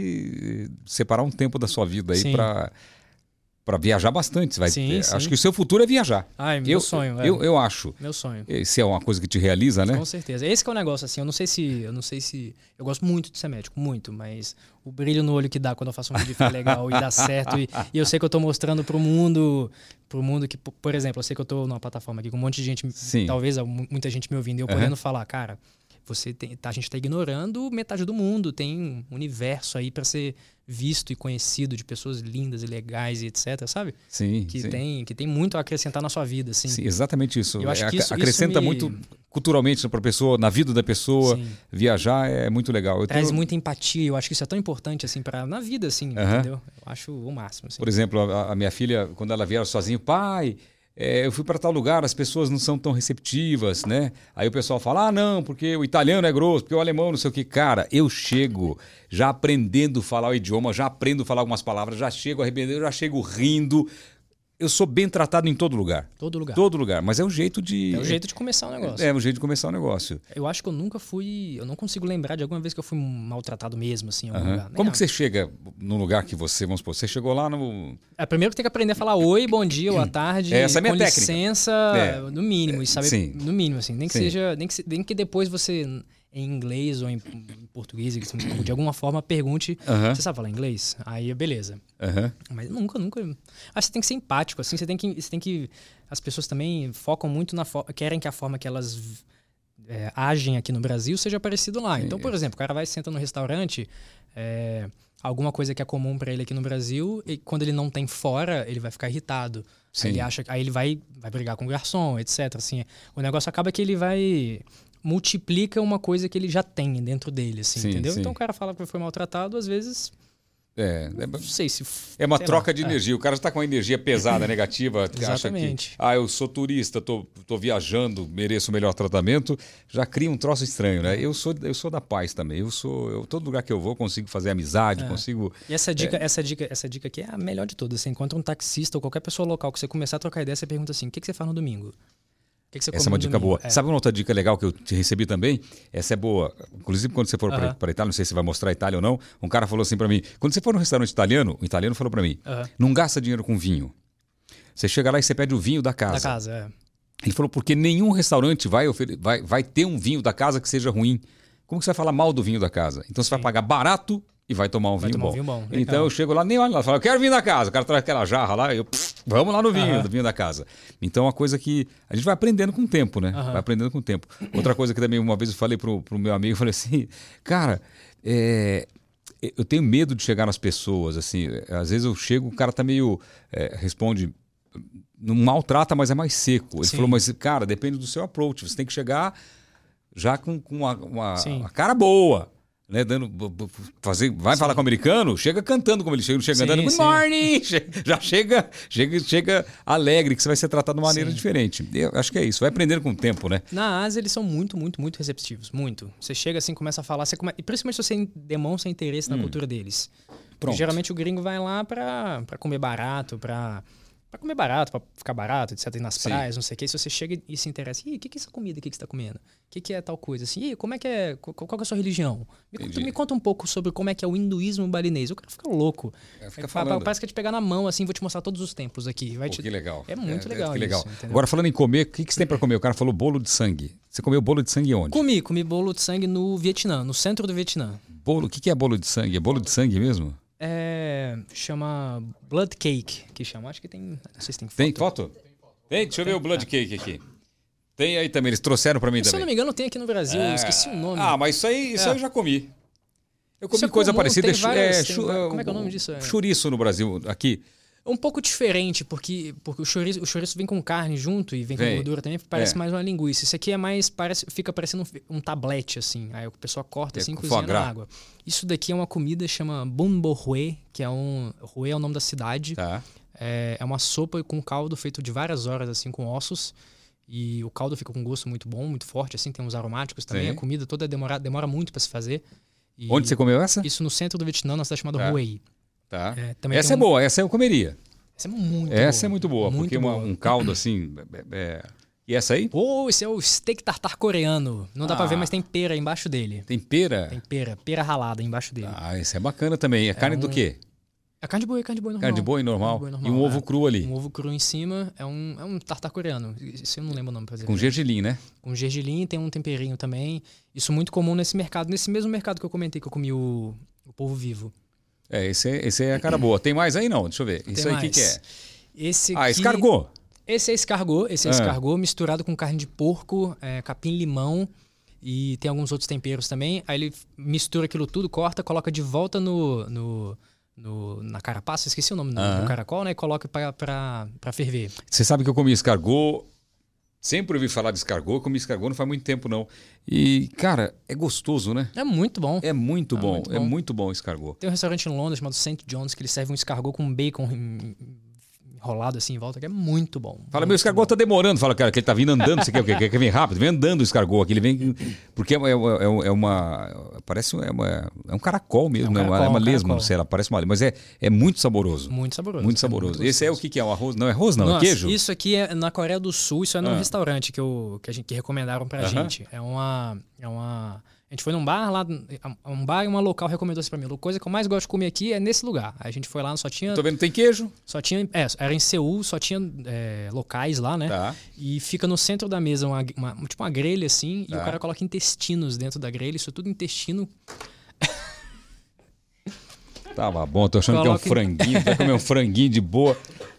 Speaker 1: que separar um tempo da sua vida aí
Speaker 2: Sim.
Speaker 1: para para viajar bastante. Você vai
Speaker 2: Sim,
Speaker 1: ter-
Speaker 2: sim.
Speaker 1: Acho que o seu futuro é viajar.
Speaker 2: Ai, meu
Speaker 1: eu,
Speaker 2: sonho, é.
Speaker 1: eu, eu acho.
Speaker 2: Meu sonho.
Speaker 1: Eh, Se é uma coisa que te realiza, né?
Speaker 2: Com certeza. Esse que é o negócio, assim, eu não sei se. Eu não sei se. Eu gosto muito de ser médico, muito, mas o brilho no olho que dá quando eu faço um vídeo que é legal e dá certo. E, e eu sei que eu tô mostrando pro mundo. Pro mundo que, po- por exemplo, eu sei que eu tô numa plataforma aqui com um monte de gente,
Speaker 1: Sim.
Speaker 2: talvez mu- muita gente me ouvindo, e eu podendo falar, cara, você tem, tá- a gente tá ignorando metade do mundo, tem um universo aí pra ser visto e conhecido de pessoas lindas e legais e etc, sabe?
Speaker 1: Sim,
Speaker 2: Que
Speaker 1: sim.
Speaker 2: tem que tem muito a acrescentar na sua vida, assim.
Speaker 1: Sim, exatamente isso.
Speaker 2: Eu acho
Speaker 1: É,
Speaker 2: que
Speaker 1: ac-
Speaker 2: isso- isso
Speaker 1: acrescenta
Speaker 2: me-
Speaker 1: muito culturalmente para pessoa, na vida da pessoa.
Speaker 2: Sim.
Speaker 1: Viajar é muito legal. Eu
Speaker 2: traz
Speaker 1: tenho-
Speaker 2: muita empatia. Eu acho que isso é tão importante, assim, pra, na vida, assim,
Speaker 1: Aham.
Speaker 2: entendeu? Eu acho o máximo, assim.
Speaker 1: Por exemplo, a, a minha filha, quando ela vier sozinha, pai, é, eu fui para tal lugar, as pessoas não são tão receptivas, né? Aí o pessoal fala, ah, não, porque o italiano é grosso, porque o alemão não sei o que. Cara, eu chego já aprendendo a falar o idioma, já aprendo a falar algumas palavras, já chego arrependendo, já chego rindo. Eu sou bem tratado em todo lugar.
Speaker 2: Todo lugar.
Speaker 1: Todo lugar, mas é um jeito de...
Speaker 2: É o jeito de começar o negócio.
Speaker 1: É, um jeito de começar o negócio.
Speaker 2: Eu acho que eu nunca fui... Eu não consigo lembrar de alguma vez que eu fui maltratado mesmo, assim, em algum
Speaker 1: Aham.
Speaker 2: lugar.
Speaker 1: Como
Speaker 2: Nem-
Speaker 1: que você chega num lugar que você, vamos supor, você chegou lá no...
Speaker 2: É, primeiro que tem que aprender a falar oi, bom dia, boa tarde,
Speaker 1: Essa é a minha
Speaker 2: com
Speaker 1: técnica.
Speaker 2: licença,
Speaker 1: É.
Speaker 2: no mínimo, e saber,
Speaker 1: Sim.
Speaker 2: no mínimo, assim, nem que
Speaker 1: Sim.
Speaker 2: seja, nem que, se- nem que depois você, em inglês ou em, em português, assim, de alguma forma, pergunte,
Speaker 1: Aham.
Speaker 2: você sabe falar inglês? Aí, beleza.
Speaker 1: Aham.
Speaker 2: Mas nunca, nunca. Acho que você tem que ser empático, assim. Você tem que. Você tem que as pessoas também focam muito na forma. Querem que a forma que elas v- é, agem aqui no Brasil seja parecida lá. Então, por exemplo, o cara vai e senta no restaurante. é, alguma coisa que é comum pra ele aqui no Brasil, e quando ele não tem fora, ele vai ficar irritado.
Speaker 1: Sim.
Speaker 2: Aí ele acha, aí ele vai, vai brigar com o garçom, etc. Assim, o negócio acaba que ele vai multiplica uma coisa que ele já tem dentro dele, assim,
Speaker 1: Sim,
Speaker 2: entendeu?
Speaker 1: sim.
Speaker 2: Então o cara fala que foi maltratado, às vezes,
Speaker 1: É, é
Speaker 2: não sei se f-
Speaker 1: É uma
Speaker 2: sei lá,
Speaker 1: troca de
Speaker 2: é.
Speaker 1: energia. O cara está com a energia pesada, negativa. Acha que,
Speaker 2: Exatamente.
Speaker 1: ah, eu sou turista, tô, tô viajando, mereço o melhor tratamento. Já cria um troço estranho,
Speaker 2: É.
Speaker 1: né? Eu sou, eu sou da paz também. Eu sou, eu, todo lugar que eu vou, consigo fazer amizade,
Speaker 2: É.
Speaker 1: consigo.
Speaker 2: E essa dica, essa dica, essa dica aqui é a melhor de todas. Você encontra um taxista ou qualquer pessoa local que você começar a trocar ideia, você pergunta assim: o que, que você faz no domingo? O que, que você
Speaker 1: Essa
Speaker 2: come
Speaker 1: é uma
Speaker 2: no
Speaker 1: dica
Speaker 2: domingo?"
Speaker 1: boa.
Speaker 2: É.
Speaker 1: Sabe uma outra dica legal que eu te recebi também? Essa é boa. Inclusive, quando você for para
Speaker 2: Aham.
Speaker 1: para Itália, não sei se vai mostrar a Itália ou não, um cara falou assim para mim: quando você for num restaurante italiano, o italiano falou para mim,
Speaker 2: Aham.
Speaker 1: não gasta dinheiro com vinho. Você chega lá e você pede o vinho da
Speaker 2: Da
Speaker 1: casa.
Speaker 2: casa, é.
Speaker 1: Ele falou, porque nenhum restaurante vai, ofere- vai, vai ter um vinho da casa que seja ruim. Como que você vai falar mal do vinho da casa? Então você vai pagar barato e vai tomar um,
Speaker 2: Vai
Speaker 1: vinho,
Speaker 2: tomar um
Speaker 1: bom.
Speaker 2: vinho bom, legal.
Speaker 1: Então eu chego lá, nem olho lá, falo, eu quero vinho da casa. O cara traz aquela jarra lá, eu, "Pff, vamos lá no vinho,
Speaker 2: Aham.
Speaker 1: do vinho da casa. Então é uma coisa que a gente vai aprendendo com o tempo, né?
Speaker 2: Aham.
Speaker 1: Vai aprendendo com o tempo. Outra coisa que também uma vez eu falei pro, pro meu amigo, eu falei assim, cara, é, eu tenho medo de chegar nas pessoas, assim, às vezes eu chego, o cara tá meio, é, responde não maltrata, mas é mais seco. Ele
Speaker 2: Sim.
Speaker 1: falou, mas, cara, depende do seu approach. Você tem que chegar já com, com uma, uma-
Speaker 2: Sim.
Speaker 1: uma cara boa. Né, dando, b- b- fazer, vai falar com o americano, chega cantando como ele chega, não chega
Speaker 2: Sim,
Speaker 1: andando, good
Speaker 2: sim.
Speaker 1: morning! Che- Já chega, chega, chega alegre, que você vai ser tratado de uma maneira
Speaker 2: Sim.
Speaker 1: diferente. Eu acho que é isso, vai aprendendo com o tempo, né?
Speaker 2: Na Ásia, eles são muito, muito, muito receptivos. Muito. Você chega assim, começa a falar, você come... e principalmente se você in- demonstra interesse na cultura deles.
Speaker 1: Hum. Pronto.
Speaker 2: Porque Geralmente o gringo vai lá pra, pra comer barato, pra, pra comer barato, pra ficar barato, etc. Ir nas
Speaker 1: Sim.
Speaker 2: praias, não sei o quê. Se você chega e se interessa, e o que, que é essa comida aqui que você tá comendo? O que, que é tal coisa? Assim, e como é que é? Qual, qual que é a sua religião? Me conta,
Speaker 1: Entendi.
Speaker 2: me conta um pouco sobre como é que é o hinduísmo balinês. O cara fica louco.
Speaker 1: É, fica
Speaker 2: Ele fala,
Speaker 1: falando.
Speaker 2: Parece que eu te pegar na mão, assim, vou te mostrar todos os templos aqui. Vai
Speaker 1: Pô,
Speaker 2: te...
Speaker 1: que legal.
Speaker 2: É muito legal
Speaker 1: que
Speaker 2: isso,
Speaker 1: legal.
Speaker 2: entendeu?
Speaker 1: Agora, falando em comer, o que, que você tem para comer? O cara falou bolo de sangue. Você comeu bolo de sangue onde?
Speaker 2: Comi, comi bolo de sangue no Vietnã, no centro do Vietnã.
Speaker 1: Bolo, o que, que é bolo de sangue? É bolo de sangue mesmo?
Speaker 2: É, chama Blood Cake, que chama. Acho que tem. Não sei se tem foto.
Speaker 1: Tem foto? Tem, deixa eu ver o Blood Cake aqui. Tem aí também, eles trouxeram pra mim
Speaker 2: Se eu não
Speaker 1: também. É.
Speaker 2: me engano, tem aqui no Brasil. eu esqueci o nome.
Speaker 1: Ah, mas isso aí, isso
Speaker 2: É.
Speaker 1: aí eu já comi. Eu comi
Speaker 2: Isso é
Speaker 1: coisa
Speaker 2: comum,
Speaker 1: parecida.
Speaker 2: tem
Speaker 1: chu-
Speaker 2: várias-
Speaker 1: é,
Speaker 2: tem
Speaker 1: chu-
Speaker 2: va- como é que é o nome disso? É.
Speaker 1: Chouriço no Brasil, aqui.
Speaker 2: É um pouco diferente, porque, porque o, chouriço, o chouriço vem com carne junto e vem,
Speaker 1: Vem.
Speaker 2: com gordura também, parece
Speaker 1: É.
Speaker 2: mais uma linguiça. Isso aqui é mais, parece, fica parecendo um fi- um, tablete, assim. Aí o pessoal corta
Speaker 1: É,
Speaker 2: assim e
Speaker 1: com
Speaker 2: cozinha
Speaker 1: foie gras.
Speaker 2: na água. Isso daqui é uma comida, chama Bumbo Hue, que é um... Hue é o nome da cidade.
Speaker 1: Tá.
Speaker 2: É, é uma sopa com caldo feito de várias horas, assim, com ossos. E o caldo fica com um gosto muito bom, muito forte, assim, tem uns aromáticos também.
Speaker 1: Sim.
Speaker 2: A comida toda é demora, demora muito para se fazer. E
Speaker 1: Onde você comeu essa?
Speaker 2: Isso no centro do Vietnã, na cidade chamada
Speaker 1: Tá.
Speaker 2: Hue.
Speaker 1: Tá.
Speaker 2: É, também
Speaker 1: Essa
Speaker 2: tem
Speaker 1: é
Speaker 2: um-
Speaker 1: boa, essa eu comeria.
Speaker 2: Essa é muito
Speaker 1: essa
Speaker 2: boa.
Speaker 1: é muito boa,
Speaker 2: Muito
Speaker 1: porque uma-
Speaker 2: boa.
Speaker 1: um caldo assim. é- é- é- E essa aí?
Speaker 2: Ou esse é o steak tartar coreano. Não dá pra
Speaker 1: Ah.
Speaker 2: ver, mas tem pera embaixo dele.
Speaker 1: Tem pera?
Speaker 2: Tem pera, pera ralada embaixo dele.
Speaker 1: Ah, esse é bacana também. É, carne do
Speaker 2: um-
Speaker 1: quê?
Speaker 2: É carne de boi, carne de boi normal.
Speaker 1: Carne de boi normal.
Speaker 2: Carne de
Speaker 1: E um ovo
Speaker 2: é.
Speaker 1: cru ali.
Speaker 2: Um ovo cru em cima, é um, é um tartar coreano. Isso eu não lembro o nome pra dizer.
Speaker 1: Com gergelim, né?
Speaker 2: com gergelim, tem um temperinho também. Isso é muito comum nesse mercado, nesse mesmo mercado que eu comentei que eu comi o, o polvo vivo.
Speaker 1: É, esse é, esse é a cara boa. Tem mais aí não? Deixa eu ver. Isso
Speaker 2: Tem
Speaker 1: aí o que, que é?
Speaker 2: mais. Esse
Speaker 1: Ah,
Speaker 2: aqui-
Speaker 1: escargot.
Speaker 2: Esse é escargot, esse é
Speaker 1: Ah.
Speaker 2: escargot misturado com carne de porco, é, capim-limão e tem alguns outros temperos também. Aí ele mistura aquilo tudo, corta, coloca de volta no, no, no- na carapaça, esqueci o nome do-
Speaker 1: Aham.
Speaker 2: do caracol, né? E coloca pra, pra, pra ferver.
Speaker 1: Você sabe que eu comi escargot. Sempre ouvi falar de escargot. Eu comi escargot não faz muito tempo, não. E, cara, é gostoso, né?
Speaker 2: É muito bom.
Speaker 1: É muito
Speaker 2: Ah,
Speaker 1: bom.
Speaker 2: muito
Speaker 1: É
Speaker 2: bom.
Speaker 1: muito bom escargot.
Speaker 2: Tem um restaurante em Londres chamado St. John's que ele serve um escargot com bacon em- enrolado assim em volta, que é muito bom.
Speaker 1: Fala,
Speaker 2: Muito
Speaker 1: meu escargot
Speaker 2: bom.
Speaker 1: tá demorando. Fala, cara, que ele tá vindo andando. Você quer o quê? Quer que vem rápido? Vem andando o escargot aqui. Ele vem. Porque é, é- é- é uma. Parece um- é uma- é um caracol mesmo,
Speaker 2: É um
Speaker 1: né? Uma-
Speaker 2: caracol,
Speaker 1: é uma
Speaker 2: um
Speaker 1: lesma, não
Speaker 2: caracol.
Speaker 1: sei lá, parece uma lesma. Mas é, é muito saboroso.
Speaker 2: Muito saboroso.
Speaker 1: Muito saboroso.
Speaker 2: muito
Speaker 1: Esse é o
Speaker 2: gostoso.
Speaker 1: que, que é? O arroz? Não, é arroz, não,
Speaker 2: Nossa,
Speaker 1: é queijo?
Speaker 2: Isso aqui é na Coreia do Sul, isso é num
Speaker 1: Ah.
Speaker 2: restaurante que, eu, que, a gente, que recomendaram pra
Speaker 1: Aham.
Speaker 2: gente. É uma, é uma. A gente foi num bar lá, um bar e uma local recomendou isso pra mim. A coisa que eu mais gosto de comer aqui é nesse lugar. Aí a gente foi lá, só tinha.
Speaker 1: Tô vendo, tem queijo?
Speaker 2: Só tinha. É, era em Seul, só tinha é, locais lá, né?
Speaker 1: Tá.
Speaker 2: E fica no centro da mesa uma, uma- tipo uma grelha assim, e
Speaker 1: Tá.
Speaker 2: o cara coloca intestinos dentro da grelha, isso é tudo intestino.
Speaker 1: Tava Tá, bom, tô achando que
Speaker 2: Coloca-
Speaker 1: é um franguinho. Vai comer um franguinho de boa.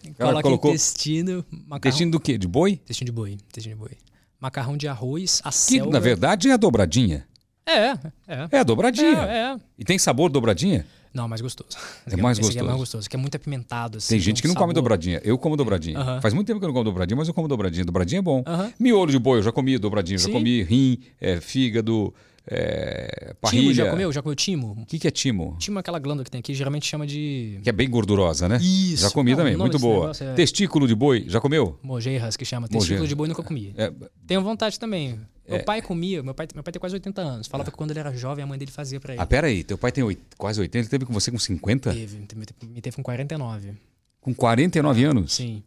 Speaker 1: O cara
Speaker 2: coloca
Speaker 1: colocou.
Speaker 2: intestino, macarrão.
Speaker 1: Intestino do quê? De boi?
Speaker 2: Intestino de boi, intestino de boi. Macarrão de arroz, a
Speaker 1: Que, na verdade, é a dobradinha.
Speaker 2: É, é.
Speaker 1: É a dobradinha.
Speaker 2: É, é.
Speaker 1: E tem sabor dobradinha?
Speaker 2: Não, mais gostoso.
Speaker 1: É mais
Speaker 2: Esse aqui é
Speaker 1: gostoso.
Speaker 2: mais gostoso, que é muito apimentado. Assim,
Speaker 1: Tem gente
Speaker 2: um
Speaker 1: que não come
Speaker 2: sabor.
Speaker 1: dobradinha. Eu como dobradinha.
Speaker 2: Aham.
Speaker 1: Faz muito tempo que eu não como dobradinha, mas eu como dobradinha. Dobradinha é bom.
Speaker 2: Aham.
Speaker 1: Miolo de boi eu já comi, dobradinha eu já
Speaker 2: Sim.
Speaker 1: comi. Rim, é, fígado, é, parrilha.
Speaker 2: Timo, já comeu? Já comeu timo?
Speaker 1: O que, que é timo?
Speaker 2: Timo é aquela glândula que tem aqui, geralmente chama de
Speaker 1: Que é bem gordurosa, né?
Speaker 2: Isso.
Speaker 1: Já comi
Speaker 2: Não,
Speaker 1: também,
Speaker 2: o nome
Speaker 1: muito
Speaker 2: desse
Speaker 1: boa.
Speaker 2: negócio é-
Speaker 1: Testículo de boi, já comeu?
Speaker 2: mojeiras, que chama.
Speaker 1: Mojeira.
Speaker 2: Testículo de boi nunca comi.
Speaker 1: É,
Speaker 2: Tenho vontade também. Meu pai comia, meu pai, meu pai tem quase 80 anos.
Speaker 1: É.
Speaker 2: Falava que quando ele era jovem, a mãe dele fazia pra ele.
Speaker 1: Ah, peraí, teu pai tem oit- quase 80, ele teve com você com 50?
Speaker 2: Teve, me teve- me teve com 49.
Speaker 1: Com 49 anos?
Speaker 2: Sim.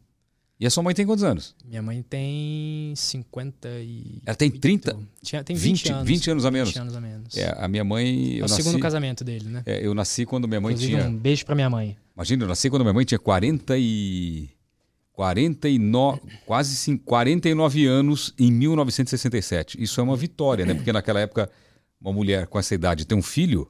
Speaker 1: E a sua mãe tem quantos anos?
Speaker 2: Minha mãe tem 50 e.
Speaker 1: Ela tem 30?
Speaker 2: Então, Tinha, tem 20, anos.
Speaker 1: 20 anos a menos.
Speaker 2: 20 anos a menos.
Speaker 1: É, a minha mãe.
Speaker 2: É
Speaker 1: Eu
Speaker 2: o
Speaker 1: nasci,
Speaker 2: segundo casamento dele, né?
Speaker 1: é, eu nasci quando minha mãe
Speaker 2: Inclusive,
Speaker 1: tinha.
Speaker 2: um beijo pra minha mãe.
Speaker 1: Imagina, eu nasci quando minha mãe tinha 40 e... 49, quase cin- 49 anos em 1967. Isso é uma vitória, né? Porque naquela época, uma mulher com essa idade ter um filho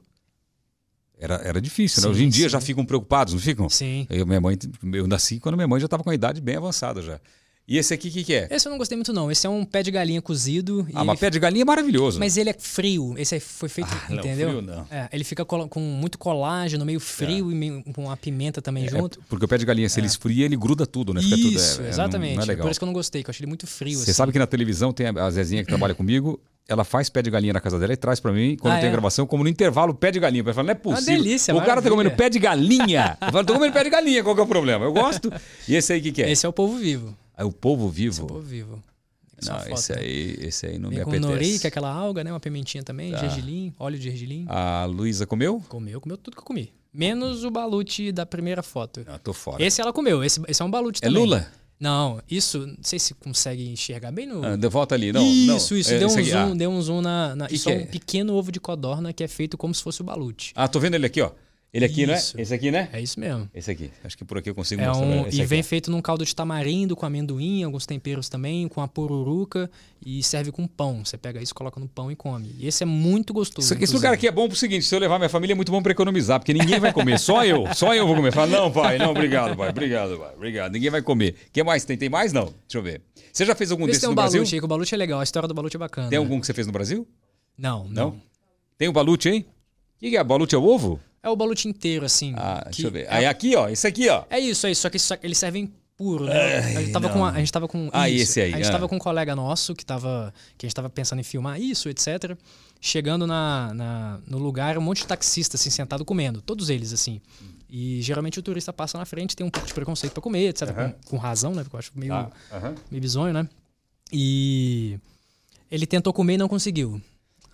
Speaker 1: era, era difícil, né?
Speaker 2: Sim,
Speaker 1: Hoje em dia
Speaker 2: sim.
Speaker 1: já ficam preocupados, não ficam?
Speaker 2: Sim.
Speaker 1: Eu, minha mãe, eu nasci quando minha mãe já estava com a idade bem avançada já. E esse aqui, o que, que é?
Speaker 2: Esse eu não gostei muito, não. Esse é um pé de galinha cozido. e
Speaker 1: Ah, mas
Speaker 2: ele-
Speaker 1: pé de galinha é maravilhoso.
Speaker 2: Mas ele é frio. Esse aí foi feito,
Speaker 1: Ah, não,
Speaker 2: entendeu?
Speaker 1: frio não.
Speaker 2: É, ele fica colo- com muito colágeno, meio frio e meio com a pimenta também
Speaker 1: É,
Speaker 2: junto.
Speaker 1: porque o pé de galinha, se ele esfria, ele gruda tudo, né? Fica tudo, é-
Speaker 2: Isso,
Speaker 1: é, não-
Speaker 2: exatamente.
Speaker 1: Não é legal.
Speaker 2: Por isso que eu não gostei, que eu achei ele muito frio.
Speaker 1: Você
Speaker 2: assim.
Speaker 1: sabe que na televisão tem a a Zezinha que trabalha comigo, ela faz pé de galinha na casa dela e traz pra mim quando
Speaker 2: Ah,
Speaker 1: tem
Speaker 2: é?
Speaker 1: gravação, como no intervalo, pé de galinha. Eu falo, não é possível.
Speaker 2: delícia,
Speaker 1: o cara tá
Speaker 2: maravilha.
Speaker 1: comendo pé de galinha. Eu falo, tô comendo pé de galinha, qual que é o problema? Eu gosto. E esse aí o que, que é?
Speaker 2: Esse é o povo vivo.
Speaker 1: Aí o povo
Speaker 2: Esse é o
Speaker 1: vivo.
Speaker 2: povo vivo. Esse é
Speaker 1: Não,
Speaker 2: uma foto.
Speaker 1: esse aí, esse aí não
Speaker 2: Vem
Speaker 1: me
Speaker 2: com nori,
Speaker 1: apetece. Tá.
Speaker 2: que é aquela alga, né? Uma pimentinha também, gergelim, óleo de gergelim.
Speaker 1: A Luísa comeu?
Speaker 2: Comeu, comeu tudo que eu comi. Menos o balute da primeira foto.
Speaker 1: Não, tô fora.
Speaker 2: Esse ela comeu, esse, esse é um balute
Speaker 1: Ah, É
Speaker 2: também.
Speaker 1: Lula?
Speaker 2: Não, isso, não sei se consegue enxergar bem no,
Speaker 1: Ah, de volta ali, não. não.
Speaker 2: isso, isso.
Speaker 1: É,
Speaker 2: deu, um
Speaker 1: esse aqui,
Speaker 2: zoom, deu um zoom na. na-
Speaker 1: Que
Speaker 2: isso
Speaker 1: que
Speaker 2: é um
Speaker 1: é?
Speaker 2: pequeno ovo de codorna que é feito como se fosse o balute.
Speaker 1: Ah. ah, tô vendo ele aqui, ó. Ele aqui,
Speaker 2: Isso.
Speaker 1: né? Esse aqui, né?
Speaker 2: É isso mesmo.
Speaker 1: Esse aqui. Acho que por aqui eu consigo
Speaker 2: É
Speaker 1: mostrar.
Speaker 2: um,
Speaker 1: né? Esse
Speaker 2: e
Speaker 1: aqui,
Speaker 2: vem
Speaker 1: ó.
Speaker 2: feito num caldo de tamarindo com amendoim, alguns temperos também, com a pururuca e serve com pão. Você pega isso, coloca no pão e come. E esse é muito gostoso.
Speaker 1: Isso aqui- esse
Speaker 2: inclusive.
Speaker 1: lugar aqui é bom pro seguinte: se eu levar minha família, é muito bom pra economizar, porque ninguém vai comer, só eu, só eu vou comer. Fala, não, pai, não, obrigado, pai, obrigado, pai, obrigado, ninguém vai comer. O que mais tem? Tem mais? Não, deixa eu ver. Você já fez algum
Speaker 2: Vê
Speaker 1: desses
Speaker 2: se tem
Speaker 1: no
Speaker 2: um
Speaker 1: Brasil?
Speaker 2: balute aí, que o balute é legal. A história do balute é bacana.
Speaker 1: Tem algum que você fez no Brasil?
Speaker 2: Não, não.
Speaker 1: Não? Tem o balute, hein? O que, que é? Balute é o ovo?
Speaker 2: É o balute inteiro, assim.
Speaker 1: Ah,
Speaker 2: que
Speaker 1: deixa eu ver.
Speaker 2: É,
Speaker 1: Aí aqui, ó, esse aqui, ó.
Speaker 2: é isso, é isso. Só que só que eles servem puro, né? a, gente tava com a, a gente tava com.
Speaker 1: Ah,
Speaker 2: isso,
Speaker 1: esse aí,
Speaker 2: A gente
Speaker 1: ah.
Speaker 2: tava com um colega nosso que tava. Que a gente tava pensando em filmar isso, etc. Chegando na, na- no lugar, um monte de taxista, assim, sentado comendo. Todos eles, assim. E geralmente o turista passa
Speaker 1: Tá.
Speaker 2: na frente, tem um pouco de preconceito pra comer, etc. Com, com razão, né? Porque eu acho meio,
Speaker 1: Ah, aham.
Speaker 2: meio bizonho, né? E ele tentou comer e não conseguiu.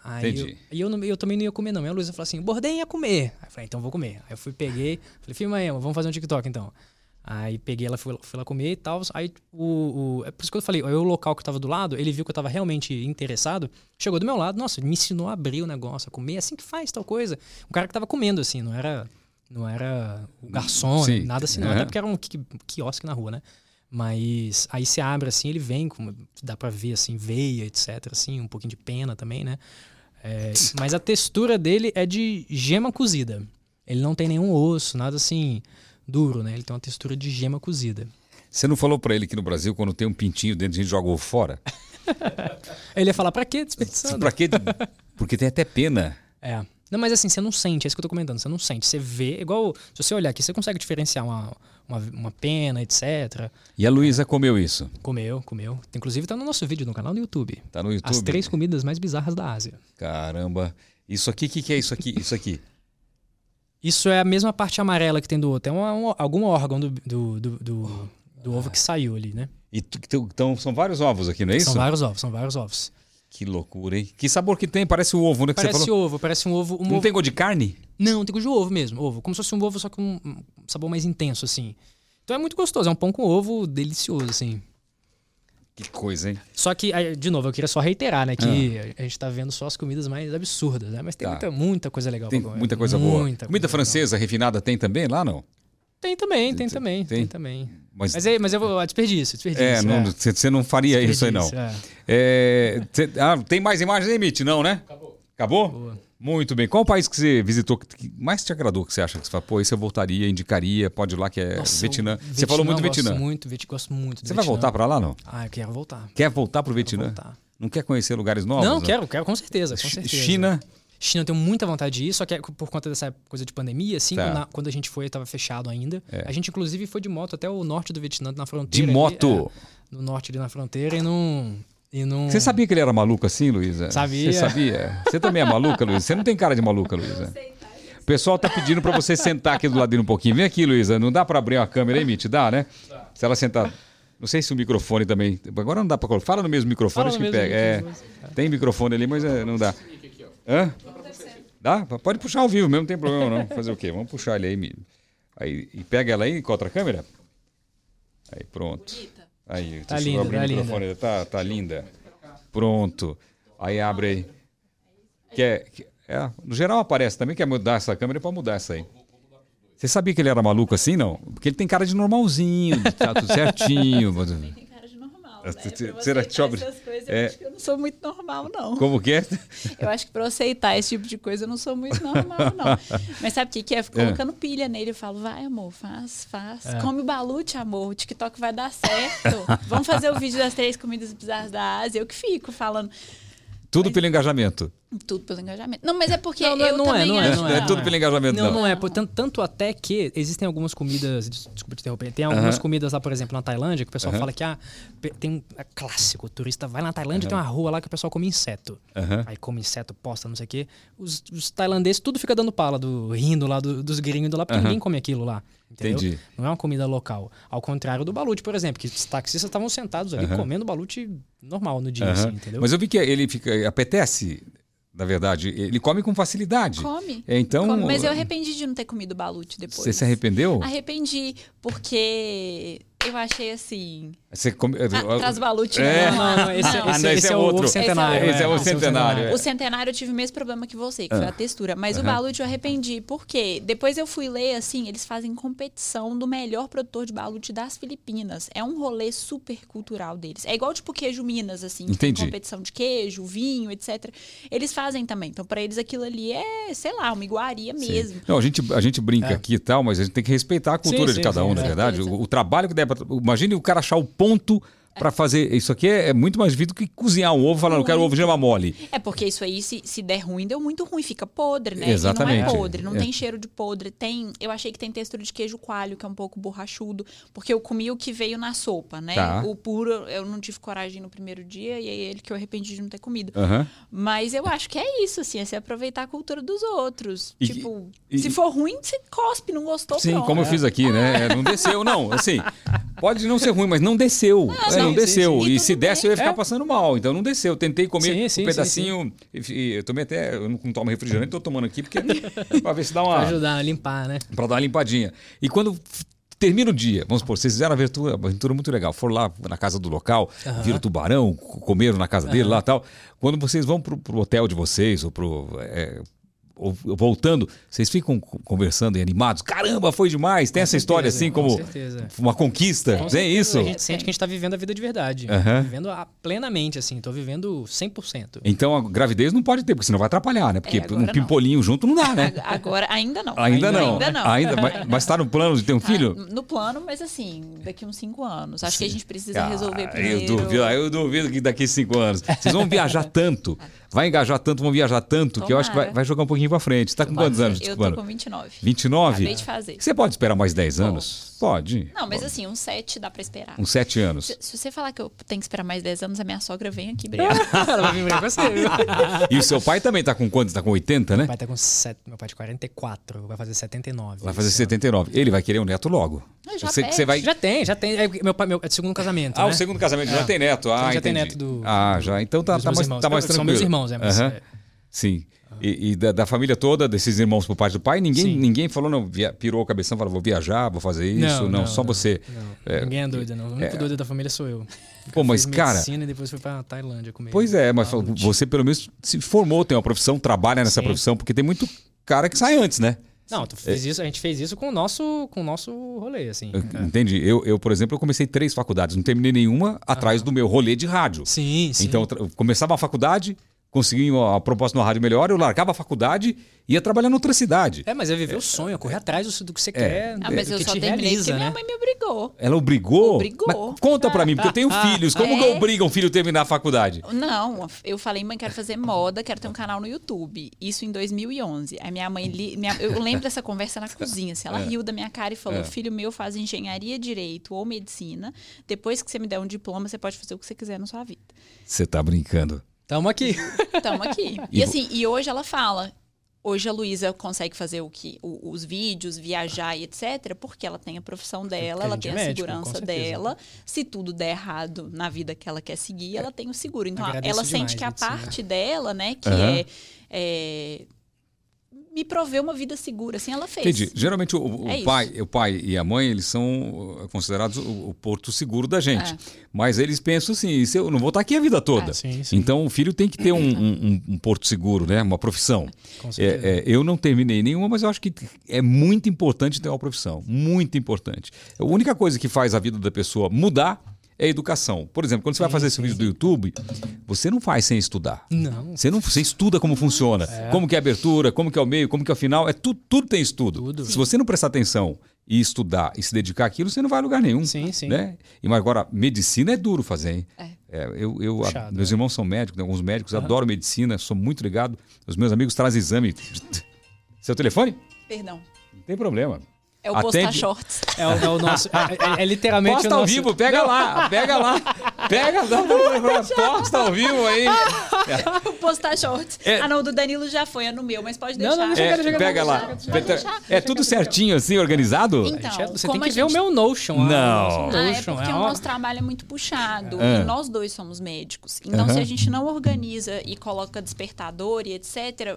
Speaker 2: Aí
Speaker 1: Entendi.
Speaker 2: Eu, e eu, não- eu também não ia comer, não. E a Luísa falou assim: Bordem ia comer. Aí eu falei: então vou comer. Aí eu fui, peguei, falei: filma aí, amor, vamos fazer um TikTok então. Aí peguei ela, fui, lá- fui lá comer e tal. Aí o, o- É por isso que eu falei: aí o local que tava do lado, ele viu que eu tava realmente interessado, chegou do meu lado, nossa, me ensinou a abrir o negócio, a comer, é assim que faz tal coisa. O cara que tava comendo, assim, não era. Não era o garçom,
Speaker 1: Sim.
Speaker 2: nada assim, não.
Speaker 1: Aham.
Speaker 2: Até porque era um qui- quiosque na rua, né? Mas aí você abre assim, ele vem, com, dá pra ver assim, veia, etc. Assim, um pouquinho de pena também, né? É, mas a textura dele é de gema cozida. Ele não tem nenhum osso, nada assim duro, né? Ele tem uma textura de gema cozida.
Speaker 1: Você não falou pra ele que no Brasil, quando tem um pintinho dentro, a gente joga o fora?
Speaker 2: Ele ia falar, pra quê desperdiçando?
Speaker 1: Pra quê? Porque tem até pena.
Speaker 2: É. Não, mas assim, você não sente, é isso que eu tô comentando, você não sente. Você vê, igual, se você olhar aqui, você consegue diferenciar uma, uma, uma pena, etc.
Speaker 1: E a Luísa comeu isso.
Speaker 2: Comeu, comeu. Inclusive tá no nosso vídeo no canal do YouTube.
Speaker 1: Tá no YouTube.
Speaker 2: As três comidas mais bizarras da Ásia.
Speaker 1: Caramba. Isso aqui, o que, que é isso aqui? Isso aqui.
Speaker 2: Isso é a mesma parte amarela que tem do outro. É uma- um- algum órgão do, do, do, do- do ovo que saiu ali, né?
Speaker 1: E tu- tu- então são vários ovos aqui, não é isso?
Speaker 2: São vários ovos, são vários ovos.
Speaker 1: Que loucura, hein? Que sabor que tem? Parece o ovo, né? Que
Speaker 2: Parece
Speaker 1: você falou.
Speaker 2: ovo, parece um ovo. Um
Speaker 1: Não
Speaker 2: ovo...
Speaker 1: tem gosto de carne?
Speaker 2: Não, tem gosto de ovo mesmo, ovo. Como se fosse um ovo, só que um um sabor mais intenso, assim. Então é muito gostoso, é um pão com ovo delicioso, assim.
Speaker 1: Que coisa, hein?
Speaker 2: Só que, aí, de novo, eu queria só reiterar, né? Que a gente tá vendo só as comidas mais absurdas, né? Mas tem
Speaker 1: Ah. Tá.
Speaker 2: muita, muita coisa legal
Speaker 1: Tem
Speaker 2: pra comer.
Speaker 1: muita coisa boa.
Speaker 2: Muita
Speaker 1: Comida
Speaker 2: coisa
Speaker 1: francesa refinada tem também lá, não?
Speaker 2: legal. Tem também, tem
Speaker 1: Tem-
Speaker 2: também,
Speaker 1: tem?
Speaker 2: tem, também.
Speaker 1: Mas,
Speaker 2: Mas, é, mas eu vou ah, desperdício,
Speaker 1: é,
Speaker 2: desperdício.
Speaker 1: não- você você não faria isso aí, não.
Speaker 2: Desperdício, é.
Speaker 1: É, cê- ah, tem mais imagens, hein, Mitch? Não, né?
Speaker 4: Acabou.
Speaker 1: Acabou?
Speaker 2: Boa.
Speaker 1: Muito bem. Qual o país que você visitou que- que mais te agradou? Que você acha que você fala, pô, esse eu voltaria, indicaria, pode ir lá que é
Speaker 2: Nossa,
Speaker 1: Vietnã.
Speaker 2: eu-
Speaker 1: Você falou muito
Speaker 2: eu gosto
Speaker 1: Vietnã.
Speaker 2: Muito, Viet- gosto muito do
Speaker 1: Você vai
Speaker 2: Vietnã.
Speaker 1: voltar pra lá, não?
Speaker 2: Ah, eu quero voltar.
Speaker 1: Quer voltar pro Vietnã?
Speaker 2: voltar.
Speaker 1: Não quer conhecer lugares novos?
Speaker 2: não,
Speaker 1: né?
Speaker 2: quero, quero, com certeza, com
Speaker 1: Chi-
Speaker 2: certeza.
Speaker 1: China,
Speaker 2: China eu tenho muita vontade de ir, só que é por conta dessa coisa de pandemia, assim,
Speaker 1: Tá. É.
Speaker 2: quando, a, quando a gente foi, tava fechado ainda. A gente, inclusive, foi de moto até o norte do Vietnã, na
Speaker 1: de
Speaker 2: fronteira. ali,
Speaker 1: moto.
Speaker 2: é, no norte ali na fronteira e não. E não...
Speaker 1: Você sabia que ele era maluco assim, Luísa?
Speaker 2: É. Sabia.
Speaker 1: Você sabia? Você também é maluca, Luísa? Você não tem cara de maluca, Luísa. O pessoal tá pedindo pra você sentar aqui do lado dele um pouquinho. Vem aqui, Luísa. Não dá pra abrir a câmera, hein, Mitch? Dá, né? Se ela sentar... Não sei se o microfone também... Agora não dá pra... colocar. Fala no mesmo microfone,
Speaker 2: Fala
Speaker 1: acho que
Speaker 2: no mesmo
Speaker 1: pega. É, tem microfone ali, mas é, não dá. Hã? Dá? Pode puxar ao vivo mesmo, não tem problema não. Fazer o quê? Vamos puxar ele aí. Mi- aí e pega ela aí com a outra câmera. Aí, pronto. Aí,
Speaker 2: Tá
Speaker 1: deixa eu
Speaker 2: linda,
Speaker 1: abrir
Speaker 2: tá
Speaker 1: o
Speaker 2: linda.
Speaker 1: microfone. Tá, tá linda. Pronto. Aí abre aí. Quer, que- é, no geral aparece também, quer mudar essa câmera pra mudar essa aí. Você sabia que ele era maluco assim, não? Porque ele tem cara de normalzinho, de tá tudo certinho.
Speaker 5: Tem cara de normal,
Speaker 1: Ah,
Speaker 5: né?
Speaker 1: você-
Speaker 5: Pra
Speaker 1: você
Speaker 5: você
Speaker 1: era
Speaker 5: aceitar
Speaker 1: chobre-
Speaker 5: essas coisas,
Speaker 1: é.
Speaker 5: eu acho que eu não sou muito normal, não.
Speaker 1: Como que é?
Speaker 5: Eu acho que pra eu aceitar esse tipo de coisa, eu não sou muito normal, não. Mas sabe o que, que é? Eu fico
Speaker 1: É.
Speaker 5: colocando pilha nele. Eu falo, vai, amor, faz, faz.
Speaker 2: É.
Speaker 5: Come o balute, amor. O TikTok vai dar certo. Vamos fazer o vídeo das três comidas bizarras da Ásia. Eu que fico falando
Speaker 1: Tudo pelo engajamento.
Speaker 5: tudo pelo engajamento. Não, mas é porque
Speaker 2: Não, não é-
Speaker 5: eu
Speaker 2: não é,
Speaker 5: também
Speaker 2: não é,
Speaker 5: acho...
Speaker 1: Não é tudo
Speaker 2: é.
Speaker 1: pelo engajamento,
Speaker 2: Não,
Speaker 1: não.
Speaker 2: não é. Portanto, tanto até que existem algumas comidas. des- Desculpa te interromper. Tem algumas
Speaker 1: Aham.
Speaker 2: comidas lá, por exemplo, na Tailândia, que o pessoal
Speaker 1: Aham.
Speaker 2: fala que ah, pe- tem um é clássico. O turista vai na Tailândia e tem uma rua lá que o pessoal come inseto.
Speaker 1: Aham.
Speaker 2: Aí come inseto, posta, não sei o quê. Os, os tailandeses tudo fica dando pala, do, rindo lá do- dos gringos lá, porque ninguém come aquilo lá. Entendeu?
Speaker 1: Entendi.
Speaker 2: Não é uma comida local. Ao contrário do balute, por exemplo, que os taxistas estavam sentados ali comendo balute normal no dia, assim,
Speaker 1: Aham.
Speaker 2: entendeu?
Speaker 1: Mas eu vi que ele fica, apetece, na verdade. Ele come com facilidade.
Speaker 5: Come.
Speaker 1: É, então,
Speaker 5: Come. Mas eu arrependi de não ter comido o balute depois.
Speaker 1: Você se arrependeu?
Speaker 5: Arrependi, porque eu achei assim...
Speaker 1: Você come... eh,
Speaker 5: Ah, traz balute
Speaker 1: É.
Speaker 5: não,
Speaker 2: Não, não, esse,
Speaker 5: não.
Speaker 2: esse-
Speaker 1: Ah, não, esse
Speaker 2: esse
Speaker 1: é
Speaker 2: é, o
Speaker 1: outro.
Speaker 2: ovo centenário.
Speaker 5: Esse é
Speaker 1: o-
Speaker 2: é.
Speaker 1: esse é o centenário, é. Ah.
Speaker 5: O centenário eu tive o mesmo problema que você, que foi a textura. Mas o balute eu arrependi. Por quê? Depois eu fui ler, assim, eles fazem competição do melhor produtor de balute das Filipinas. É um rolê super cultural deles. É igual, tipo, queijo Minas, assim. que tem
Speaker 1: Entendi.
Speaker 5: competição de queijo, vinho, etc. Eles fazem também. Então, pra eles aquilo ali é, sei lá, uma iguaria
Speaker 1: Sim.
Speaker 5: mesmo.
Speaker 1: Não, a gente, a gente brinca aqui e tal, mas a gente tem que respeitar a cultura
Speaker 2: É. Sim,
Speaker 1: de
Speaker 2: sim,
Speaker 1: cada
Speaker 2: sim,
Speaker 1: um, na
Speaker 2: é.
Speaker 1: verdade.
Speaker 5: Certeza.
Speaker 1: O, o trabalho que der pra. Imagine o cara achar o ponto pra fazer. Isso aqui é, é muito mais difícil do que cozinhar um ovo falando, eu quero ovo de gema mole.
Speaker 5: É porque isso aí, se, se der ruim, deu muito ruim, fica podre, né? E
Speaker 1: Exatamente.
Speaker 5: não é podre, não
Speaker 1: É.
Speaker 5: tem cheiro de podre. Tem. Eu achei que tem textura de queijo coalho, que é um pouco borrachudo, porque eu comi o que veio na sopa, né?
Speaker 1: Tá.
Speaker 5: O puro eu não tive coragem no primeiro dia, e é ele que eu arrependi de não ter comido.
Speaker 1: Aham.
Speaker 5: Mas eu acho que é isso, assim, é você aproveitar a cultura dos outros.
Speaker 1: E-
Speaker 5: tipo,
Speaker 1: e-
Speaker 5: se for ruim, você cospe, não gostou,
Speaker 1: Sim,
Speaker 5: pronto.
Speaker 1: como eu fiz aqui, né? É, Não desceu, não. Assim, Pode não ser ruim, mas não desceu. É,
Speaker 2: sim,
Speaker 1: não
Speaker 2: sim,
Speaker 1: desceu.
Speaker 5: sim.
Speaker 1: E
Speaker 5: E tudo
Speaker 1: se desse, eu ia ficar
Speaker 2: É.
Speaker 1: passando mal. Então não desceu. Eu tentei comer
Speaker 2: Sim, sim,
Speaker 1: um
Speaker 2: sim,
Speaker 1: pedacinho. e- e eu tomei até. Eu não tomo refrigerante, tô tomando aqui, porque. pra ver se dá
Speaker 2: Pra
Speaker 1: uma.
Speaker 2: ajudar a limpar, né?
Speaker 1: Pra dar uma limpadinha. E quando f- termina o dia, vamos supor, vocês fizeram uma aventura, uma aventura muito legal. Foram lá na casa do local, viram tubarão, c- comeram na casa dele lá e tal. Quando vocês vão pro, pro hotel de vocês, ou pro. é, ou- voltando, vocês ficam co- conversando e animados. Caramba, foi demais! Tem essa história
Speaker 2: certeza,
Speaker 1: assim
Speaker 2: com
Speaker 1: como
Speaker 2: certeza.
Speaker 1: uma conquista,
Speaker 2: Com
Speaker 1: tem
Speaker 2: certeza,
Speaker 1: isso?
Speaker 2: A gente sente que a gente tá vivendo a vida de verdade.
Speaker 1: Aham.
Speaker 2: Vivendo a- plenamente, assim. Tô vivendo 100%.
Speaker 1: Então a gravidez não pode ter, porque senão vai atrapalhar, né? Porque
Speaker 5: É, agora
Speaker 1: um
Speaker 5: não.
Speaker 1: pimpolinho junto não dá, né?
Speaker 5: Ag- Agora, ainda não.
Speaker 1: Ainda, não.
Speaker 5: Ainda não. Tá
Speaker 1: Ainda, mas- mas está no plano de
Speaker 2: É.
Speaker 1: ter um filho?
Speaker 5: No plano, mas assim, daqui uns cinco anos. Acho que a gente precisa
Speaker 1: Ah,
Speaker 5: resolver
Speaker 1: eu
Speaker 5: primeiro.
Speaker 1: duvido, ah, eu duvido que daqui cinco anos. Vocês vão viajar tanto, vai engajar tanto, vão viajar tanto, que eu acho que vai,
Speaker 5: Tomara.
Speaker 1: vai jogar um pouquinho pra frente. Tá com quantos anos?
Speaker 5: Eu
Speaker 1: desculpa?
Speaker 5: tô com 29.
Speaker 1: 29?
Speaker 5: Acabei de fazer.
Speaker 1: Você pode esperar mais 10 anos? Pode.
Speaker 5: Não, mas assim, uns sete dá pra esperar.
Speaker 1: Uns 7 anos.
Speaker 5: Se, se você falar que eu tenho que esperar mais 10 anos, a minha sogra vem aqui
Speaker 1: É.
Speaker 5: brigar.
Speaker 2: Ela vai vir com você, viu?
Speaker 1: E o seu pai também tá com quantos? Tá com 80, né?
Speaker 2: Meu pai tá com set... Meu pai de 44, vai fazer 79.
Speaker 1: Vai fazer
Speaker 2: esse ano.
Speaker 1: 79. Ele vai querer um neto logo.
Speaker 5: Ah, já
Speaker 1: Você,
Speaker 5: pede.
Speaker 1: você vai
Speaker 2: Já tem, já tem. É, meu pai, meu, é do segundo casamento.
Speaker 1: Ah,
Speaker 2: né?
Speaker 1: o segundo casamento já tem neto. Ah,
Speaker 2: Então já tem
Speaker 1: entendi.
Speaker 2: neto do-
Speaker 1: Ah, já. Então tá,
Speaker 2: dos
Speaker 1: tá
Speaker 2: meus
Speaker 1: mais,
Speaker 2: irmãos.
Speaker 1: tá mais
Speaker 2: São
Speaker 1: tranquilo.
Speaker 2: meus irmãos, é, mas,
Speaker 1: Aham.
Speaker 2: é.
Speaker 1: Sim. E, e da, da família toda, desses irmãos por parte do pai, ninguém,
Speaker 2: Sim.
Speaker 1: ninguém falou, não, via- pirou a cabeça e falou, vou viajar, vou fazer isso. Não, só você.
Speaker 2: não. Ninguém é doido, não. O único doido da família sou eu. O
Speaker 1: Pô,
Speaker 2: cara
Speaker 1: mas,
Speaker 2: fez
Speaker 1: cara-
Speaker 2: medicina e depois foi pra Tailândia comer.
Speaker 1: Pois é, mas
Speaker 2: Balut.
Speaker 1: você pelo menos se formou, tem uma profissão, trabalha nessa
Speaker 2: Sim.
Speaker 1: profissão, porque tem muito cara que sai antes, né?
Speaker 2: Não, tu fez isso, a gente fez isso com o nosso, com o nosso rolê, assim.
Speaker 1: Eu- Entendi. Eu, eu, por exemplo, eu comecei três faculdades, não terminei nenhuma atrás do meu rolê de rádio.
Speaker 2: Sim, sim.
Speaker 1: Então, eu tra- eu começava a faculdade, conseguia uma proposta no rádio melhor, eu largava a faculdade e ia trabalhar noutra cidade.
Speaker 2: É, mas é viver o sonho, é correr atrás do, do que você quer,
Speaker 5: Ah, mas
Speaker 2: do
Speaker 5: eu
Speaker 2: que
Speaker 5: só
Speaker 2: te
Speaker 5: terminei porque
Speaker 2: realiza,
Speaker 5: minha
Speaker 2: né?
Speaker 5: mãe me obrigou.
Speaker 1: Ela obrigou?
Speaker 5: Obrigou.
Speaker 1: Mas conta pra mim, porque eu tenho filhos. Como que
Speaker 5: É.
Speaker 1: obriga um filho a terminar a faculdade?
Speaker 5: Não, eu falei, mãe, quero fazer moda, quero ter um canal no YouTube. Isso em 2011. Aí minha mãe, li, minha- eu lembro dessa conversa na cozinha, assim,
Speaker 1: É.
Speaker 5: ela riu da minha cara e falou, filho meu faz engenharia, direito ou medicina, depois que você me der um diploma, você pode fazer o que você quiser na sua vida.
Speaker 1: Você tá brincando.
Speaker 2: Tamo aqui.
Speaker 5: Tamo aqui.
Speaker 1: E
Speaker 5: E,
Speaker 1: vo-
Speaker 5: assim, e hoje ela fala. Hoje a Luísa consegue fazer o que, o- os vídeos, viajar e etc, porque ela tem a profissão dela,
Speaker 2: a
Speaker 5: ela
Speaker 2: gente
Speaker 5: tem
Speaker 2: é
Speaker 5: a
Speaker 2: médico, com
Speaker 5: segurança
Speaker 2: certeza.
Speaker 5: dela. Se tudo der errado na vida que ela quer seguir, ela tem o seguro. Então
Speaker 2: Agradeço
Speaker 5: ela
Speaker 2: demais,
Speaker 5: sente que a
Speaker 2: medicina.
Speaker 5: parte dela, né, que
Speaker 1: Aham.
Speaker 5: é, é, me prover uma vida segura, assim ela fez.
Speaker 1: Entendi. Geralmente o, o
Speaker 5: É isso.
Speaker 1: pai, o pai e a mãe, eles são uh, considerados o, o porto seguro da gente.
Speaker 5: É.
Speaker 1: Mas eles pensam assim, "E se eu não vou estar aqui a vida toda.
Speaker 5: É.
Speaker 2: Sim, sim.
Speaker 1: Então o filho tem que ter um, um- um- um porto seguro, né? Uma profissão.
Speaker 2: Com certeza.
Speaker 1: É, é, eu não terminei nenhuma, mas eu acho que é muito importante ter uma profissão. Muito importante. A única coisa que faz a vida da pessoa mudar é a educação. Por exemplo, quando você vai fazer esse vídeo do YouTube, você não faz sem estudar.
Speaker 2: é. Não,
Speaker 1: Você não você estuda como funciona, como que é a abertura, como que é o meio, como que é o final, é tudo, tudo tem estudo.
Speaker 2: Tudo.
Speaker 1: Se você não prestar atenção e estudar e se dedicar àquilo, você não vai a lugar nenhum.
Speaker 2: Sim, sim.
Speaker 1: Né? E mas agora medicina é duro fazer, hein?
Speaker 5: É.
Speaker 1: eu, eu- a-
Speaker 2: Puxado,
Speaker 1: meus irmãos são médicos, tem alguns médicos, adoro medicina, sou muito ligado. Os meus amigos trazem exame. de- Seu telefone?
Speaker 5: Perdão.
Speaker 1: Não tem problema.
Speaker 5: É o
Speaker 1: Atende-
Speaker 5: postar shorts.
Speaker 2: é, o, é o nosso. É, é- é literalmente
Speaker 1: Posta
Speaker 2: o
Speaker 1: ao
Speaker 2: nosso.
Speaker 1: vivo, pega lá, pega lá. Pega, dá pra- posta ao vivo aí.
Speaker 5: Ah, O postar shorts.
Speaker 1: É.
Speaker 5: Ah, não, o do Danilo já foi, é no meu, mas pode
Speaker 2: Não, não,
Speaker 5: deixar.
Speaker 2: deixa
Speaker 1: É,
Speaker 2: eu quero
Speaker 1: pega
Speaker 2: chegar,
Speaker 1: lá. É tudo certinho assim, organizado?
Speaker 5: Então,
Speaker 2: Gente, é- Você tem
Speaker 5: como
Speaker 2: que
Speaker 5: a
Speaker 2: ver o
Speaker 5: gente
Speaker 2: meu Notion. ah,
Speaker 1: Não.
Speaker 2: o nosso
Speaker 5: Ah, é
Speaker 2: Notion,
Speaker 5: porque o
Speaker 2: uma-
Speaker 5: nosso trabalho é muito puxado.
Speaker 1: Ah.
Speaker 5: E nós dois somos médicos. Então,
Speaker 1: Aham.
Speaker 5: se a gente não organiza e coloca despertador e etc.,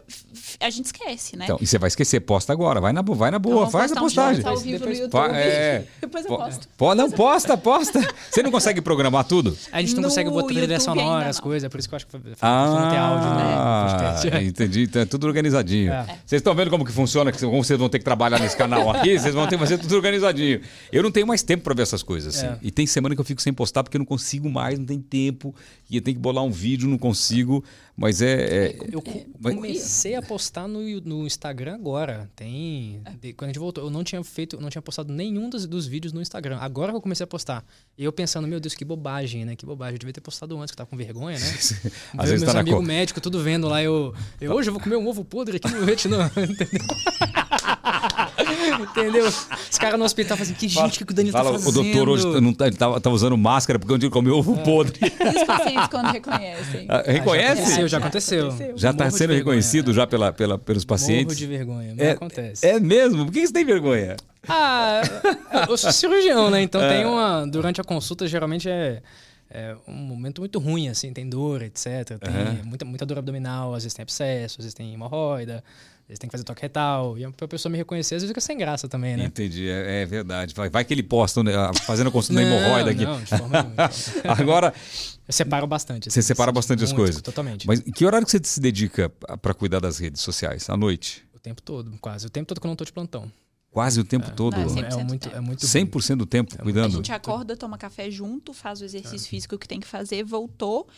Speaker 5: f- f- a gente esquece, né?
Speaker 1: Então, e você vai esquecer, posta agora, vai na, bo- vai na boa,
Speaker 5: Então, vamos
Speaker 1: faz a
Speaker 5: postar um
Speaker 1: postagem.
Speaker 5: shorts ao vivo
Speaker 2: Depois-
Speaker 5: no YouTube.
Speaker 1: Fa- é.
Speaker 5: Depois eu
Speaker 1: Po-
Speaker 5: posto.
Speaker 1: po- não, posta, posta. Você não consegue programar tudo?
Speaker 2: A gente não
Speaker 5: No
Speaker 2: consegue botar trilha
Speaker 5: YouTube
Speaker 2: sonora,
Speaker 5: ainda
Speaker 2: as
Speaker 5: não.
Speaker 2: coisas, é por isso que eu acho que foi- foi- não tem áudio, né?
Speaker 1: Ah,
Speaker 2: Não postei.
Speaker 1: entendi. Então é tudo organizadinho.
Speaker 2: É.
Speaker 1: Vocês estão vendo como que funciona, que cê- como vocês vão ter que trabalhar nesse canal aqui, vocês vão ter que fazer tudo organizadinho. Eu não tenho mais tempo para ver essas coisas, assim.
Speaker 2: É.
Speaker 1: E tem semana que eu fico sem postar porque eu não consigo mais, não tem tempo. E eu tenho que bolar um vídeo, não consigo. Mas é. é-
Speaker 2: Eu co-
Speaker 1: Vai-
Speaker 2: comecei a postar no, Yu- no Instagram agora. Tem. de- quando a gente voltou, eu não tinha feito, eu não tinha postado nenhum dos, dos vídeos no Instagram. Agora que eu comecei a postar. E eu pensando, meu Deus, que bobagem, né? Que bobagem. Eu devia ter postado antes, que eu tava com vergonha, né?
Speaker 1: Às
Speaker 2: Ver
Speaker 1: vezes
Speaker 2: meus
Speaker 1: tá na
Speaker 2: amigos
Speaker 1: co-
Speaker 2: médicos, tudo vendo lá. Eu, eu hoje eu vou comer um ovo podre aqui no Vietnã, entendeu? entendeu? Os caras no hospital fazem que gente, o que, que o Danilo
Speaker 1: Fala,
Speaker 2: tá
Speaker 1: o
Speaker 2: fazendo? É.
Speaker 1: doutor hoje tá- não tá, ele tava, tava usando máscara porque onde ele comeu é ovo podre.
Speaker 5: E os pacientes quando reconhecem?
Speaker 1: Ah,
Speaker 2: Já
Speaker 1: Reconhece?
Speaker 2: aconteceu, já aconteceu.
Speaker 1: Já está
Speaker 2: Morro de
Speaker 1: sendo
Speaker 2: vergonha.
Speaker 1: reconhecido já pela, pela, pelos
Speaker 2: Morro
Speaker 1: pacientes?
Speaker 2: de vergonha, mas
Speaker 1: É,
Speaker 2: acontece.
Speaker 1: é mesmo? Por que você tem vergonha?
Speaker 2: Ah, eu sou cirurgião, né?
Speaker 1: É.
Speaker 2: Então tem uma. Durante a consulta, geralmente é, é um momento muito ruim, assim, tem dor, etc. Tem muita, muita dor abdominal, às vezes tem abscesso, às vezes tem hemorroida, às vezes tem que fazer toque retal. E pra pessoa me reconhecer, às vezes fica sem graça também, né?
Speaker 1: Entendi, é, é verdade. Vai, vai que ele posta né, fazendo a consulta da
Speaker 2: Não,
Speaker 1: hemorroida aqui.
Speaker 2: Não, de forma nenhuma.
Speaker 1: Agora,
Speaker 2: Eu separo bastante.
Speaker 1: Você
Speaker 2: assim,
Speaker 1: separa
Speaker 2: assim,
Speaker 1: bastante as
Speaker 2: muito,
Speaker 1: coisas.
Speaker 2: Totalmente.
Speaker 1: mas que horário que você se dedica para cuidar das redes sociais? À noite?
Speaker 2: O tempo todo, quase. O tempo todo que eu não tô de plantão.
Speaker 1: Quase o tempo todo?
Speaker 5: Ah, sim.
Speaker 2: É
Speaker 5: 100%
Speaker 2: muito, é muito ruim. É
Speaker 1: 100% do tempo
Speaker 5: A
Speaker 1: cuidando?
Speaker 5: gente acorda, toma café junto, faz o exercício
Speaker 1: Tá.
Speaker 5: físico que tem que fazer, voltou.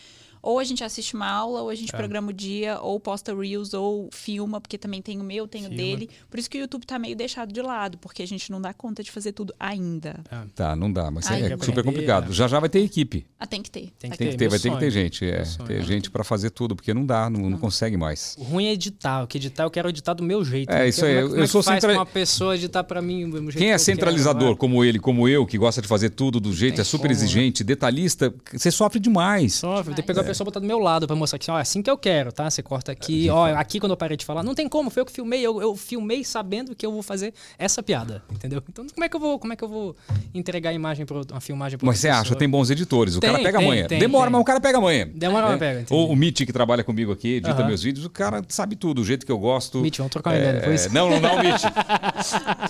Speaker 5: Ou a gente assiste uma aula, ou a
Speaker 1: É.
Speaker 5: gente programa o dia, ou posta reels, ou filma, porque também tem o meu, tem o
Speaker 2: Filma.
Speaker 5: dele. Por isso que o YouTube tá meio deixado de lado, porque a gente não dá conta de fazer tudo ainda.
Speaker 1: Tá, não dá, mas
Speaker 5: Ai,
Speaker 1: é
Speaker 5: tem que
Speaker 1: super
Speaker 2: aprender,
Speaker 1: complicado.
Speaker 2: né?
Speaker 1: Já já vai ter equipe.
Speaker 5: Ah, tem que ter.
Speaker 2: Tem que
Speaker 1: Tem que
Speaker 2: ter. É,
Speaker 1: ter,
Speaker 2: meu
Speaker 1: vai ter que ter
Speaker 2: sonho.
Speaker 1: gente. É,
Speaker 2: Meu sonho. né?
Speaker 1: ter gente para fazer tudo, porque não dá, não, não consegue mais.
Speaker 2: O ruim é editar. O que editar, eu quero editar do meu jeito.
Speaker 1: É,
Speaker 2: né?
Speaker 1: isso
Speaker 2: Porque
Speaker 1: aí,
Speaker 2: Como é, como
Speaker 1: eu
Speaker 2: é que
Speaker 1: sou
Speaker 2: faz
Speaker 1: centra-
Speaker 2: pra uma pessoa editar pra mim do mesmo jeito
Speaker 1: Quem é
Speaker 2: que eu quero
Speaker 1: centralizador,
Speaker 2: agora?
Speaker 1: como ele, como eu, que gosta de fazer tudo do jeito,
Speaker 2: tem
Speaker 1: é super
Speaker 2: como, né?
Speaker 1: exigente, detalhista, você sofre demais. é.
Speaker 2: Sofre, tem que pegar a pessoa e botar do meu lado pra mostrar que assim, ó, é assim que eu quero, tá? Você corta aqui, ó, aqui quando eu parei de falar, não tem como, foi eu que filmei, eu, eu filmei sabendo que eu vou fazer essa piada, entendeu? Então como é que eu vou, como é que eu vou entregar a imagem pra, outra- uma filmagem pra
Speaker 1: Mas você
Speaker 2: outra
Speaker 1: acha,
Speaker 2: pessoa?
Speaker 1: tem bons editores, o
Speaker 2: Tem,
Speaker 1: cara pega
Speaker 2: tem,
Speaker 1: amanhã.
Speaker 2: tem,
Speaker 1: Demora,
Speaker 2: tem.
Speaker 1: mas o cara pega amanhã.
Speaker 2: Demora, mas
Speaker 1: né?
Speaker 2: pega, entendi.
Speaker 1: Ou o Mitty, que trabalha comigo aqui, edita
Speaker 2: Aham.
Speaker 1: meus vídeos, o cara sabe tudo, o jeito que eu gosto. É,
Speaker 2: Mitty, vamos trocar uma ideia depois?
Speaker 1: Não, não, não, Mitty.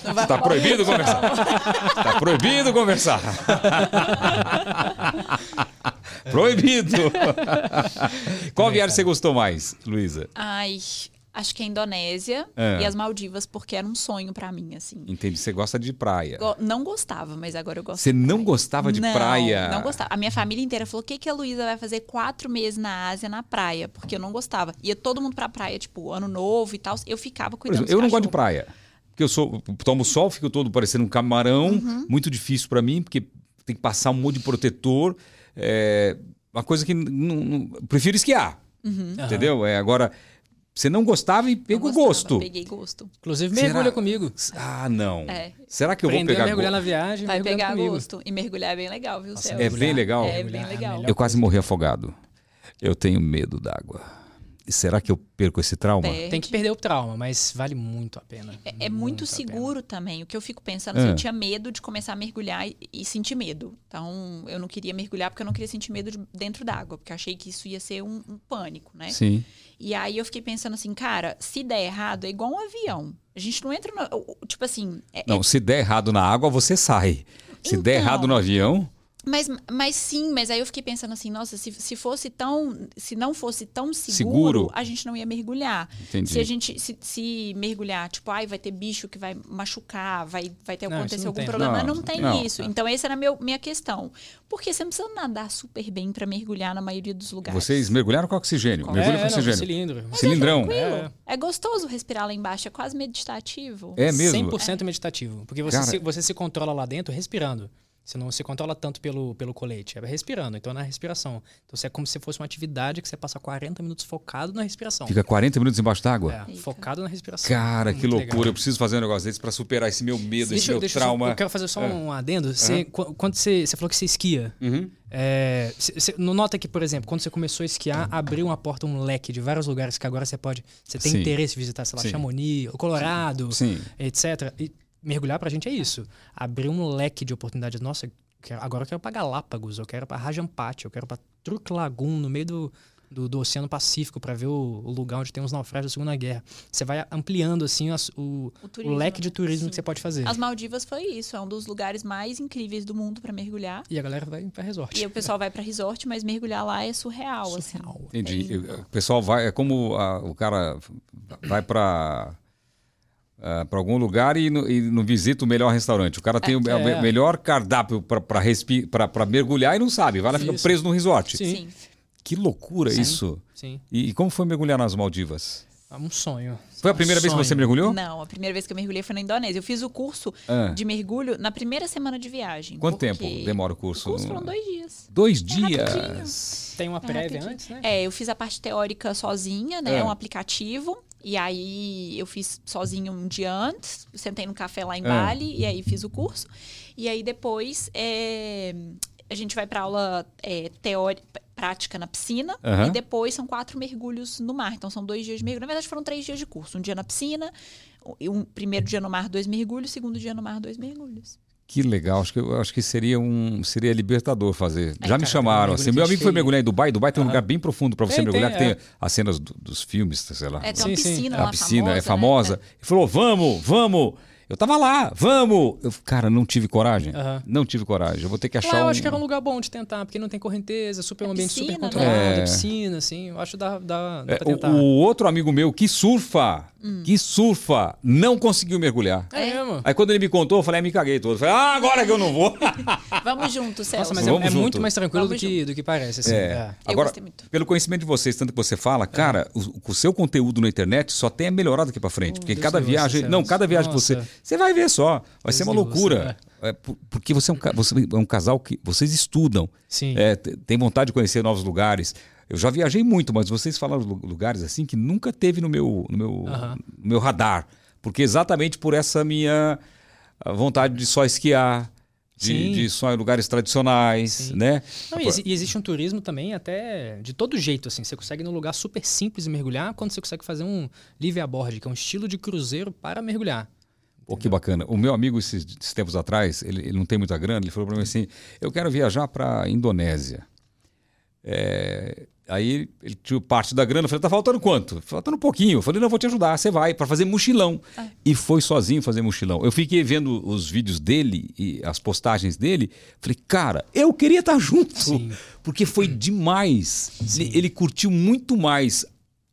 Speaker 3: Não vai
Speaker 1: Tá
Speaker 3: roubar o
Speaker 1: proibido
Speaker 3: vídeo,
Speaker 1: conversar. Tá proibido conversar. proibido. Qual viagem você gostou mais, Luísa?
Speaker 5: Ai, acho que a Indonésia
Speaker 1: É.
Speaker 5: e as Maldivas, porque era um sonho pra mim, assim.
Speaker 1: Entendi, você gosta de praia.
Speaker 5: Go- Não gostava, mas agora eu gosto.
Speaker 1: É. Você não gostava de
Speaker 5: não,
Speaker 1: praia?
Speaker 5: Não gostava. A minha família inteira falou: o que, que a Luísa vai fazer quatro meses na Ásia, na praia? Porque eu não gostava. Ia todo mundo pra praia, tipo, ano novo e tal. Eu ficava
Speaker 1: Por
Speaker 5: cuidando.
Speaker 1: exemplo, eu
Speaker 5: dos
Speaker 1: não gosto de
Speaker 5: cachorros.
Speaker 1: praia. Porque eu sou, tomo sol, fico todo parecendo um camarão.
Speaker 5: Uhum.
Speaker 1: Muito difícil pra mim, porque tem que passar um monte de protetor. É, uma coisa que. não- não- prefiro esquiar,
Speaker 2: Aham.
Speaker 1: entendeu? É, agora, você não gostava e
Speaker 5: Uhum. Não
Speaker 1: pegou
Speaker 5: gostava,
Speaker 1: gosto.
Speaker 5: Peguei gosto.
Speaker 2: Inclusive,
Speaker 1: Será?
Speaker 2: mergulha comigo.
Speaker 1: Ah, não.
Speaker 5: É.
Speaker 1: Será que eu vou
Speaker 2: Aprender a
Speaker 1: pegar
Speaker 2: mergulhar
Speaker 1: gosto?
Speaker 2: na viagem,
Speaker 5: Vai
Speaker 2: mergulhando
Speaker 5: pegar
Speaker 2: comigo.
Speaker 5: gosto. E mergulhar é bem legal, viu,
Speaker 2: Nossa,
Speaker 5: Céu?
Speaker 1: É bem legal?
Speaker 5: É bem
Speaker 2: Mergulhar é
Speaker 5: legal.
Speaker 2: melhor.
Speaker 1: Eu quase morri afogado. Eu tenho medo d'água. E Será que eu perco esse trauma?
Speaker 5: Perde.
Speaker 2: Tem que perder o trauma, mas vale muito a pena.
Speaker 5: É, é muito seguro também. O que eu fico pensando,
Speaker 1: É.
Speaker 5: assim, eu tinha medo de começar a mergulhar e, e sentir medo. Então, eu não queria mergulhar porque eu não queria sentir medo de, dentro d'água, porque eu achei que isso ia ser um, um pânico, né?
Speaker 1: Sim.
Speaker 5: E aí eu fiquei pensando assim, cara, se der errado, é igual um avião. A gente não entra no. o- o- Tipo assim. é-
Speaker 1: Não, se der errado na água, você sai. Se der
Speaker 5: Então.
Speaker 1: errado no avião,
Speaker 5: mas, mas sim, mas aí eu fiquei pensando assim, nossa, se, se fosse tão. Se não fosse tão seguro,
Speaker 1: Seguro.
Speaker 5: a gente não ia mergulhar.
Speaker 1: entendi.
Speaker 5: Se a gente se, se mergulhar, tipo, ai, vai ter bicho que vai machucar, vai, vai ter
Speaker 2: Não, isso
Speaker 5: acontecer
Speaker 2: não
Speaker 5: algum
Speaker 2: tem.
Speaker 5: problema.
Speaker 1: Não,
Speaker 5: Não, tem
Speaker 1: não.
Speaker 5: isso. Então, essa era a meu, minha questão. Porque você não precisa nadar super bem pra mergulhar na maioria dos lugares.
Speaker 1: Vocês mergulharam com oxigênio.
Speaker 5: Com-
Speaker 1: Mergulho
Speaker 2: é,
Speaker 1: com
Speaker 2: não,
Speaker 1: oxigênio.
Speaker 2: cilindro.
Speaker 1: Cilindrão.
Speaker 5: Tranquilo. É gostoso respirar lá embaixo, é quase meditativo.
Speaker 1: É mesmo?
Speaker 2: 100% meditativo. Porque você,
Speaker 1: Cara-
Speaker 2: se, você se controla lá dentro respirando. Você não se controla tanto pelo, pelo colete. É respirando, então é na respiração. Então isso é como se fosse uma atividade que você passa 40 minutos focado na respiração.
Speaker 1: Fica 40 minutos embaixo d'água?
Speaker 2: É,
Speaker 5: Fica.
Speaker 2: focado na respiração.
Speaker 1: Cara, que
Speaker 2: Muito
Speaker 1: loucura.
Speaker 2: legal.
Speaker 1: Eu preciso fazer um negócio desse pra superar esse meu medo, esse
Speaker 2: Deixa eu-
Speaker 1: meu
Speaker 2: deixa eu só-
Speaker 1: é trauma. É.
Speaker 2: Eu quero fazer só um adendo. Você, qu- Quando você, você falou que você esquia.
Speaker 1: Uhum.
Speaker 2: É, você- você não nota que, por exemplo, quando você começou a esquiar,
Speaker 1: É.
Speaker 2: abriu uma porta, um leque de vários lugares que agora você pode. Você tem
Speaker 1: Sim.
Speaker 2: interesse em visitar, sei lá,
Speaker 1: Sim.
Speaker 2: Chamonix, o Colorado,
Speaker 1: Sim.
Speaker 2: etc. E mergulhar pra gente é isso. Abrir um leque de oportunidades. Nossa, eu quero- agora eu quero pra Galápagos, eu quero pra Rajampati, eu quero pra Truk Lagoon, no meio do, do, do Oceano Pacífico, pra ver o, o lugar onde tem os naufrágios da Segunda Guerra. Você vai ampliando, assim, as- o,
Speaker 5: O
Speaker 2: o,
Speaker 5: turismo,
Speaker 2: leque de
Speaker 5: né?
Speaker 2: turismo
Speaker 5: Sim.
Speaker 2: que você pode fazer.
Speaker 5: As Maldivas foi isso, é um dos lugares mais incríveis do mundo pra mergulhar.
Speaker 2: E a galera vai pra resort.
Speaker 5: E o pessoal vai pra resort, mas mergulhar lá é surreal,
Speaker 2: Surreal.
Speaker 5: assim.
Speaker 1: Entendi. Eu- O pessoal vai. É como ah, o cara vai pra. ah, pra algum lugar e não, e não visita o melhor restaurante. O cara tem o, me-
Speaker 2: É.
Speaker 1: o melhor cardápio pra- pra respi- pra pra mergulhar e não sabe. Vai lá fica
Speaker 2: Isso.
Speaker 1: preso no resort.
Speaker 2: Sim.
Speaker 5: Sim.
Speaker 1: Que loucura isso.
Speaker 2: Sim.
Speaker 1: E, e como foi mergulhar nas Maldivas?
Speaker 2: É um sonho.
Speaker 1: Foi a primeira vez que você
Speaker 2: mergulhou?
Speaker 1: mergulhou?
Speaker 5: Não, a primeira vez que eu mergulhei foi na Indonésia. Eu fiz o curso
Speaker 1: Ah.
Speaker 5: de mergulho na primeira semana de viagem.
Speaker 1: Quanto
Speaker 5: porque
Speaker 1: tempo demora o curso?
Speaker 5: O curso foram dois dias.
Speaker 1: Dois
Speaker 5: rapidinho.
Speaker 1: dias.
Speaker 2: Tem uma prévia
Speaker 5: rapidinho.
Speaker 2: antes, né?
Speaker 5: É, eu fiz a parte teórica sozinha, né?
Speaker 1: É.
Speaker 5: É um aplicativo. E aí eu fiz sozinha um dia antes, sentei no café lá em
Speaker 1: É.
Speaker 5: Bali, e aí fiz o curso. E aí depois é, a gente vai pra aula é, teórica, prática na piscina.
Speaker 1: Aham.
Speaker 5: E depois são quatro mergulhos no mar. Então são dois dias de mergulho. Na verdade, foram três dias de curso. Um dia na piscina, um- um primeiro dia no mar, dois mergulhos. Segundo dia no mar, dois mergulhos.
Speaker 1: Que legal, acho que, eu acho que seria um seria libertador fazer.
Speaker 5: É,
Speaker 1: Já me
Speaker 2: cara,
Speaker 1: chamaram,
Speaker 2: tem um
Speaker 1: assim.
Speaker 2: mergulho
Speaker 1: Meu
Speaker 2: que
Speaker 1: amigo foi
Speaker 2: cheio.
Speaker 1: mergulhar em Dubai, Dubai tem um
Speaker 2: Aham.
Speaker 1: lugar bem profundo para você
Speaker 2: Tem,
Speaker 1: mergulhar,
Speaker 2: tem,
Speaker 1: que tem as cenas do- dos filmes, sei lá.
Speaker 5: É, tem
Speaker 2: Sim,
Speaker 5: uma
Speaker 2: sim.
Speaker 5: piscina
Speaker 1: a
Speaker 5: lá
Speaker 1: piscina é famosa.
Speaker 5: famosa, né?
Speaker 1: Ele falou: vamos, vamos. Eu tava lá, vamos. Eu, cara, não tive coragem.
Speaker 2: Aham.
Speaker 1: Não tive coragem. Eu vou ter que achar
Speaker 2: Lá eu
Speaker 1: um-
Speaker 2: acho que era um lugar bom de tentar, porque não tem correnteza, super
Speaker 5: É
Speaker 2: um ambiente
Speaker 5: piscina,
Speaker 2: super
Speaker 5: né?
Speaker 2: controlado, é.
Speaker 1: É.
Speaker 2: piscina, assim. Eu acho que dá, dá, dá
Speaker 1: É,
Speaker 2: pra
Speaker 1: o,
Speaker 2: tentar.
Speaker 1: o outro amigo meu que surfa, que surfa, não conseguiu mergulhar.
Speaker 2: É mesmo?
Speaker 1: Aí quando ele me contou, eu falei, ah, me caguei todo. Eu falei, ah, agora que eu não vou.
Speaker 5: Vamos juntos, Celso.
Speaker 2: Nossa, mas é,
Speaker 1: Vamos
Speaker 2: é
Speaker 1: junto.
Speaker 2: muito mais tranquilo do
Speaker 5: Vamos
Speaker 2: que, do que parece, assim.
Speaker 1: É.
Speaker 2: É.
Speaker 5: Eu
Speaker 1: Agora,
Speaker 5: gostei muito.
Speaker 1: pelo conhecimento de vocês, tanto que você fala, cara, o, o seu conteúdo na internet só tem a melhorar daqui pra frente. porque
Speaker 2: Deus
Speaker 1: cada
Speaker 2: me ouça,
Speaker 1: viagem.
Speaker 2: Celso.
Speaker 1: Não, cada viagem que você.
Speaker 2: é. Nossa.
Speaker 1: Você vai ver só. Vai ser uma
Speaker 2: me ouça,
Speaker 1: loucura. É, por- porque você é, um, ca- você é um casal que vocês estudam.
Speaker 2: Sim.
Speaker 1: É, te- tem vontade de conhecer novos lugares. Eu já viajei muito, mas vocês falaram lu- lugares assim que nunca teve no meu, no meu,
Speaker 2: Aham.
Speaker 1: no meu radar. Porque exatamente por essa minha ah, vontade de só esquiar, de,
Speaker 2: Sim.
Speaker 1: de só em lugares tradicionais,
Speaker 2: Sim.
Speaker 1: né?
Speaker 2: Não, e, exi- e existe um turismo também até de todo jeito, assim. Você consegue ir num lugar super simples e mergulhar, quando você consegue fazer um live aboard, que é um estilo de cruzeiro para mergulhar.
Speaker 1: Pô, que bacana. O meu amigo, esses, esses tempos atrás, ele, ele não tem muita grana, ele falou para mim assim: eu quero viajar para Indonésia. É, aí ele tinha parte da grana, eu falei: tá faltando quanto? Faltando um pouquinho. Eu falei: não, eu vou te ajudar, você vai, para fazer mochilão. E foi sozinho fazer mochilão. Eu fiquei vendo os vídeos dele e as postagens dele, falei: cara, eu queria estar junto,
Speaker 2: Sim.
Speaker 1: porque foi demais. Ele, ele curtiu muito mais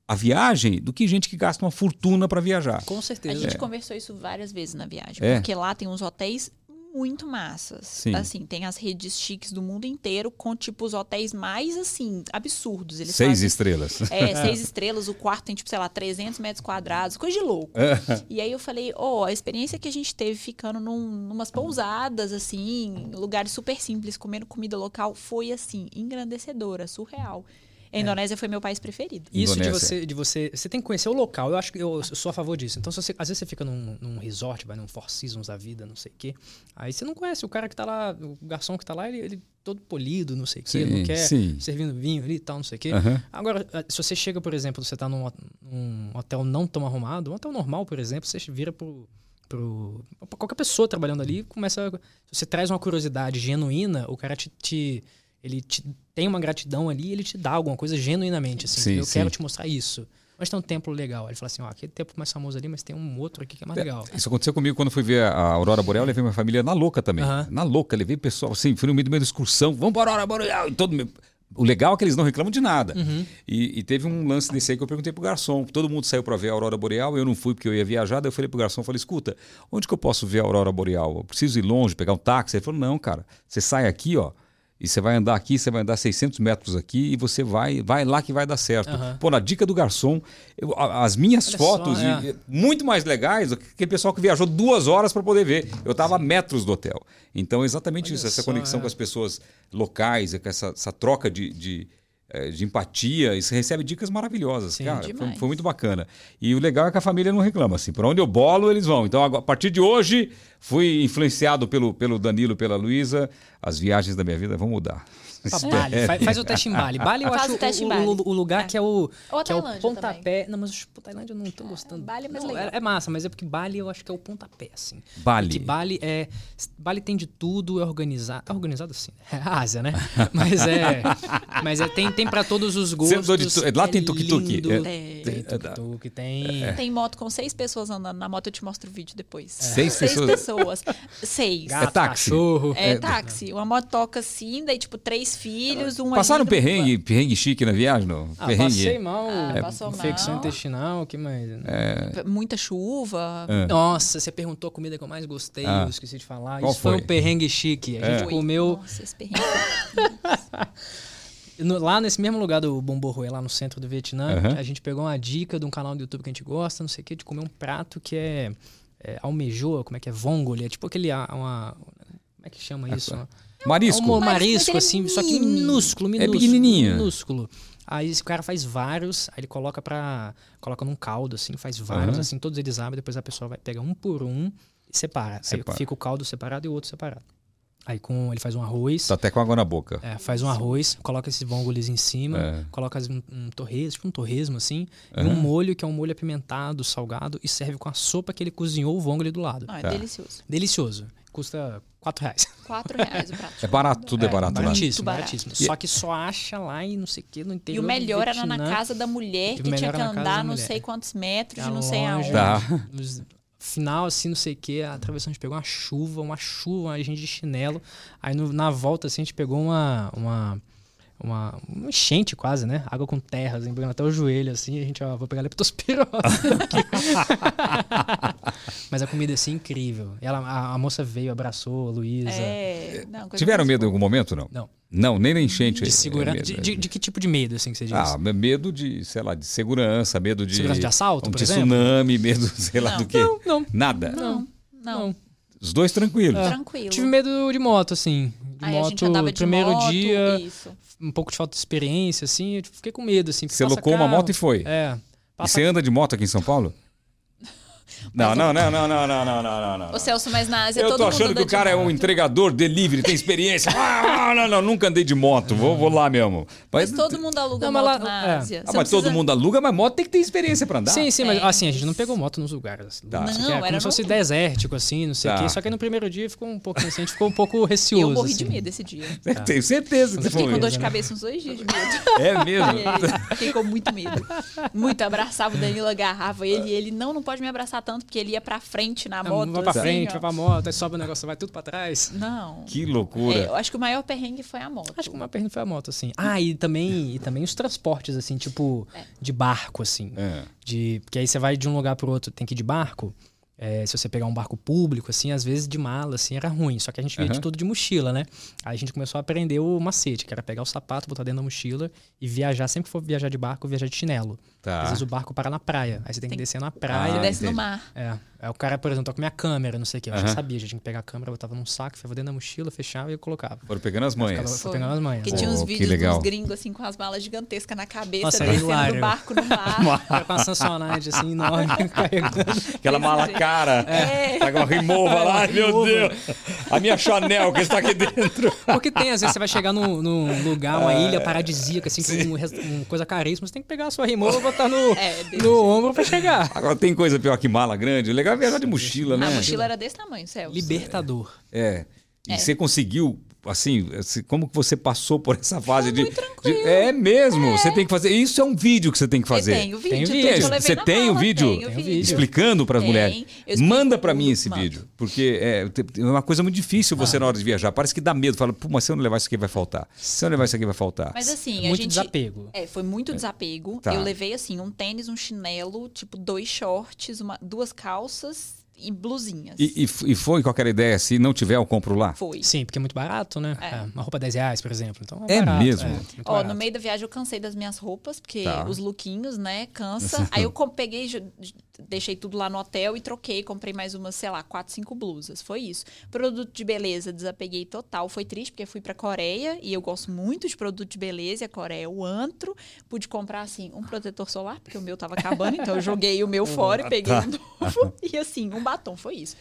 Speaker 1: a viagem do que gente que gasta uma fortuna para viajar.
Speaker 2: Com
Speaker 5: A
Speaker 2: certeza.
Speaker 5: gente conversou isso várias vezes na viagem,
Speaker 1: É.
Speaker 5: porque lá tem uns hotéis muito massas.
Speaker 1: Sim.
Speaker 5: Assim, tem as redes chiques do mundo inteiro com tipo os hotéis mais assim absurdos. Eles
Speaker 1: Seis
Speaker 5: fazem-
Speaker 1: estrelas.
Speaker 5: É, seis estrelas, o quarto tem, tipo, sei lá, 300 metros quadrados, coisa de louco.
Speaker 1: É.
Speaker 5: E aí eu falei, ó, a experiência que a gente teve ficando num, numas pousadas, assim, lugares super simples, comendo comida local, foi, assim, engrandecedora, surreal. A
Speaker 1: É.
Speaker 5: Indonésia foi meu país preferido.
Speaker 2: Isso de
Speaker 1: Indonésia.
Speaker 2: você, de você. Você tem que conhecer o local. Eu acho que eu, eu sou a favor disso. Então, se você, às vezes você fica num, num resort, vai num Four Seasons da vida, não sei o quê. Aí você não conhece o cara que tá lá, o garçom que tá lá, ele, ele todo polido, não sei o quê,
Speaker 1: Sim,
Speaker 2: não quer
Speaker 1: sim.
Speaker 2: servindo vinho ali e tal, não sei o quê.
Speaker 1: Aham.
Speaker 2: Agora, eh, se você chega, por exemplo, você tá num, hot- num hotel não tão arrumado, um hotel normal, por exemplo, você vira pro. Pro, pra qualquer pessoa trabalhando ali começa a- se você traz uma curiosidade genuína o cara te, te- ele te, tem uma gratidão ali e ele te dá alguma coisa genuinamente assim
Speaker 1: Sim,
Speaker 2: eu
Speaker 1: sim.
Speaker 2: quero te mostrar isso mas tem um templo legal Aí ele fala assim ó aquele templo mais famoso ali mas tem um outro aqui que é mais legal
Speaker 1: Isso aconteceu comigo quando eu fui ver a a Aurora Boreal, eu levei minha família na louca também.
Speaker 2: Aham.
Speaker 1: Na louca, levei pessoal assim, fui no meio de uma excursão, vamos para a Aurora Boreal. E todo... mundo- O legal é que eles não reclamam de nada. E, e teve um lance desse aí que eu perguntei pro garçom. Todo mundo saiu para ver a Aurora Boreal, eu não fui porque eu ia viajar, daí eu falei pro garçom, falei, escuta, onde que eu posso ver a Aurora Boreal? Eu preciso ir longe, pegar um táxi? Ele falou, não, cara, você sai aqui, ó, e você vai andar aqui, você vai andar 600 metros aqui e você vai vai lá que vai dar certo.
Speaker 2: Aham.
Speaker 1: Pô, na dica do garçom, eu- a- as minhas
Speaker 2: Olha
Speaker 1: fotos
Speaker 2: só,
Speaker 1: e-
Speaker 2: é.
Speaker 1: e- muito mais legais do que aquele pessoal que viajou duas horas para poder ver. Eu estava a metros do hotel. Então, é exatamente
Speaker 2: Olha
Speaker 1: isso, essa
Speaker 2: só,
Speaker 1: conexão
Speaker 2: é.
Speaker 1: com as pessoas locais, com essa, essa troca de, de, eh, de empatia. E você recebe dicas maravilhosas,
Speaker 2: Sim,
Speaker 1: cara. Foi,
Speaker 5: demais.
Speaker 1: foi muito bacana. E o legal é que a família não reclama. Assim, para onde eu bolo, eles vão. Então, agora, a partir de hoje, fui influenciado pelo, pelo Danilo, pela Luísa. As viagens da minha vida vão mudar.
Speaker 2: Pra Bali, faz, faz o teste em Bali. Bali eu
Speaker 5: Faz
Speaker 2: acho
Speaker 5: o teste
Speaker 2: o,
Speaker 5: em Bali.
Speaker 2: o- o lugar que é o,
Speaker 5: Ou a
Speaker 2: que é o
Speaker 5: Tailândia
Speaker 2: pontapé. Não, mas o Tailândia eu não tô gostando.
Speaker 5: Bali é mais
Speaker 2: Não,
Speaker 5: legal.
Speaker 2: É, é massa, mas é porque Bali eu acho que é o pontapé, assim.
Speaker 1: Bali.
Speaker 2: Que Bali é. Bali tem de tudo, é organizado. É organizado assim. É a Ásia, né? Mas é. mas é, tem, tem pra todos os
Speaker 1: Sempre
Speaker 2: gostos.
Speaker 1: dou de tu- lá tem tuk-tuk,
Speaker 2: lindo,
Speaker 1: é-
Speaker 5: tem-
Speaker 2: Tem tuk-tuk, tem.
Speaker 5: Tem moto com seis pessoas andando na moto, eu te mostro o vídeo depois.
Speaker 1: É. Seis pessoas-
Speaker 5: pessoas. Seis.
Speaker 2: Gato,
Speaker 1: É táxi.
Speaker 2: cachorro.
Speaker 5: É, táxi. Uma motoca assim, daí tipo três filhos, um
Speaker 1: Passaram
Speaker 5: ali,
Speaker 1: perrengue, perrengue chique na viagem? Não?
Speaker 2: né? Ah,
Speaker 1: perrengue.
Speaker 2: passei mal.
Speaker 1: É.
Speaker 5: Ah, passou
Speaker 2: infecção
Speaker 5: mal.
Speaker 2: intestinal, o que mais? né?
Speaker 5: Muita chuva.
Speaker 1: É.
Speaker 2: Nossa, você perguntou a comida que eu mais gostei,
Speaker 1: Ah.
Speaker 2: eu esqueci de falar.
Speaker 1: Qual
Speaker 2: Isso foi?
Speaker 1: foi? É.
Speaker 2: um perrengue chique. A gente
Speaker 5: Foi.
Speaker 2: comeu
Speaker 5: Nossa, esse perrengue.
Speaker 2: no- lá nesse mesmo lugar do Bomborroê, lá no centro do Vietnã.
Speaker 1: Aham.
Speaker 2: A gente pegou uma dica de um canal do YouTube que a gente gosta, não sei o que, de comer um prato que é, é almejoa, como é que é? Vongole. É tipo aquele. a- Uma, como é que chama isso?
Speaker 1: Marisco.
Speaker 2: Um
Speaker 5: Mas-
Speaker 2: marisco,
Speaker 5: mas ele é
Speaker 2: assim, só que
Speaker 5: mini.
Speaker 2: minúsculo, minúsculo.
Speaker 1: É pequenininho.
Speaker 2: Minúsculo. Aí esse cara faz vários, aí ele coloca para coloca num caldo, assim, faz vários,
Speaker 1: Aham.
Speaker 2: assim, todos eles abrem, depois a pessoa vai pegar um por um e separa.
Speaker 1: Separa.
Speaker 2: Aí fica o caldo separado e o outro separado. Aí com, ele faz um arroz.
Speaker 1: Tá até com água na boca.
Speaker 2: É, faz um arroz, coloca esses vongoles em cima,
Speaker 1: É.
Speaker 2: coloca as- um, um torresmo, tipo um torresmo assim, e um molho que é um molho apimentado, salgado, e serve com a sopa que ele cozinhou o vongole do lado.
Speaker 5: Não, é
Speaker 1: Tá.
Speaker 5: delicioso.
Speaker 2: Delicioso. Custa 4 reais.
Speaker 5: Quatro reais o prato.
Speaker 1: É barato, tudo é, barato lá.
Speaker 2: baratíssimo,
Speaker 5: barato.
Speaker 2: baratíssimo.
Speaker 1: E-
Speaker 2: Só que só acha lá e não sei o que, não
Speaker 5: E
Speaker 2: interior
Speaker 5: o
Speaker 2: do
Speaker 5: melhor era na
Speaker 2: um Vietnã,
Speaker 5: casa da mulher,
Speaker 2: E o
Speaker 5: que
Speaker 2: melhor
Speaker 5: tinha
Speaker 2: era
Speaker 5: que
Speaker 2: na casa
Speaker 5: andar
Speaker 2: da
Speaker 5: não
Speaker 2: mulher.
Speaker 5: sei quantos metros,
Speaker 2: Tá
Speaker 5: não sei
Speaker 2: longe.
Speaker 5: aonde.
Speaker 1: Tá.
Speaker 2: nos- Final, assim, não sei o que, atravessou, a gente pegou uma chuva, uma chuva, a gente de chinelo. Aí no- na volta, assim, a gente pegou uma, uma, uma, uma enchente quase, né? Água com terra, assim, pegando até o joelho, assim, e a gente, ó, vou pegar leptospirose. aqui. Mas a comida, assim, incrível. Ela, a, a moça veio, abraçou a Luísa.
Speaker 5: É, não, coisa
Speaker 1: Tiveram
Speaker 5: mais
Speaker 1: medo em algum momento, não?
Speaker 2: Não.
Speaker 1: Não, nem na enchente.
Speaker 2: De
Speaker 1: é- é
Speaker 2: segurança.
Speaker 1: medo,
Speaker 2: de,
Speaker 1: é-
Speaker 2: de- de que tipo de medo, assim, que você diz?
Speaker 1: Ah, me- medo de, sei lá, de segurança, medo de.
Speaker 2: Segurança de assalto,
Speaker 1: um
Speaker 2: por
Speaker 1: de
Speaker 2: exemplo?
Speaker 1: tsunami, medo, sei lá
Speaker 5: Não.
Speaker 1: do quê.
Speaker 2: Não, não, É.
Speaker 1: Nada.
Speaker 5: Não, não,
Speaker 2: não.
Speaker 1: Os dois tranquilos.
Speaker 5: tranquilo.
Speaker 2: Tive medo de moto, assim. De
Speaker 5: Aí
Speaker 2: moto,
Speaker 5: a gente andava de
Speaker 2: primeiro
Speaker 5: moto,
Speaker 2: dia.
Speaker 5: Isso.
Speaker 2: um pouco de falta de experiência, assim, eu fiquei com medo, assim. porque
Speaker 1: Você
Speaker 2: passa
Speaker 1: locou uma
Speaker 2: carro,
Speaker 1: moto e foi.
Speaker 2: É.
Speaker 1: E
Speaker 2: Passa
Speaker 1: você anda de moto aqui em São Paulo? Não, não, não, não, não, não, não, não, não, não.
Speaker 5: Ô, Celso, mas na Ásia
Speaker 1: Eu
Speaker 5: todo
Speaker 1: tô
Speaker 5: mundo
Speaker 1: achando que
Speaker 5: anda
Speaker 1: o cara
Speaker 5: de
Speaker 1: é um
Speaker 5: moto.
Speaker 1: entregador, delivery, tem experiência. Ah, não, não, nunca andei de moto. Vou, vou lá mesmo.
Speaker 5: Mas todo mundo aluga
Speaker 2: Não, mas
Speaker 5: moto
Speaker 2: lá- é.
Speaker 5: na Ásia.
Speaker 1: Ah,
Speaker 5: Você
Speaker 1: mas
Speaker 5: não
Speaker 1: todo
Speaker 5: precisa-
Speaker 1: mundo aluga, mas moto tem que ter experiência pra andar.
Speaker 2: Sim, sim, mas
Speaker 5: É.
Speaker 2: assim, a gente não pegou moto nos lugares. Assim,
Speaker 1: Tá.
Speaker 2: não sei o
Speaker 5: Não,
Speaker 2: que, era como
Speaker 5: era um
Speaker 2: se fosse
Speaker 5: no-
Speaker 2: desértico, assim, não sei o
Speaker 1: Tá.
Speaker 2: quê. Só que no primeiro dia ficou um pouquinho assim, a gente ficou um pouco receoso.
Speaker 5: Eu morri de
Speaker 2: assim.
Speaker 5: medo esse dia.
Speaker 1: É, Tenho certeza que você
Speaker 5: Fiquei
Speaker 1: foi.
Speaker 5: com dor de
Speaker 2: né?
Speaker 5: cabeça uns dois dias de medo.
Speaker 1: É mesmo.
Speaker 5: É, Fiquei com muito medo. Muito. Abraçava o Danilo, agarrava ele. E ele não, não pode me abraçar tanto, porque ele ia pra frente na
Speaker 2: Ah,
Speaker 5: moto.
Speaker 2: vai pra
Speaker 5: assim,
Speaker 2: frente,
Speaker 5: ó.
Speaker 2: vai pra moto, aí sobe o negócio, vai tudo pra trás.
Speaker 5: Não.
Speaker 1: Que
Speaker 5: É,
Speaker 1: loucura.
Speaker 5: eu acho que o maior perrengue foi a moto.
Speaker 2: Acho que uma perna foi a moto, assim. Ah, e também, e também os transportes, assim, tipo,
Speaker 5: É.
Speaker 2: de barco, assim.
Speaker 1: É.
Speaker 2: De, porque aí você vai de um lugar pro outro, tem que ir de barco. É, se você pegar um barco público, assim, às vezes de mala, assim, era ruim. Só que a gente via
Speaker 1: Aham.
Speaker 2: de tudo de mochila, né? Aí a gente começou a aprender o macete, que era pegar o sapato, botar dentro da mochila e viajar. Sempre que for viajar de barco, viajar de chinelo.
Speaker 1: Tá.
Speaker 2: Às vezes o barco para na praia. Aí você tem que
Speaker 5: Tem-
Speaker 2: descer na
Speaker 5: Você
Speaker 1: Ah,
Speaker 2: praia.
Speaker 5: desce
Speaker 1: entendi.
Speaker 5: no mar.
Speaker 2: É. Aí o cara, por exemplo, tá com minha câmera, não sei o quê. Eu já
Speaker 1: Aham.
Speaker 2: sabia, já tinha que pegar a câmera, botava num saco, ficava dentro da mochila, fechava e eu colocava.
Speaker 1: Foram pegando as
Speaker 2: Ficava
Speaker 1: manhas.
Speaker 2: foi pegando as manhas.
Speaker 5: Que
Speaker 1: Pô,
Speaker 5: tinha uns
Speaker 1: que
Speaker 5: vídeos
Speaker 1: legal.
Speaker 5: dos gringos, assim, com as malas gigantescas na cabeça,
Speaker 2: Nossa, era
Speaker 5: descendo
Speaker 2: hilário.
Speaker 5: do barco no mar.
Speaker 2: Era com a Samsonite, assim, enorme, carregando.
Speaker 1: Aquela mala cara.
Speaker 5: É.
Speaker 1: Tá com a remova lá. Ai, meu
Speaker 2: Remova.
Speaker 1: Deus. A minha Chanel que está aqui dentro.
Speaker 2: Porque tem, às vezes você vai chegar num, num lugar,
Speaker 1: Ah,
Speaker 2: uma
Speaker 1: é.
Speaker 2: ilha paradisíaca, assim, com um res- um coisa caríssima, você tem que pegar a sua remova e botar no,
Speaker 5: É, desse
Speaker 2: no ombro pra chegar.
Speaker 1: Agora tem coisa pior que mala grande. O legal é viajar de mochila, né?
Speaker 5: A mochila era desse tamanho, Celso.
Speaker 2: Libertador.
Speaker 1: É. E você conseguiu, assim, esse- como que você passou por essa fase de,
Speaker 5: tranquilo.
Speaker 1: de- É mesmo, você tem que fazer. Isso é um vídeo que você tem que
Speaker 5: Eu
Speaker 1: fazer.
Speaker 5: tenho o vídeo.
Speaker 2: Tem o
Speaker 5: tudo
Speaker 2: vídeo.
Speaker 5: que Então, tipo, eu
Speaker 1: Você
Speaker 5: levei na
Speaker 1: tem o
Speaker 5: mala,
Speaker 1: vídeo?
Speaker 5: Tenho o
Speaker 2: Tem um o
Speaker 5: vídeo.
Speaker 1: Explicando para as
Speaker 5: Tem.
Speaker 1: mulheres.
Speaker 5: Eu explico
Speaker 1: Manda para mim
Speaker 5: tudo,
Speaker 1: esse
Speaker 5: mando.
Speaker 1: vídeo, porque é, te- é uma coisa muito difícil você
Speaker 5: Ah.
Speaker 1: na hora de viajar. Parece que dá medo, fala, pô, mas se eu não levar isso aqui vai faltar. Se eu não levar isso aqui vai faltar.
Speaker 5: Mas assim, a
Speaker 2: É Muito
Speaker 5: gente.
Speaker 2: desapego.
Speaker 5: É, foi muito desapego.
Speaker 1: Tá.
Speaker 5: Eu levei, assim, um tênis, um chinelo, tipo, dois shorts, uma, duas calças e blusinhas.
Speaker 1: E, e f- e foi qualquer ideia, se não tiver, eu compro lá.
Speaker 5: Foi.
Speaker 2: Sim, porque é muito barato, né? É, uma roupa 10 reais, por exemplo. Então,
Speaker 1: É
Speaker 2: barato,
Speaker 1: mesmo?
Speaker 2: muito
Speaker 5: Ó,
Speaker 2: barato.
Speaker 5: no meio da viagem eu cansei das minhas roupas, porque
Speaker 1: Tá.
Speaker 5: os lookinhos, né, cansa. Aí eu com- peguei, ju- deixei tudo lá no hotel e troquei, comprei mais umas, sei lá, quatro, cinco blusas. Foi isso. Produto de beleza, desapeguei total. Foi triste, porque fui pra Coreia e eu gosto muito de produto de beleza. E a Coreia é o antro. Pude comprar, assim, um protetor solar, porque o meu tava acabando, então eu joguei o meu fora e
Speaker 1: Ah,
Speaker 5: peguei
Speaker 1: tá.
Speaker 5: um novo. E assim, um batom, foi isso.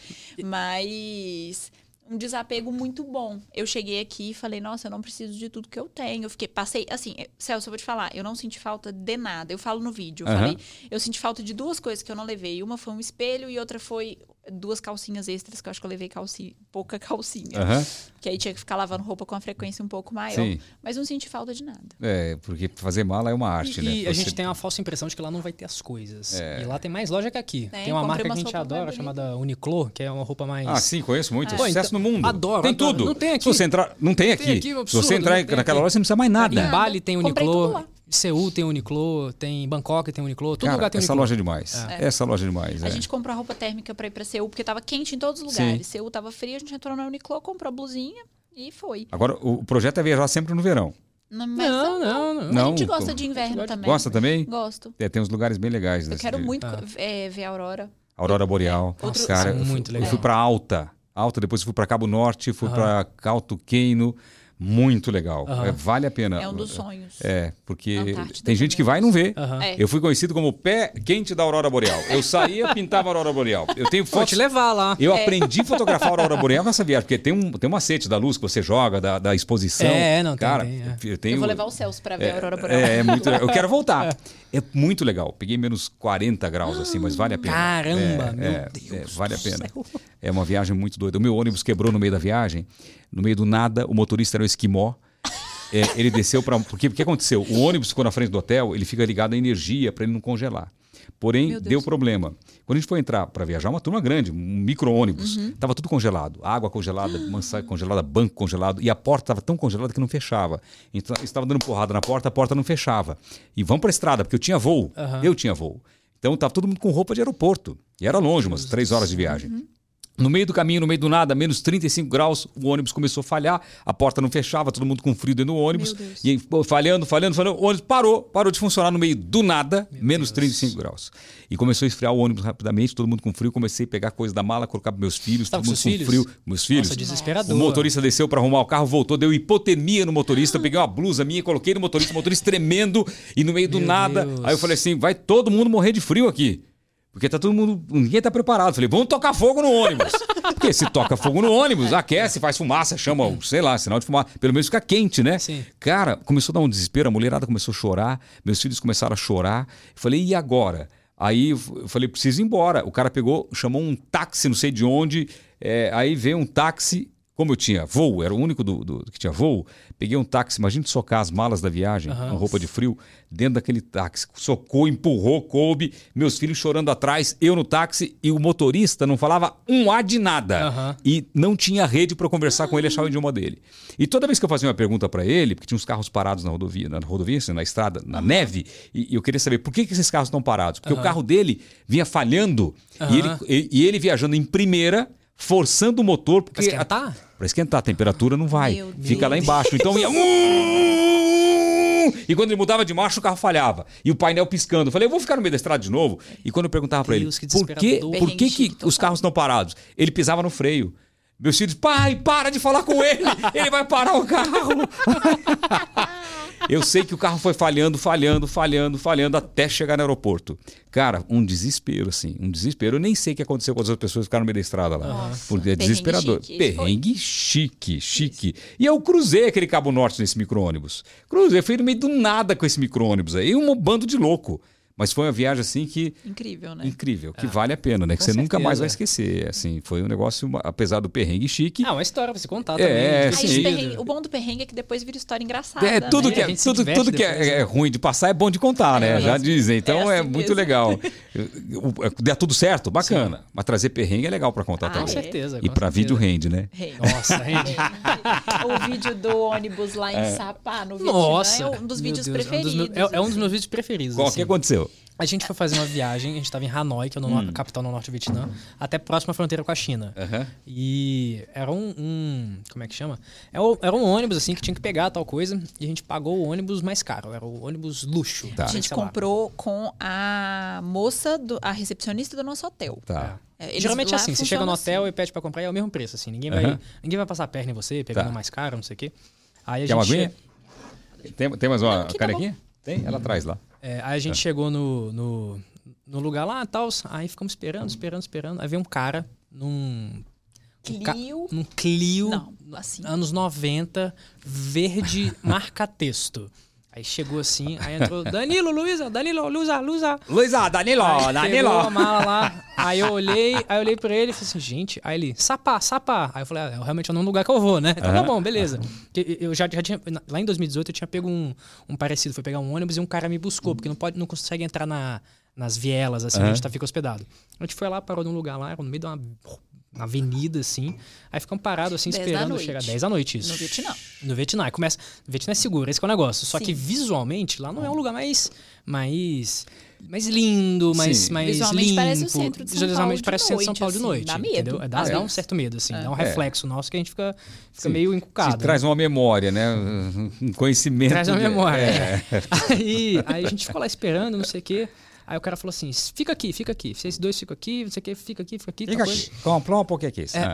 Speaker 5: Mas um desapego muito bom. Eu cheguei aqui e falei, nossa, eu não preciso de tudo que eu tenho. Eu fiquei, passei, assim, eh, Celso, eu vou te falar, eu não senti falta de nada. Eu falo no vídeo, eu
Speaker 1: Aham.
Speaker 5: falei, eu senti falta de duas coisas que eu não levei. Uma foi um espelho e outra foi duas calcinhas extras, que eu acho que eu levei calcinha, pouca calcinha.
Speaker 1: Aham.
Speaker 5: Que aí tinha que ficar lavando roupa com uma frequência um pouco maior.
Speaker 1: Ah. Sim.
Speaker 5: Mas não senti falta de nada.
Speaker 1: É, porque fazer mala é uma arte,
Speaker 2: E,
Speaker 1: né?
Speaker 2: e
Speaker 1: Você-
Speaker 2: a
Speaker 1: É.
Speaker 2: gente tem uma falsa impressão de que lá não vai ter as coisas. E lá tem mais loja que aqui.
Speaker 5: Tem,
Speaker 2: tem uma
Speaker 5: comprei
Speaker 2: marca que a
Speaker 5: umas
Speaker 2: gente
Speaker 5: roupas mais
Speaker 2: adora,
Speaker 5: bonitas.
Speaker 2: chamada Uniqlo, que é uma roupa mais...
Speaker 1: Ah, sim, conheço muito.
Speaker 2: É. Pô,
Speaker 1: Sucesso
Speaker 2: então,
Speaker 1: no mundo.
Speaker 2: adoro,
Speaker 1: Tem
Speaker 2: adoro.
Speaker 1: tudo.
Speaker 2: Não tem aqui.
Speaker 1: Se você entrar, não tem aqui.
Speaker 2: tem aqui, é um
Speaker 1: Se você
Speaker 2: absurdo,
Speaker 1: entrar
Speaker 2: não tem
Speaker 1: naquela
Speaker 2: aqui.
Speaker 1: loja, você não precisa mais nada.
Speaker 2: Em Bali tem
Speaker 5: Comprei tudo
Speaker 2: Uniqlo,
Speaker 5: lá.
Speaker 2: em Seul tem Uniqlo, tem em Bangkok tem Uniqlo, todo
Speaker 1: Cara,
Speaker 2: lugar tem
Speaker 1: essa
Speaker 2: Uniqlo.
Speaker 1: loja é demais. Essa loja é demais.
Speaker 5: A
Speaker 1: é.
Speaker 5: gente comprou a roupa térmica pra ir pra Seul, porque tava quente em todos os lugares. Seul tava frio, a gente entrou na Uniqlo, comprou a blusinha e foi.
Speaker 1: Agora, o o projeto é viajar sempre no verão.
Speaker 5: Não, mas
Speaker 2: Não, não, não.
Speaker 5: a
Speaker 1: Não,
Speaker 5: gente gosta
Speaker 1: como-
Speaker 5: de inverno também.
Speaker 1: Gosta também?
Speaker 5: Gosto.
Speaker 1: É, tem uns lugares bem legais.
Speaker 5: Eu
Speaker 1: nesse
Speaker 5: quero
Speaker 1: de-
Speaker 5: muito
Speaker 2: Ah.
Speaker 5: eh, ver a Aurora.
Speaker 1: Aurora Boreal.
Speaker 5: Outro-
Speaker 1: Cara,
Speaker 2: Nossa,
Speaker 1: eu fui-
Speaker 2: muito
Speaker 1: Eu
Speaker 2: legal.
Speaker 1: fui pra Alta. Alta, depois fui pra Cabo Norte, fui pra Calto Queino. Muito legal.
Speaker 2: Aham.
Speaker 1: É, vale a pena.
Speaker 5: É um dos sonhos.
Speaker 1: É, porque
Speaker 5: Antártida
Speaker 1: tem gente
Speaker 5: também.
Speaker 1: que vai e não vê.
Speaker 2: Aham.
Speaker 5: É.
Speaker 1: Eu fui conhecido como o pé quente da aurora boreal. Eu saía, pintava a aurora boreal. Eu tenho
Speaker 2: Vou
Speaker 1: fotos
Speaker 2: te levar lá.
Speaker 1: Eu
Speaker 5: É.
Speaker 1: aprendi a fotografar a aurora boreal nessa viagem, porque tem um, tem um macete da luz que você joga, da, da exposição.
Speaker 2: É, não, tem,
Speaker 1: Cara,
Speaker 2: tem, é.
Speaker 1: eu tenho...
Speaker 5: Eu vou levar o Celso pra ver a Aurora Boreal.
Speaker 1: é, é muito Eu quero voltar. É muito legal. Peguei menos 40 graus, assim, mas vale a pena.
Speaker 2: Caramba,
Speaker 1: É,
Speaker 2: meu
Speaker 1: é,
Speaker 2: Deus.
Speaker 1: é,
Speaker 2: do
Speaker 1: vale a pena.
Speaker 2: céu.
Speaker 1: É uma viagem muito doida. O meu ônibus quebrou no meio da viagem. No meio do nada, o motorista era um esquimó. É, ele desceu para. Porque o que aconteceu? O ônibus ficou na frente do hotel, ele fica ligado à energia para ele não congelar. Porém,
Speaker 5: Meu Deus.
Speaker 1: deu problema. Quando a gente foi entrar para viajar, uma turma grande, um micro-ônibus,
Speaker 5: Uhum.
Speaker 1: estava tudo congelado. Água congelada, mansagem congelada, banco congelado. E a porta estava tão congelada que não fechava. Então, eu estava dando porrada na porta, a porta não fechava. E vamos para a estrada, porque eu tinha voo.
Speaker 2: Aham.
Speaker 1: Eu tinha voo. Então, estava todo mundo com roupa de aeroporto. E era longe, umas três horas de viagem.
Speaker 5: Uhum.
Speaker 1: No meio do caminho, no meio do nada, menos 35 graus, o ônibus começou a falhar, a porta não fechava, todo mundo com frio dentro do ônibus.
Speaker 5: Meu Deus.
Speaker 1: E aí, pô, falhando, falhando, falhando, o ônibus parou, parou de funcionar no meio do nada, menos 35 graus. E começou a esfriar o ônibus rapidamente, todo mundo com frio, comecei a pegar coisa da mala, colocar para meus filhos,
Speaker 2: Tava
Speaker 1: todo
Speaker 2: com
Speaker 1: mundo com
Speaker 2: seus filhos?
Speaker 1: frio. Meus filhos.
Speaker 2: Nossa, desesperador.
Speaker 1: o motorista desceu para arrumar o carro, voltou, deu hipotermia no motorista, eu peguei uma blusa minha, coloquei no motorista, o motorista tremendo e no meio do
Speaker 2: Meu
Speaker 1: nada.
Speaker 2: Deus.
Speaker 1: Aí eu falei assim, vai todo mundo morrer de frio aqui. Porque tá todo mundo, ninguém tá preparado. Falei, vamos tocar fogo no ônibus. Porque se toca fogo no ônibus, aquece, faz fumaça, chama, o- sei lá, sinal de fumaça. Pelo menos fica quente, né?
Speaker 2: Sim.
Speaker 1: Cara, começou a dar um desespero, a mulherada começou a chorar, meus filhos começaram a chorar. Eu falei, e agora? Aí eu f- eu falei, preciso ir embora. O cara pegou, chamou um táxi, não sei de onde. é, aí veio um táxi, como eu tinha voo, era o único do, do- que tinha voo. Peguei um táxi, imagina socar as malas da viagem,
Speaker 2: Aham.
Speaker 1: uma roupa de frio, dentro daquele táxi. Socou, empurrou, coube, meus filhos chorando atrás, eu no táxi e o motorista não falava um A de nada
Speaker 2: Aham.
Speaker 1: e não tinha rede para conversar com ele, achar o idioma dele. E toda vez que eu fazia uma pergunta para ele, porque tinha uns carros parados na rodovia, na rodovia, assim, na estrada, na neve, e, e eu queria saber por que, que esses carros estão parados. Porque o carro dele vinha falhando e, ele,
Speaker 2: Aham.
Speaker 1: e- e ele viajando em primeira, forçando o motor. Porque
Speaker 2: Pra esquentar?
Speaker 1: Pra esquentar, a temperatura não vai.
Speaker 5: Meu
Speaker 1: Fica lá
Speaker 5: Deus.
Speaker 1: embaixo. Então ia. "Uh!" E quando ele mudava de marcha, o carro falhava. E o painel piscando. Eu falei, eu vou ficar no meio da estrada de novo. E quando eu perguntava pra ele,
Speaker 2: Deus, que
Speaker 1: por que,
Speaker 2: desesperador.
Speaker 1: por que,
Speaker 5: Perrengue
Speaker 1: que
Speaker 5: chique
Speaker 1: os
Speaker 5: total.
Speaker 1: carros estão parados? Ele pisava no freio. Meus filhos, pai, para de falar com ele! Ele vai parar o carro! Eu sei que o carro foi falhando, falhando, falhando, falhando até chegar no aeroporto. Cara, um desespero, assim, um desespero. Eu nem sei o que aconteceu com as outras pessoas que ficaram no meio da estrada lá.
Speaker 5: Nossa,
Speaker 1: porque é
Speaker 5: perrengue
Speaker 1: desesperador.
Speaker 5: chique.
Speaker 1: Perrengue chique, chique. E eu cruzei aquele Cabo Norte nesse micro-ônibus. Cruzei, fui no meio do nada com esse micro-ônibus aí, um bando de louco. Mas foi uma viagem assim que
Speaker 5: Incrível, né?
Speaker 1: incrível, que vale a pena, né? Que
Speaker 2: É. com
Speaker 1: você nunca mais
Speaker 2: certeza.
Speaker 1: vai esquecer. Assim, foi um negócio, uma- apesar do perrengue chique,
Speaker 2: Ah, uma história pra se contar
Speaker 1: É,
Speaker 2: também. tipo
Speaker 1: é,
Speaker 2: divertido.
Speaker 5: Aí,
Speaker 1: sim.
Speaker 5: o, perrengue- o bom do perrengue é que depois vira história engraçada.
Speaker 1: É, tudo
Speaker 5: né?
Speaker 1: que,
Speaker 2: A
Speaker 1: é,
Speaker 2: gente se
Speaker 1: tudo,
Speaker 2: diverte
Speaker 1: tudo que
Speaker 2: depois,
Speaker 1: é,
Speaker 2: né?
Speaker 1: é ruim de passar é bom de contar, né?
Speaker 2: É,
Speaker 1: Já
Speaker 2: isso.
Speaker 1: dizem. Então
Speaker 5: É
Speaker 1: é,
Speaker 5: assim
Speaker 1: muito
Speaker 5: mesmo.
Speaker 1: legal. O- o- Der tudo certo, bacana. Mas trazer perrengue é legal pra contar
Speaker 5: Ah,
Speaker 2: Com
Speaker 1: também.
Speaker 5: é.
Speaker 2: certeza.
Speaker 1: E
Speaker 2: com
Speaker 1: pra
Speaker 2: certeza.
Speaker 1: vídeo rende, né?
Speaker 5: Hey.
Speaker 2: Nossa, rende.
Speaker 5: o vídeo do ônibus lá em Sapá, no Vietnã,
Speaker 2: Nossa.
Speaker 5: é um dos
Speaker 2: Meu Deus,
Speaker 5: vídeos
Speaker 2: é um
Speaker 5: preferidos. assim.
Speaker 2: dos meus- é, é um dos meus vídeos preferidos.
Speaker 1: Qual
Speaker 2: assim.
Speaker 1: que aconteceu?
Speaker 2: A gente foi fazer uma viagem, a gente tava em Hanoi, que é o
Speaker 1: Hum.
Speaker 2: no- a capital no norte do Vietnã, até próxima à fronteira com a China.
Speaker 1: É.
Speaker 2: E era um, um- Como é que chama? É o- Era um ônibus, assim, que tinha que pegar tal coisa. E a gente pagou o ônibus mais caro. Era o ônibus luxo.
Speaker 1: Tá.
Speaker 5: A gente
Speaker 2: Ah, sei lá.
Speaker 5: comprou com a moça, do, a recepcionista do nosso hotel.
Speaker 1: Tá.
Speaker 5: É, eles
Speaker 2: Geralmente é
Speaker 5: lá
Speaker 2: assim, você
Speaker 5: funcionam
Speaker 2: chega no
Speaker 5: assim.
Speaker 2: hotel e pede pra comprar e é o mesmo preço, assim. Ninguém,
Speaker 1: Aham.
Speaker 2: vai, ninguém vai passar a perna em você, pegando
Speaker 1: Tá.
Speaker 2: mais caro, não sei o quê. Aí a
Speaker 1: Quer uma
Speaker 2: gente.
Speaker 1: aguinha? Tem, tem mais uma
Speaker 5: Não, aqui tá
Speaker 1: canequinha? Tem? Ela traz lá.
Speaker 2: É, aí a
Speaker 1: Tá.
Speaker 2: gente chegou no, no, no lugar lá e tal. Aí ficamos
Speaker 5: Hum.
Speaker 2: esperando, esperando, esperando. Aí veio um cara num. um ca-
Speaker 5: assim, Clio.
Speaker 2: num Clio.
Speaker 5: Não, assim.
Speaker 2: Anos 90, verde marca-texto. Aí chegou assim, aí entrou Danilo, Luísa, Danilo, Luísa, Luísa.
Speaker 1: Luísa, Danilo,
Speaker 2: Aí pegou a mala lá, aí eu olhei, aí eu olhei pra ele e falei assim, gente, aí ele, sapá, sapá. Aí eu falei, ah, eu realmente é o nome do lugar que eu vou, né? Então tá
Speaker 1: Aham.
Speaker 2: bom, beleza. Que Eu já, já tinha, lá em 2018 eu tinha pego um, um parecido, foi pegar um ônibus e um cara me buscou, porque não, pode, não consegue entrar na, nas vielas, assim, onde tá, fica hospedado. A gente foi lá, parou num lugar lá, era no meio de uma, uma avenida, assim, aí ficamos parados, assim,
Speaker 5: Dez da
Speaker 2: esperando
Speaker 5: noite.
Speaker 2: chegar 10 da noite, isso.
Speaker 5: No Vietnã.
Speaker 2: No Vietnã, aí começa. O Vietnã é seguro, esse que é o negócio. Só
Speaker 5: Sim.
Speaker 2: que visualmente lá não é um lugar mais. mais. mais lindo, mais,
Speaker 1: Sim.
Speaker 2: mais
Speaker 5: Visualmente
Speaker 2: limpo.
Speaker 5: parece o centro de São
Speaker 2: Visualmente
Speaker 5: Paulo de
Speaker 2: parece o centro de São
Speaker 5: noite,
Speaker 2: Paulo de
Speaker 5: assim,
Speaker 2: noite.
Speaker 5: dá medo.
Speaker 2: Entendeu? Dá,
Speaker 1: É.
Speaker 2: dá um certo medo, assim. Dá um
Speaker 1: É.
Speaker 2: reflexo nosso que a gente fica,
Speaker 1: Sim.
Speaker 2: fica meio
Speaker 1: Se
Speaker 2: encucado.
Speaker 1: traz uma memória, né? Um conhecimento.
Speaker 2: Traz uma
Speaker 1: de-
Speaker 2: memória.
Speaker 1: É.
Speaker 2: Aí, aí a gente ficou lá esperando, não sei o quê. Aí o cara falou assim: fica aqui, fica aqui. Vocês dois ficam aqui, não sei o que, fica aqui, fica aqui. tal
Speaker 6: Fica
Speaker 2: coisa.
Speaker 6: aqui. Compra um pouquinho aqui. É.
Speaker 1: Ah.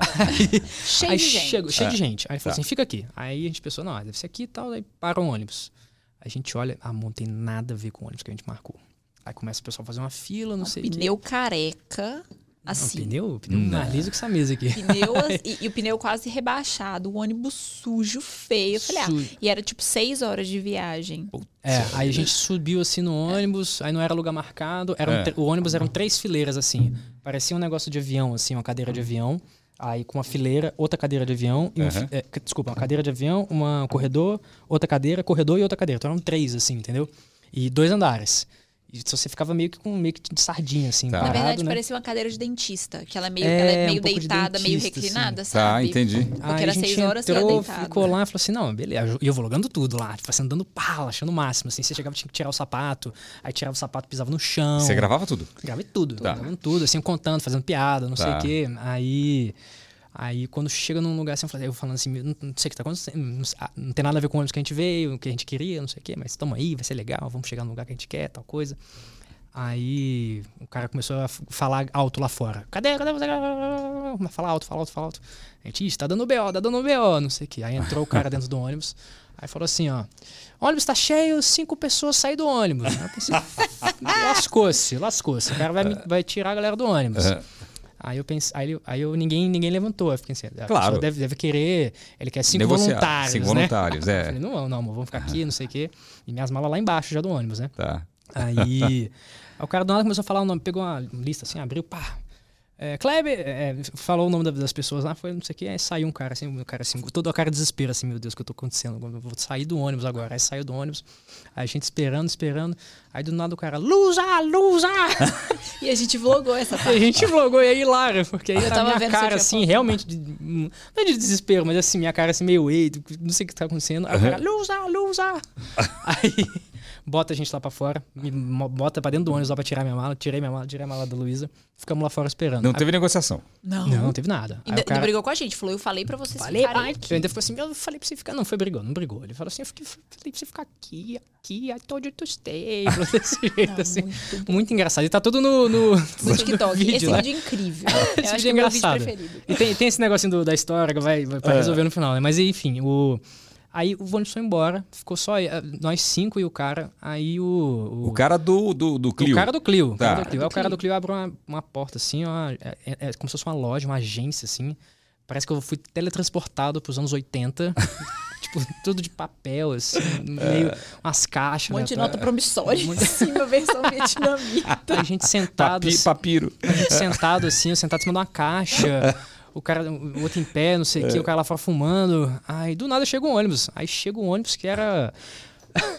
Speaker 5: Cheio
Speaker 2: Aí
Speaker 5: de gente.
Speaker 2: chegou, cheio de gente. Aí ele falou
Speaker 6: Tá.
Speaker 2: assim, fica aqui. Aí a gente pensou, não, deve ser aqui e tal. Aí para o ônibus. A gente olha, ah, não tem nada a ver com o ônibus que a gente marcou. Aí começa o pessoal a fazer uma fila, não sei o quê.
Speaker 5: Um Pneu careca,
Speaker 2: Não,
Speaker 5: assim.
Speaker 2: pneu, pneu mais liso que essa mesa aqui.
Speaker 5: pneu as- e, e o pneu quase rebaixado, o ônibus sujo, feio. Eu falei, ah,
Speaker 2: Sujo.
Speaker 5: e era tipo seis horas de viagem.
Speaker 2: É, aí a gente subiu assim no ônibus, aí não era lugar marcado, eram
Speaker 1: É.
Speaker 2: tre- o ônibus eram três fileiras assim. Parecia um negócio de avião, assim, uma cadeira de avião. Aí com uma fileira, outra cadeira de avião, e um fi-
Speaker 1: Aham.
Speaker 2: é, que- desculpa, uma cadeira de avião, uma corredor, outra cadeira, corredor e outra cadeira. Então eram três, assim, entendeu? E dois andares. E se você ficava meio que com meio que de sardinha, assim,
Speaker 1: Tá.
Speaker 5: Na
Speaker 2: parado,
Speaker 5: verdade,
Speaker 2: né?
Speaker 5: parecia uma cadeira de dentista, que ela é meio,
Speaker 2: É,
Speaker 5: ela é
Speaker 2: um
Speaker 5: meio
Speaker 2: pouco de
Speaker 5: deitada, meio
Speaker 2: dentista, assim.
Speaker 5: reclinada,
Speaker 1: Tá,
Speaker 5: sabe?
Speaker 1: entendi.
Speaker 5: Porque
Speaker 2: Aí
Speaker 5: era
Speaker 2: a gente
Speaker 5: seis horas,
Speaker 2: entrou,
Speaker 5: você era deitado. né?
Speaker 2: ficou lá e falou assim, não, beleza. E eu vou logando tudo lá, tipo, assim, andando pala, achando o máximo, assim. Você chegava, tinha que tirar o sapato, aí tirava o sapato, pisava no chão.
Speaker 1: Você gravava tudo.
Speaker 2: Gravei tudo,
Speaker 1: Tá.
Speaker 2: gravando tudo, assim, contando, fazendo piada, não
Speaker 1: Tá.
Speaker 2: sei o quê. Aí, aí quando chega num lugar assim, eu falo- eu falando assim, não, não sei o que tá acontecendo, não, sei- ah, não tem nada a ver com o ônibus que a gente veio, o que a gente queria, não sei o quê, mas estamos aí, vai ser legal, vamos chegar no lugar que a gente quer, tal coisa. Aí o cara começou a f- falar alto lá fora. Cadê? Cadê você? Mas Fala alto, fala alto, fala alto. A gente, "Ixi, tá dando BO, tá dando BO, não sei o quê. Aí entrou o cara dentro do ônibus. Aí falou assim, ó. Ônibus tá cheio, cinco pessoas saem do ônibus. Aí eu pensei,
Speaker 1: Ah.
Speaker 2: lascou-se, lascou-se. O cara vai,
Speaker 1: É.
Speaker 2: me- vai tirar a galera do ônibus.
Speaker 1: Aham.
Speaker 2: Aí eu pensei, aí, eu- aí eu, ninguém, ninguém levantou. Eu fiquei assim, a
Speaker 1: Claro.
Speaker 2: pessoa deve, deve querer, ele quer cinco
Speaker 1: Negociar,
Speaker 2: voluntários,
Speaker 1: cinco
Speaker 2: né?
Speaker 1: voluntários, é.
Speaker 2: Eu falei, não, não, amor, vamos ficar aqui, não sei o quê. E minhas malas lá embaixo já do ônibus, né?
Speaker 1: Tá.
Speaker 2: Aí, aí o cara do nada começou a falar o nome, pegou uma lista assim, abriu, pá. É, Kleber, é, falou o nome da- das pessoas lá, foi não sei o que, aí saiu um cara assim, um cara assim, com toda a cara de desespero, assim, meu Deus, o que eu tô acontecendo? Eu Vou sair do ônibus agora. Aí saiu do ônibus, aí a gente esperando, esperando, aí do nada o cara, lusa, lusa!
Speaker 5: E a gente vlogou essa
Speaker 2: e a
Speaker 5: parte.
Speaker 2: gente vlogou, e aí hilário, porque aí
Speaker 5: Eu
Speaker 2: eu
Speaker 5: tava
Speaker 2: tava minha
Speaker 5: vendo que você
Speaker 2: cara
Speaker 5: tinha
Speaker 2: assim,
Speaker 5: postado.
Speaker 2: realmente, de- não é de desespero, mas assim, minha cara assim, meio ei, não sei o que tá acontecendo. Aí o cara, lusa, lusa! Aí bota a gente lá pra fora, me mo- bota pra dentro do ônibus lá pra tirar minha mala, tirei minha mala, tirei a mala da Luísa, ficamos lá fora esperando.
Speaker 1: Não
Speaker 2: Aí-
Speaker 1: teve negociação.
Speaker 5: Não.
Speaker 2: não, não teve nada. Aí
Speaker 5: Ainda,
Speaker 2: o cara-
Speaker 5: ainda brigou com a gente, falou, eu falei pra vocês
Speaker 2: Falei,
Speaker 5: ficarem
Speaker 2: ai,
Speaker 5: aqui.
Speaker 2: eu ainda falei assim, eu falei pra você ficar. Não, foi brigou, não brigou. Ele falou assim, eu fiquei- falei pra você ficar aqui, aqui, aí todo eu tostei. falou Desse jeito, assim. Muito, engraçado. E tá tudo no, no,
Speaker 5: Tá No TikTok.
Speaker 2: vídeo,
Speaker 5: Esse
Speaker 2: né?
Speaker 5: vídeo é incrível. eu acho
Speaker 2: vídeo é
Speaker 5: que é meu vídeo
Speaker 2: engraçado.
Speaker 5: preferido.
Speaker 2: E tem, tem esse negocinho do- da história que vai, vai pra
Speaker 1: É.
Speaker 2: resolver no final, né? Mas enfim, o. Aí o ônibus foi embora, ficou só eh, nós cinco e o cara. Aí o.
Speaker 1: O cara do, do, do Clio.
Speaker 2: O cara do Clio. O cara
Speaker 1: Tá.
Speaker 2: do Clio. Aí o cara do Clio abre uma, uma porta assim, ó. É, é como se fosse uma loja, uma agência, assim. Parece que eu fui teletransportado pros anos 80. tipo, tudo de papel, assim,
Speaker 1: É.
Speaker 2: meio umas caixas.
Speaker 5: Um monte de
Speaker 2: né?
Speaker 5: nota promissória em cima, versão vietnamita.
Speaker 2: A gente sentado.
Speaker 1: Papi,
Speaker 2: assim,
Speaker 1: papiro.
Speaker 2: a gente sentado assim, eu sentado em cima de uma caixa. O cara, o outro em pé, não sei
Speaker 5: É.
Speaker 2: o que, o cara lá fora fumando. Aí do nada chega um ônibus. Aí chega um ônibus que era.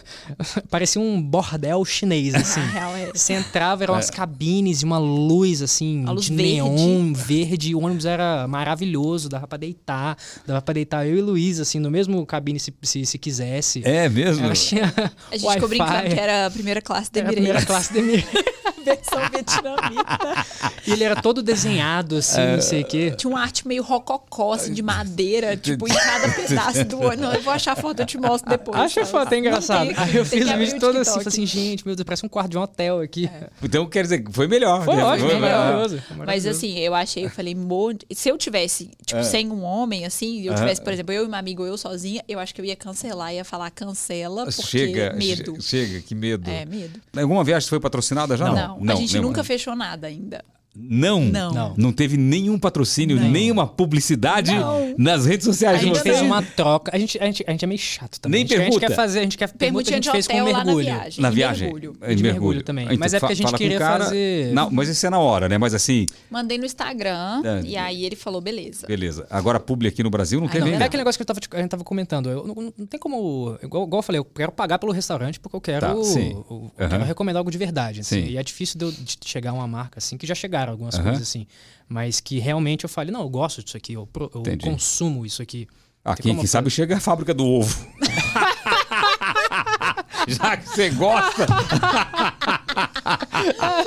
Speaker 2: Parecia um bordel chinês, assim.
Speaker 5: Na real, é.
Speaker 2: Você entrava, eram umas cabines e uma luz, assim,
Speaker 5: A luz
Speaker 2: de
Speaker 5: verde.
Speaker 2: neon verde. O ônibus era maravilhoso, dava pra deitar. Dava pra deitar eu e Luiz, assim, no mesmo cabine, se, se, se quisesse.
Speaker 1: É mesmo?
Speaker 2: Ela tinha
Speaker 5: A gente ficou brincando que era a primeira classe da
Speaker 2: É a primeira
Speaker 5: Emirates.
Speaker 2: classe de mim.
Speaker 5: Versão vietnamita.
Speaker 2: E ele era todo desenhado, assim, não sei o quê.
Speaker 5: Tinha uma arte meio rococó, assim, de madeira, tipo, em cada pedaço do ônibus. Não, eu vou achar a foto, eu te mostro depois.
Speaker 2: Acho
Speaker 5: sabe?
Speaker 2: foto, é
Speaker 5: Não
Speaker 2: engraçado.
Speaker 5: tem,
Speaker 2: Aí eu
Speaker 5: tem que
Speaker 2: fiz o
Speaker 5: abrir
Speaker 2: vídeo todo assim,
Speaker 5: TikTok. É.
Speaker 2: falei assim, gente, meu Deus, parece um quarto de um hotel aqui.
Speaker 1: Então quer dizer que foi melhor.
Speaker 2: Foi
Speaker 1: né?
Speaker 2: ótimo, foi maravilhoso. foi
Speaker 5: Mas
Speaker 2: tipo, maravilhoso.
Speaker 5: assim, eu achei, eu falei, "Mo- se eu tivesse,
Speaker 1: É.
Speaker 5: tipo, sem um homem, assim, eu tivesse, por exemplo, eu e uma amiga ou eu sozinha, eu acho que eu ia cancelar, ia falar cancela, porque
Speaker 1: Ah, Chega,
Speaker 5: medo.
Speaker 1: che- chega, que medo.
Speaker 5: É, medo.
Speaker 1: Alguma viagem foi patrocinada já?
Speaker 5: Não, a gente
Speaker 1: nenhuma.
Speaker 5: nunca fechou nada ainda.
Speaker 1: Não.
Speaker 5: Não.
Speaker 1: Não.
Speaker 5: Não.
Speaker 1: teve nenhum patrocínio, nenhuma publicidade
Speaker 5: Não.
Speaker 1: nas redes sociais
Speaker 2: a
Speaker 1: de
Speaker 2: gente
Speaker 1: vocês.
Speaker 2: fez uma troca. A gente, a, gente, a gente é meio chato também.
Speaker 1: Nem
Speaker 2: a gente, A gente
Speaker 1: permuta?
Speaker 2: quer fazer, a gente quer permuta, a gente
Speaker 5: de
Speaker 2: fez com
Speaker 5: hotel lá na
Speaker 2: mergulho.
Speaker 5: viagem.
Speaker 1: Na
Speaker 5: E
Speaker 1: viagem.
Speaker 5: mergulho.
Speaker 1: É,
Speaker 2: De mergulho também. Mas é porque a gente
Speaker 1: fala com o
Speaker 2: queria
Speaker 1: cara-
Speaker 2: fazer-
Speaker 1: Não, mas isso é na hora, né? Mas assim,
Speaker 5: Mandei no Instagram
Speaker 1: É.
Speaker 5: e aí ele falou, beleza.
Speaker 1: beleza. Agora, publi aqui no Brasil não quer
Speaker 5: não,
Speaker 1: nem.
Speaker 2: É aquele negócio que eu tava, te- a gente tava comentando. Eu, não, não tem como. Igual, igual eu falei, eu quero pagar pelo restaurante porque eu quero.
Speaker 1: Tá, sim.
Speaker 2: eu- eu
Speaker 1: Aham.
Speaker 2: quero recomendar algo de verdade. assim.
Speaker 1: Sim.
Speaker 2: E é difícil de eu de chegar a uma marca assim, que já chegaram algumas
Speaker 1: Aham.
Speaker 2: coisas assim. Mas que realmente eu fale, não, eu gosto disso aqui, eu, pro- eu
Speaker 1: Entendi.
Speaker 2: consumo isso aqui.
Speaker 1: Ah, quem,
Speaker 2: Tem Tipo, como
Speaker 1: quem sabe chega a fábrica do ovo. Já que você gosta.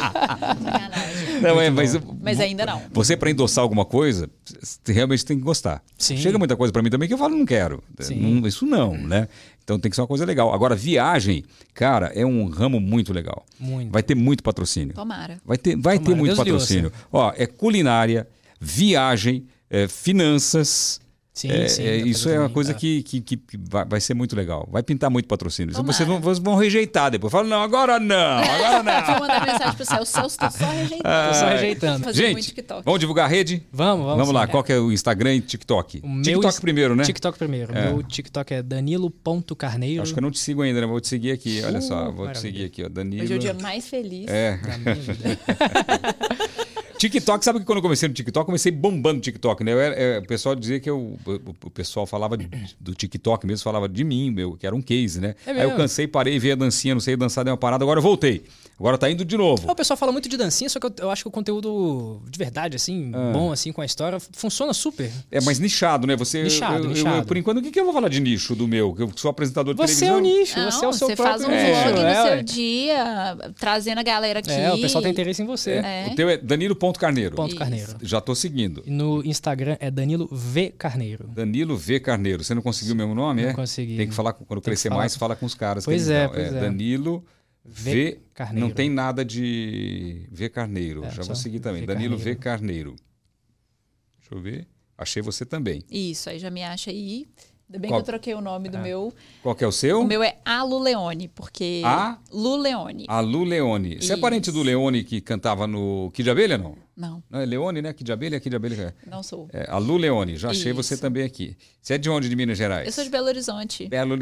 Speaker 5: Sacanagem.
Speaker 1: Não, é, mas,
Speaker 5: Mas ainda não.
Speaker 1: Você, pra endossar alguma coisa, você realmente tem que gostar.
Speaker 2: Sim.
Speaker 1: Chega muita coisa pra mim também que eu falo, não quero.
Speaker 2: Sim.
Speaker 1: Não, isso não, né? Então tem que ser uma coisa legal. Agora, viagem, cara, é um ramo muito legal.
Speaker 2: Muito.
Speaker 1: Vai ter muito patrocínio.
Speaker 5: Tomara.
Speaker 1: Vai ter, vai ter
Speaker 2: Tomara,
Speaker 1: muito
Speaker 2: Deus lhe ouça.
Speaker 1: patrocínio. Ó, é culinária, viagem, é finanças.
Speaker 2: Sim,
Speaker 1: é-
Speaker 2: sim.
Speaker 1: é-
Speaker 2: dá pra
Speaker 1: isso é
Speaker 2: fazer
Speaker 1: uma
Speaker 2: bem,
Speaker 1: coisa
Speaker 2: tá.
Speaker 1: que, que, que vai, vai ser muito legal. Vai pintar muito patrocínio.
Speaker 5: Tomara.
Speaker 1: Vocês vão, vocês vão rejeitar depois. Fala, não, agora não, agora
Speaker 5: Vou
Speaker 1: não.
Speaker 5: mandar mensagem pro Celso. Celso, tô só rejeitando.
Speaker 2: Tô só rejeitando.
Speaker 5: Fazer muito
Speaker 1: Gente,
Speaker 5: TikTok.
Speaker 1: vamos divulgar a rede?
Speaker 2: Vamos, vamos.
Speaker 1: Ah, Vamos, lá,
Speaker 2: sim.
Speaker 1: qual que é o Instagram e TikTok?
Speaker 2: O meu
Speaker 1: TikTok
Speaker 2: Inst-
Speaker 1: primeiro, né?
Speaker 2: TikTok primeiro.
Speaker 1: É.
Speaker 2: Meu TikTok é danilo.carneiro.
Speaker 1: Acho que eu não te sigo ainda, né? Vou te seguir aqui, olha
Speaker 2: Uh,
Speaker 1: só. Vou te
Speaker 2: maravilha.
Speaker 1: seguir aqui, ó. Danilo.
Speaker 5: Hoje é o dia mais feliz.
Speaker 1: É.
Speaker 2: da minha vida.
Speaker 1: TikTok, sabe que quando eu comecei no TikTok, eu comecei bombando no TikTok, né? Eu era- é, o pessoal dizia que eu, o, o pessoal falava de- do TikTok mesmo, falava de mim, meu, que era um case, né?
Speaker 2: É
Speaker 1: Aí eu
Speaker 2: mesmo?
Speaker 1: cansei, parei, vi a dancinha, não sei dançar, deu uma parada, agora eu voltei. Agora tá indo de novo.
Speaker 2: O pessoal fala muito de dancinha, só que eu, eu acho que o conteúdo de verdade, assim,
Speaker 1: Ah.
Speaker 2: bom, assim, com a história, funciona super.
Speaker 1: É, mas nichado, né? Você, eu-
Speaker 2: Nichado,
Speaker 1: eu- eu-
Speaker 2: nichado.
Speaker 1: por enquanto, o que, que eu vou falar de nicho do meu? Que eu sou apresentador de
Speaker 2: Você é
Speaker 1: televisão.
Speaker 2: o nicho,
Speaker 5: Não,
Speaker 2: você é o seu próprio
Speaker 5: faz um
Speaker 2: nicho.
Speaker 5: vlog no
Speaker 2: é,
Speaker 5: seu
Speaker 2: ué.
Speaker 5: dia, trazendo a galera aqui.
Speaker 2: É, o pessoal tem interesse em você.
Speaker 5: É.
Speaker 1: O teu é Danilo.carneiro.
Speaker 2: né? Ponto Carneiro.
Speaker 1: Já tô seguindo.
Speaker 2: E no Instagram é Danilo V Carneiro.
Speaker 1: Danilo V. Carneiro. Você não conseguiu o mesmo nome,
Speaker 2: Não
Speaker 1: é?
Speaker 2: consegui.
Speaker 1: Tem que falar, com- quando
Speaker 2: Tem que
Speaker 1: crescer
Speaker 2: falar
Speaker 1: mais,
Speaker 2: com-
Speaker 1: fala com os caras. que
Speaker 2: Pois
Speaker 1: eles
Speaker 2: é,
Speaker 1: dão.
Speaker 2: pois é.
Speaker 1: Danilo
Speaker 2: V.
Speaker 1: V.
Speaker 2: Carneiro.
Speaker 1: Não tem nada de V. Carneiro.
Speaker 2: É,
Speaker 1: Já
Speaker 2: só
Speaker 1: vou seguir também.
Speaker 2: V.
Speaker 1: Danilo V. Carneiro. Deixa eu ver. Achei você também.
Speaker 5: Isso, aí já me acha aí. Ainda bem
Speaker 1: Qual-
Speaker 5: que eu troquei o nome do
Speaker 2: Ah.
Speaker 5: meu.
Speaker 1: Qual que é o
Speaker 2: Um?
Speaker 1: seu?
Speaker 5: O meu é Alu Leone, porque...
Speaker 1: A?
Speaker 2: Ah?
Speaker 5: Lu Leone.
Speaker 1: A Lu Leone. Você é
Speaker 5: Isso.
Speaker 1: parente do Leone que cantava no Kid Abelha, não?
Speaker 5: Não,
Speaker 1: Não, é Leone, né? Kid Abelha, Kid Abelha.
Speaker 5: não sou.
Speaker 1: É, a Lu Leone. Já achei você
Speaker 5: Isso.
Speaker 1: também aqui. Você é de onde, de Minas Gerais?
Speaker 5: Eu sou de Belo Horizonte.
Speaker 2: É
Speaker 1: Belo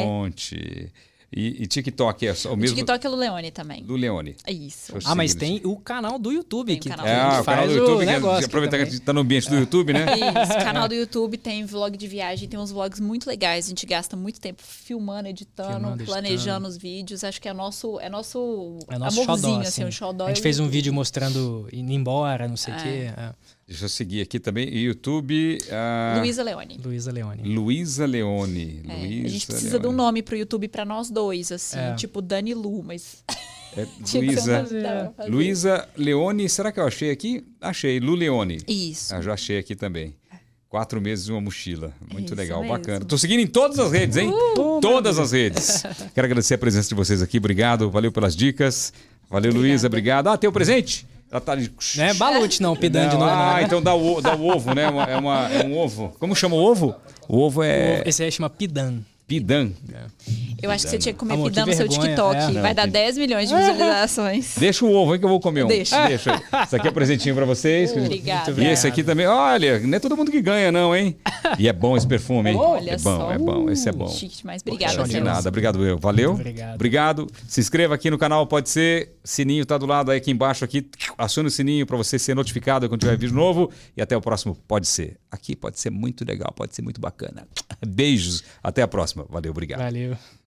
Speaker 1: Horizonte. E, e TikTok é só o
Speaker 5: O
Speaker 1: mesmo...
Speaker 5: TikTok é Lu Leone também.
Speaker 1: Lu Leone.
Speaker 5: É Isso.
Speaker 1: Deixa eu
Speaker 2: Ah, mas
Speaker 1: seguir no
Speaker 2: tem o canal do YouTube
Speaker 5: Tem
Speaker 2: que
Speaker 5: canal
Speaker 1: É,
Speaker 5: A gente
Speaker 1: o canal do YouTube, que a gente aproveitar que a
Speaker 2: também. É.
Speaker 1: gente tá no ambiente do YouTube, né?
Speaker 5: Isso, canal do YouTube tem vlog de viagem, tem uns vlogs muito legais. A gente gasta muito tempo filmando, editando,
Speaker 2: Filmando,
Speaker 5: planejando
Speaker 2: editando.
Speaker 5: os vídeos. Acho que é nosso, é nosso,
Speaker 2: É nosso
Speaker 5: amorzinho,
Speaker 2: xodó,
Speaker 5: assim,
Speaker 2: assim.
Speaker 5: o xodó.
Speaker 2: A
Speaker 5: é
Speaker 2: gente
Speaker 5: o
Speaker 2: fez um
Speaker 5: YouTube.
Speaker 2: vídeo mostrando indo embora, não sei o
Speaker 5: É.
Speaker 2: quê. É.
Speaker 1: Deixa eu seguir aqui também. YouTube. ah,
Speaker 5: Luísa Leone.
Speaker 2: Luísa Leone.
Speaker 1: Luísa Leone.
Speaker 5: É,
Speaker 1: Luísa
Speaker 5: a gente precisa
Speaker 1: Leone.
Speaker 5: de um nome pro YouTube pra nós dois, assim,
Speaker 2: É.
Speaker 5: tipo Dani Lu, mas
Speaker 1: É,
Speaker 5: tinha que ser um
Speaker 1: Luísa.
Speaker 5: nome que dava pra fazer.
Speaker 1: Luísa Leone. Será que eu achei aqui? Achei. Lu Leone.
Speaker 5: Isso.
Speaker 1: Ah, já achei aqui também. Quatro meses e uma mochila. Muito
Speaker 5: isso
Speaker 1: legal,
Speaker 5: mesmo. Uh,
Speaker 1: bacana. Tô seguindo em todas as redes, hein? Todas as redes. Quero agradecer a presença de vocês aqui. Obrigado. Valeu pelas dicas. Valeu, Luísa. Obrigado. Ah, tem o presente? Já tá
Speaker 5: Né?
Speaker 1: de...
Speaker 2: Não é balute, não, pedante
Speaker 1: Não,
Speaker 2: não, é, não,
Speaker 1: ah,
Speaker 2: né?
Speaker 1: então dá o, dá o ovo, né? É uma- é, uma- é um ovo. Como chama o ovo? O ovo é
Speaker 2: Esse aí chama Pidan.
Speaker 1: pidan.
Speaker 5: Eu acho que você tinha que comer
Speaker 2: Amor,
Speaker 5: pidão
Speaker 2: que
Speaker 5: no seu
Speaker 2: vergonha.
Speaker 5: TikTok.
Speaker 2: É.
Speaker 5: Vai dar 10 milhões de visualizações.
Speaker 1: Deixa o ovo, hein, que eu vou comer um.
Speaker 5: Deixa.
Speaker 1: Deixa. Isso aqui é presentinho pra vocês.
Speaker 5: Obrigada.
Speaker 1: E esse aqui também. Olha, não é todo mundo que ganha, não, hein? E é bom esse perfume, hein?
Speaker 5: Olha
Speaker 1: é bom,
Speaker 5: só.
Speaker 1: é bom. Esse é
Speaker 5: Uh,
Speaker 1: bom.
Speaker 5: Chique demais. Obrigada,
Speaker 1: Cara, de
Speaker 5: Celso.
Speaker 1: nada. Obrigado, eu. Valeu.
Speaker 2: Muito obrigado.
Speaker 1: Obrigado. Se inscreva aqui no canal, pode ser. Sininho tá do lado aí aqui embaixo aqui. Acione o sininho para você ser notificado quando tiver vídeo novo e até o próximo pode ser. Aqui pode ser muito legal, pode ser muito bacana. Beijos. Até a próxima. Valeu, obrigado.
Speaker 2: Valeu.